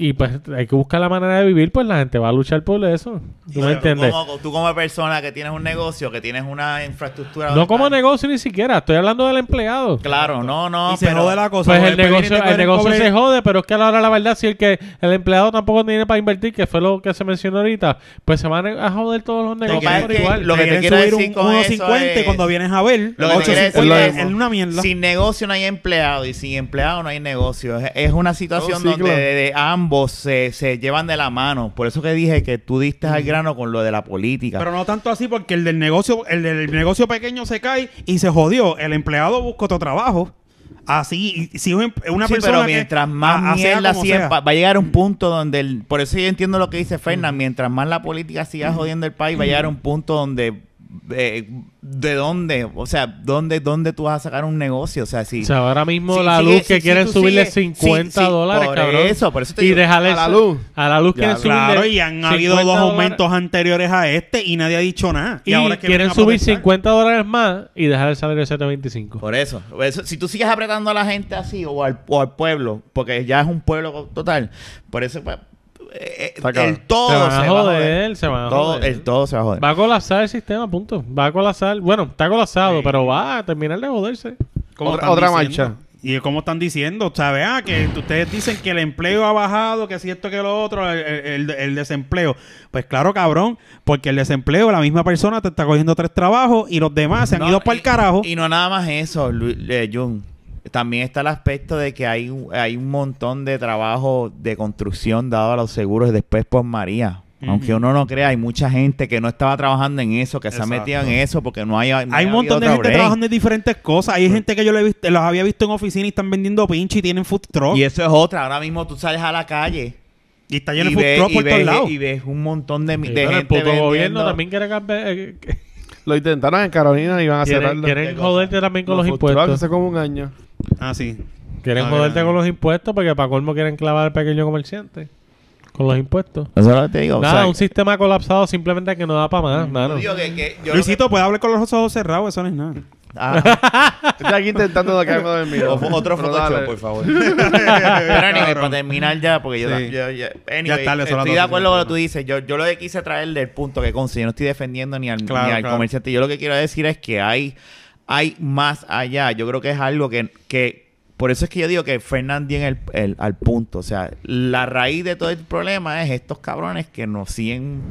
Speaker 4: Y pues hay que buscar la manera de vivir, pues la gente va a luchar por eso. ¿Tú me
Speaker 3: Pero
Speaker 4: entiendes?
Speaker 3: Tú como, tú como persona que tienes un negocio, que tienes una infraestructura.
Speaker 4: No como
Speaker 3: negocio.
Speaker 4: negocio ni siquiera, estoy hablando del empleado.
Speaker 3: Claro, no, no.
Speaker 6: y se
Speaker 3: pero-
Speaker 6: jode la cosa.
Speaker 4: Pues
Speaker 6: porque
Speaker 4: el
Speaker 6: después
Speaker 4: negocio,
Speaker 6: viene y te
Speaker 4: el
Speaker 6: cogen
Speaker 4: negocio
Speaker 6: cobre-
Speaker 4: se jode, pero es que a la hora de la verdad, si el que el empleado tampoco tiene para invertir, que fue lo que se mencionó ahorita, pues se van a joder todos los
Speaker 3: que
Speaker 4: negocios
Speaker 3: pasa
Speaker 4: por
Speaker 3: es que
Speaker 4: igual.
Speaker 3: lo-
Speaker 6: Te
Speaker 3: que te
Speaker 6: quieren
Speaker 3: quiero
Speaker 6: subir
Speaker 3: decir
Speaker 6: un-
Speaker 3: con eso
Speaker 6: 1.50
Speaker 3: es-
Speaker 6: cuando vienes a ver.
Speaker 3: Lo que te quiero decir
Speaker 6: 8.50
Speaker 3: es-
Speaker 6: es una mierda.
Speaker 3: Sin negocio no hay empleado y sin empleado no hay negocio. Es, es una situación
Speaker 5: Todo un
Speaker 3: donde
Speaker 5: ciclo.
Speaker 3: de- de ambos se, se llevan de la mano. Por eso que dije que tú diste al grano con lo de la política.
Speaker 1: Pero no tanto así porque el del negocio, el del negocio pequeño se cae y se jodió. El empleado busca otro trabajo. Así, y si un em- una
Speaker 3: Sí,
Speaker 1: persona
Speaker 3: pero
Speaker 1: que
Speaker 3: mientras
Speaker 1: a-
Speaker 3: más
Speaker 1: hacía
Speaker 3: mierda
Speaker 1: como
Speaker 3: siempre
Speaker 1: sea.
Speaker 3: va a llegar un punto donde el- por eso yo entiendo lo que dice Fernández, mientras más la política siga jodiendo el país, va a llegar un punto donde eh, de dónde, o sea, dónde dónde tú vas a sacar un negocio, o sea, si
Speaker 4: O sea, ahora mismo
Speaker 3: Sí,
Speaker 4: la
Speaker 3: sigue,
Speaker 4: luz
Speaker 3: sí,
Speaker 4: que
Speaker 3: sí,
Speaker 4: quieren
Speaker 3: tú
Speaker 4: subirle
Speaker 3: sigue.
Speaker 4: 50
Speaker 3: Sí, sí,
Speaker 4: dólares,
Speaker 3: por
Speaker 4: cabrón.
Speaker 3: eso, por eso te
Speaker 4: y
Speaker 3: digo,
Speaker 4: dejarle
Speaker 5: a la
Speaker 4: eso-
Speaker 5: luz.
Speaker 4: A la luz
Speaker 3: Ya,
Speaker 4: quieren subirle.
Speaker 1: Claro, y han habido
Speaker 4: 50
Speaker 1: dos
Speaker 4: dólares,
Speaker 1: aumentos anteriores a este y nadie ha dicho nada.
Speaker 4: Y,
Speaker 1: ahora es que
Speaker 4: quieren
Speaker 1: vienen a
Speaker 4: subir
Speaker 1: protestar.
Speaker 4: 50 dólares más y dejar el salario de 725.
Speaker 3: Por eso. Eso- Si tú sigues apretando a la gente así o al, o al pueblo, porque ya es un pueblo total, por eso pues, eh,
Speaker 5: Está cabrón.
Speaker 3: el todo
Speaker 4: Se
Speaker 3: se
Speaker 4: van a
Speaker 3: va a
Speaker 4: joder, se van a
Speaker 3: Todo-
Speaker 4: joder.
Speaker 3: El todo se va a joder.
Speaker 4: Va a colapsar el sistema, punto. Va a colapsar. Bueno, está colapsado, pero va a terminar de joderse.
Speaker 1: ¿Cómo
Speaker 5: Otra-
Speaker 1: están
Speaker 5: otra
Speaker 1: diciendo?
Speaker 5: marcha.
Speaker 1: Y como están diciendo, ¿sabes? Ah, que
Speaker 3: Mm.
Speaker 1: ustedes dicen que el empleo ha bajado, que si esto, que lo otro, el, el- el desempleo. Pues claro, cabrón, porque el desempleo, la misma persona te está cogiendo tres trabajos y los demás se han
Speaker 3: No,
Speaker 1: ido para el
Speaker 3: y-
Speaker 1: carajo.
Speaker 3: Y no nada más eso, Lu- eh, Jun. También está el aspecto de que hay, un- hay un montón de trabajo de construcción dado a los seguros después por María. Aunque uno no crea, hay mucha gente que no estaba trabajando en eso, que se ha metido en eso porque no hay...
Speaker 1: hay un montón de gente trabajando en diferentes cosas.
Speaker 3: Pues-
Speaker 1: Hay gente que yo lo he visto- los había visto en oficina y están vendiendo pinche y tienen food truck.
Speaker 3: Y
Speaker 1: Y,
Speaker 3: eso es otra. Ahora mismo tú sales a la calle
Speaker 1: está lleno de
Speaker 3: y
Speaker 1: food
Speaker 3: ves-
Speaker 1: truck
Speaker 3: y
Speaker 1: por todos
Speaker 3: ves-
Speaker 1: lados.
Speaker 3: Y ves un montón de, mi-
Speaker 4: Sí,
Speaker 3: de
Speaker 4: pero
Speaker 3: gente
Speaker 4: el puto gobierno
Speaker 3: vendiendo-
Speaker 4: también quiere cambiar- eh, que-
Speaker 5: Lo intentaron en Carolina y van a
Speaker 4: Quieren,
Speaker 5: cerrarlo.
Speaker 4: quieren joderte también con los,
Speaker 5: Los food trucks
Speaker 4: impuestos.
Speaker 5: Hace como un año.
Speaker 1: Ah, sí.
Speaker 4: Quieren
Speaker 1: Ah,
Speaker 4: joderte
Speaker 1: verdad.
Speaker 4: con los impuestos porque para colmo quieren clavar al pequeño comerciante con los impuestos.
Speaker 3: Eso es lo que te digo.
Speaker 4: Nada,
Speaker 3: o
Speaker 4: un
Speaker 3: sea,
Speaker 4: sistema colapsado simplemente que no da para más, mano.
Speaker 3: digo que- que yo lo que-
Speaker 1: Luisito, puede hablar con los ojos cerrados, eso no es nada.
Speaker 3: Ah,
Speaker 5: Estoy aquí intentando no quedarme dormido.
Speaker 3: o- otro
Speaker 5: Pero
Speaker 3: Photoshop,
Speaker 5: dale.
Speaker 3: por favor. Pero anyway, para terminar ya, porque yo,
Speaker 1: Sí.
Speaker 3: yo- yo- anyway,
Speaker 1: Ya es tarde, son las
Speaker 3: estoy de
Speaker 1: 12,
Speaker 3: acuerdo con lo
Speaker 1: ¿no?
Speaker 3: que tú dices. Yo, yo lo que quise traer del punto que considero, no estoy defendiendo ni al,
Speaker 1: Claro,
Speaker 3: ni al
Speaker 1: claro.
Speaker 3: comerciante. Yo lo que quiero decir es que hay, hay más allá. Yo creo que es algo que, que por eso es que yo digo que Fernández en el, el- al punto. O sea, la raíz de todo el problema es estos cabrones que nos siguen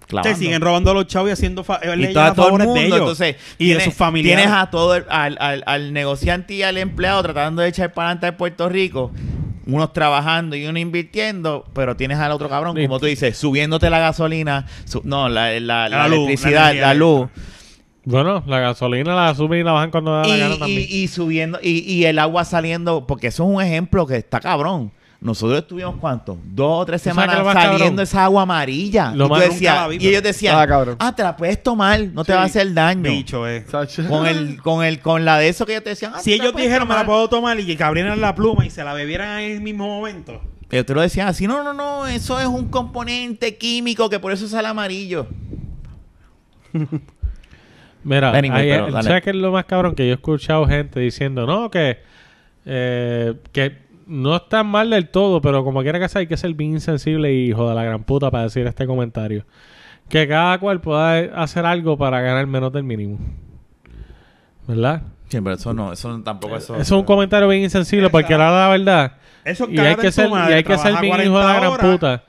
Speaker 1: Te
Speaker 3: clavando.
Speaker 1: siguen robando a los chavos y haciendo fa- eh,
Speaker 3: Y
Speaker 1: leyes
Speaker 3: todo,
Speaker 1: a
Speaker 3: todo el
Speaker 1: favor
Speaker 3: mundo,
Speaker 1: de ellos.
Speaker 3: entonces
Speaker 1: y
Speaker 3: tienes,
Speaker 1: de sus familiares.
Speaker 3: tienes a todo el- al, al- al negociante y al empleado tratando de echar para adelante de Puerto Rico, unos trabajando y uno invirtiendo, pero tienes al otro cabrón,
Speaker 4: Y-
Speaker 3: como tú dices, subiéndote la gasolina, su- no, la, la- la
Speaker 1: La luz,
Speaker 3: electricidad,
Speaker 1: la
Speaker 3: la, luz,
Speaker 4: Bueno, la gasolina la suben y la bajan cuando da Ah, la gana
Speaker 3: y,
Speaker 4: también.
Speaker 3: y- y subiendo, y, y el agua saliendo, porque eso es un ejemplo que está cabrón. Nosotros estuvimos, ¿cuánto? Dos o tres
Speaker 4: ¿Tú sabes
Speaker 3: semanas
Speaker 4: qué es lo más
Speaker 3: saliendo
Speaker 4: cabrón?
Speaker 3: esa agua amarilla.
Speaker 4: Lo
Speaker 3: y, tú
Speaker 4: más-
Speaker 3: decías-
Speaker 1: Nunca la vi,
Speaker 3: y
Speaker 1: pero-
Speaker 3: ellos decían,
Speaker 5: Ah, cabrón.
Speaker 3: ah, te la puedes tomar, no te va a hacer daño.
Speaker 1: Bicho, eh.
Speaker 5: Sacho.
Speaker 3: con el con el con la de eso que ellos te decían ah,
Speaker 1: Si
Speaker 3: tú la
Speaker 1: ellos
Speaker 3: puedes
Speaker 1: dijeron me la
Speaker 3: tomar".
Speaker 1: puedo tomar y que abrieran la pluma y se la bebieran en el mismo momento.
Speaker 3: ellos te lo decían así no no no eso es un componente químico que por eso sale amarillo
Speaker 4: Mira,
Speaker 3: Anyway,
Speaker 4: ayer-
Speaker 3: pero dale.
Speaker 4: ¿sabes qué es lo más cabrón? Que yo he escuchado gente diciendo, no, que, eh, que no está mal del todo, pero como quiera que sea, hay que ser bien insensible y hijo de la gran puta para decir este comentario. Que cada cual pueda hacer algo para ganar menos del mínimo. ¿Verdad?
Speaker 3: sí pero eso no eso no- tampoco eso
Speaker 4: Eso es un comentario bien insensible porque la, la verdad...
Speaker 1: Eso
Speaker 4: Y hay que ser, y hay que ser bien hijo de la gran puta.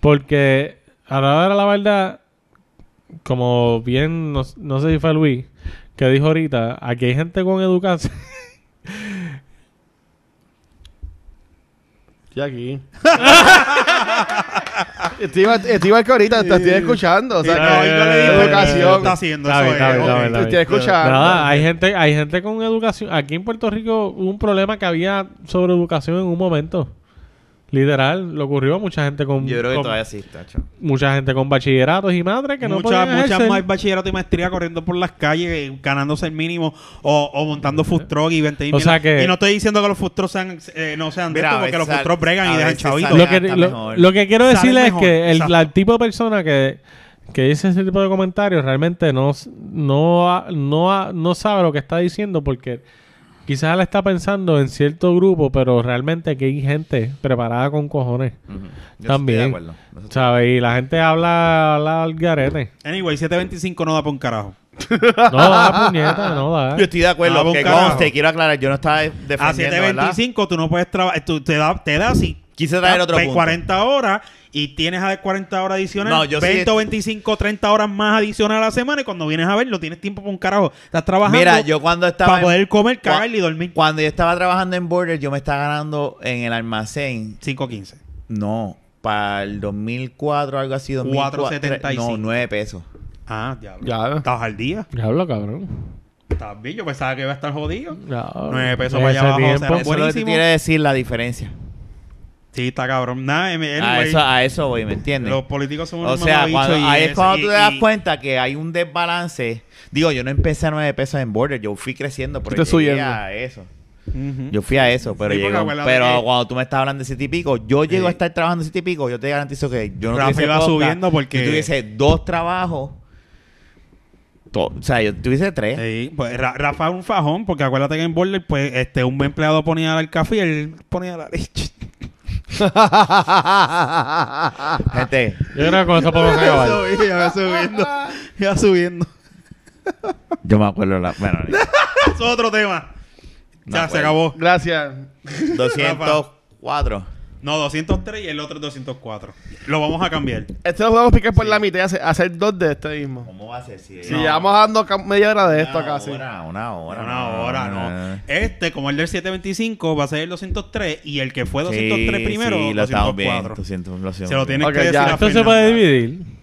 Speaker 4: Porque a la hora de la verdad, como bien, no, no sé si fue Luis, que dijo ahorita, aquí hay gente con educación.
Speaker 5: Estoy aquí. Estoy igual, estoy igual que ahorita, te estoy escuchando. O sea,
Speaker 1: No,
Speaker 5: que
Speaker 1: yo le dije
Speaker 5: educación.
Speaker 1: Eh, está haciendo
Speaker 4: Está
Speaker 1: eso.
Speaker 4: bien, está
Speaker 1: es, ok.
Speaker 4: bien, está bien.
Speaker 5: te estoy
Speaker 3: Ah,
Speaker 5: escuchando.
Speaker 4: Nada, hay gente, hay gente con educación. Aquí en Puerto Rico hubo un problema que había sobre educación en un momento. Literal, lo ocurrió a mucha gente con,
Speaker 3: Yo creo que
Speaker 4: con-
Speaker 3: todavía sí, tacho.
Speaker 4: mucha gente con bachilleratos y madres que no
Speaker 1: muchas
Speaker 4: podían
Speaker 1: muchas
Speaker 4: ejercer.
Speaker 1: más bachillerato y maestría corriendo por las calles, eh, ganándose el mínimo o, o montando food truck y 20 mil.
Speaker 4: O sea que-
Speaker 1: Y no estoy diciendo que los food trucks sean, eh, no sean de
Speaker 3: Mira,
Speaker 1: esto,
Speaker 3: a
Speaker 1: porque los
Speaker 3: veces
Speaker 1: food trucks bregan
Speaker 3: a
Speaker 1: y dejan
Speaker 3: veces
Speaker 1: chavitos.
Speaker 3: sale-
Speaker 4: lo que,
Speaker 3: está
Speaker 4: lo,
Speaker 3: mejor.
Speaker 4: lo que quiero
Speaker 1: Sale
Speaker 4: decirle es
Speaker 1: mejor,
Speaker 4: que el,
Speaker 1: exacto.
Speaker 4: la- tipo de persona que, que dice ese tipo de comentarios realmente no, s- no, ha- no, ha- no sabe lo que está diciendo porque quizás él está pensando en cierto grupo, pero realmente que hay gente preparada con cojones.
Speaker 3: Yo
Speaker 4: También.
Speaker 3: estoy de acuerdo. Eso-
Speaker 4: ¿Sabes? Y la gente habla, habla al garete.
Speaker 1: Anyway, 725 no da por un carajo.
Speaker 4: No da puñeta, no da.
Speaker 3: Yo estoy de acuerdo.
Speaker 1: Ah, va un
Speaker 3: que
Speaker 1: carajo.
Speaker 3: conste, quiero aclarar, yo no estaba de-
Speaker 1: A
Speaker 3: defendiendo, ¿verdad?
Speaker 1: 725 tú no puedes trabajar. Te da, te da si
Speaker 3: Quise traer otro punto.
Speaker 1: 40 horas y tienes a 40 horas adicionales.
Speaker 3: No, yo sí
Speaker 1: 20 o
Speaker 3: es-
Speaker 1: 25, 30 horas más adicionales a la semana. Y cuando vienes a ver, no tienes tiempo para un carajo. Estás trabajando
Speaker 3: Mira, yo cuando estaba.
Speaker 1: para
Speaker 3: en-
Speaker 1: poder comer,
Speaker 3: cua-
Speaker 1: cagar y dormir.
Speaker 3: Cuando yo estaba trabajando en Border, yo me estaba ganando en el almacén.
Speaker 1: 515.
Speaker 3: No, para el 2004, algo así. 2004,
Speaker 1: 4.75.
Speaker 3: No, 9 pesos.
Speaker 1: Ah, diablo.
Speaker 5: Ya.
Speaker 1: Estabas al día.
Speaker 4: Hablo, cabrón.
Speaker 1: Estás bien. Yo pensaba que iba a estar jodido.
Speaker 4: No,
Speaker 1: Nueve pesos
Speaker 4: en
Speaker 1: para allá
Speaker 4: ese
Speaker 1: abajo,
Speaker 4: tiempo.
Speaker 1: será-
Speaker 3: Eso es lo que te
Speaker 1: buenísimo.
Speaker 3: quiere decir la diferencia.
Speaker 1: Sí, está cabrón. Nada, em-
Speaker 3: A,
Speaker 1: anyway,
Speaker 3: Ah, eso, a eso voy, ¿me entiendes?
Speaker 1: los políticos son
Speaker 3: O
Speaker 1: unos
Speaker 3: sea,
Speaker 1: mamabichos
Speaker 3: cuando,
Speaker 1: y
Speaker 3: ahí es
Speaker 1: eso-
Speaker 3: cuando
Speaker 1: y-
Speaker 3: tú te das
Speaker 1: y-
Speaker 3: cuenta que hay un desbalance. Digo, yo no empecé a 9 pesos en Border, yo fui creciendo, pero
Speaker 5: Fuiste
Speaker 3: llegué
Speaker 5: subiendo.
Speaker 3: a eso.
Speaker 1: Ujú.
Speaker 3: Yo fui a eso, pero
Speaker 1: Sí, porque eh,
Speaker 3: llegó-
Speaker 1: acuérdate
Speaker 3: pero
Speaker 1: que-
Speaker 3: cuando tú me estás hablando de siete y pico, yo llego
Speaker 1: Sí.
Speaker 3: a estar trabajando en siete y pico, yo te garantizo que yo no
Speaker 1: Rafa
Speaker 3: tuviese
Speaker 1: iba
Speaker 3: podcast,
Speaker 1: subiendo porque-
Speaker 3: yo tuviese dos trabajos. to- o sea, yo tuviese tres.
Speaker 1: Sí, pues Ra- Rafa es un fajón, porque acuérdate que en Border, pues, este, un empleado ponía el café y él ponía la leche.
Speaker 3: Gente,
Speaker 4: Yo creo que con eso podemos acabar.
Speaker 1: subí, ya va subiendo. Ya va subiendo.
Speaker 3: yo me acuerdo la, bueno, ni-
Speaker 1: es otro tema.
Speaker 3: No,
Speaker 1: ya se
Speaker 3: bueno.
Speaker 1: acabó.
Speaker 5: Gracias.
Speaker 3: 204.
Speaker 1: No, 203 y el otro es 204. Lo vamos a cambiar.
Speaker 5: Este lo podemos picar por la mitad y hacer, hacer dos de este mismo.
Speaker 3: ¿Cómo va a ser si
Speaker 5: Si llevamos dando ca- media hora de esto casi.
Speaker 3: Una hora, una hora.
Speaker 1: Una hora, no. Este, como el del 725, va a ser el 203 y el que fue 203 primero,
Speaker 3: sí, lo estamos viendo.
Speaker 1: 204.
Speaker 3: 200, lo
Speaker 1: Se lo tienes
Speaker 5: Ok,
Speaker 1: que decir
Speaker 5: ya.
Speaker 1: a
Speaker 4: Esto se
Speaker 1: Fernanda.
Speaker 4: puede dividir.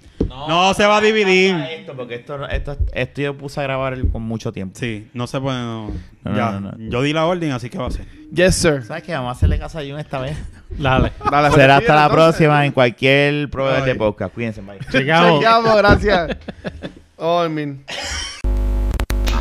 Speaker 1: No se va a dividir.
Speaker 3: Esto, porque esto, esto, esto yo puse a grabar el- con mucho tiempo.
Speaker 1: Sí, no se puede. no.
Speaker 3: No,
Speaker 1: Ya,
Speaker 3: no, no, no.
Speaker 1: yo di la orden, así que va a ser.
Speaker 5: Yes, sir.
Speaker 3: ¿Sabes qué? Vamos a hacerle caso a Jun esta vez.
Speaker 4: Dale.
Speaker 5: Dale,
Speaker 3: Será
Speaker 5: pues,
Speaker 3: hasta la
Speaker 5: entonces.
Speaker 3: próxima en cualquier proveedor de
Speaker 5: Ay.
Speaker 3: podcast. Cuídense, bye.
Speaker 4: Chequeamos.
Speaker 5: Chequeamos, gracias. Oh, I mean.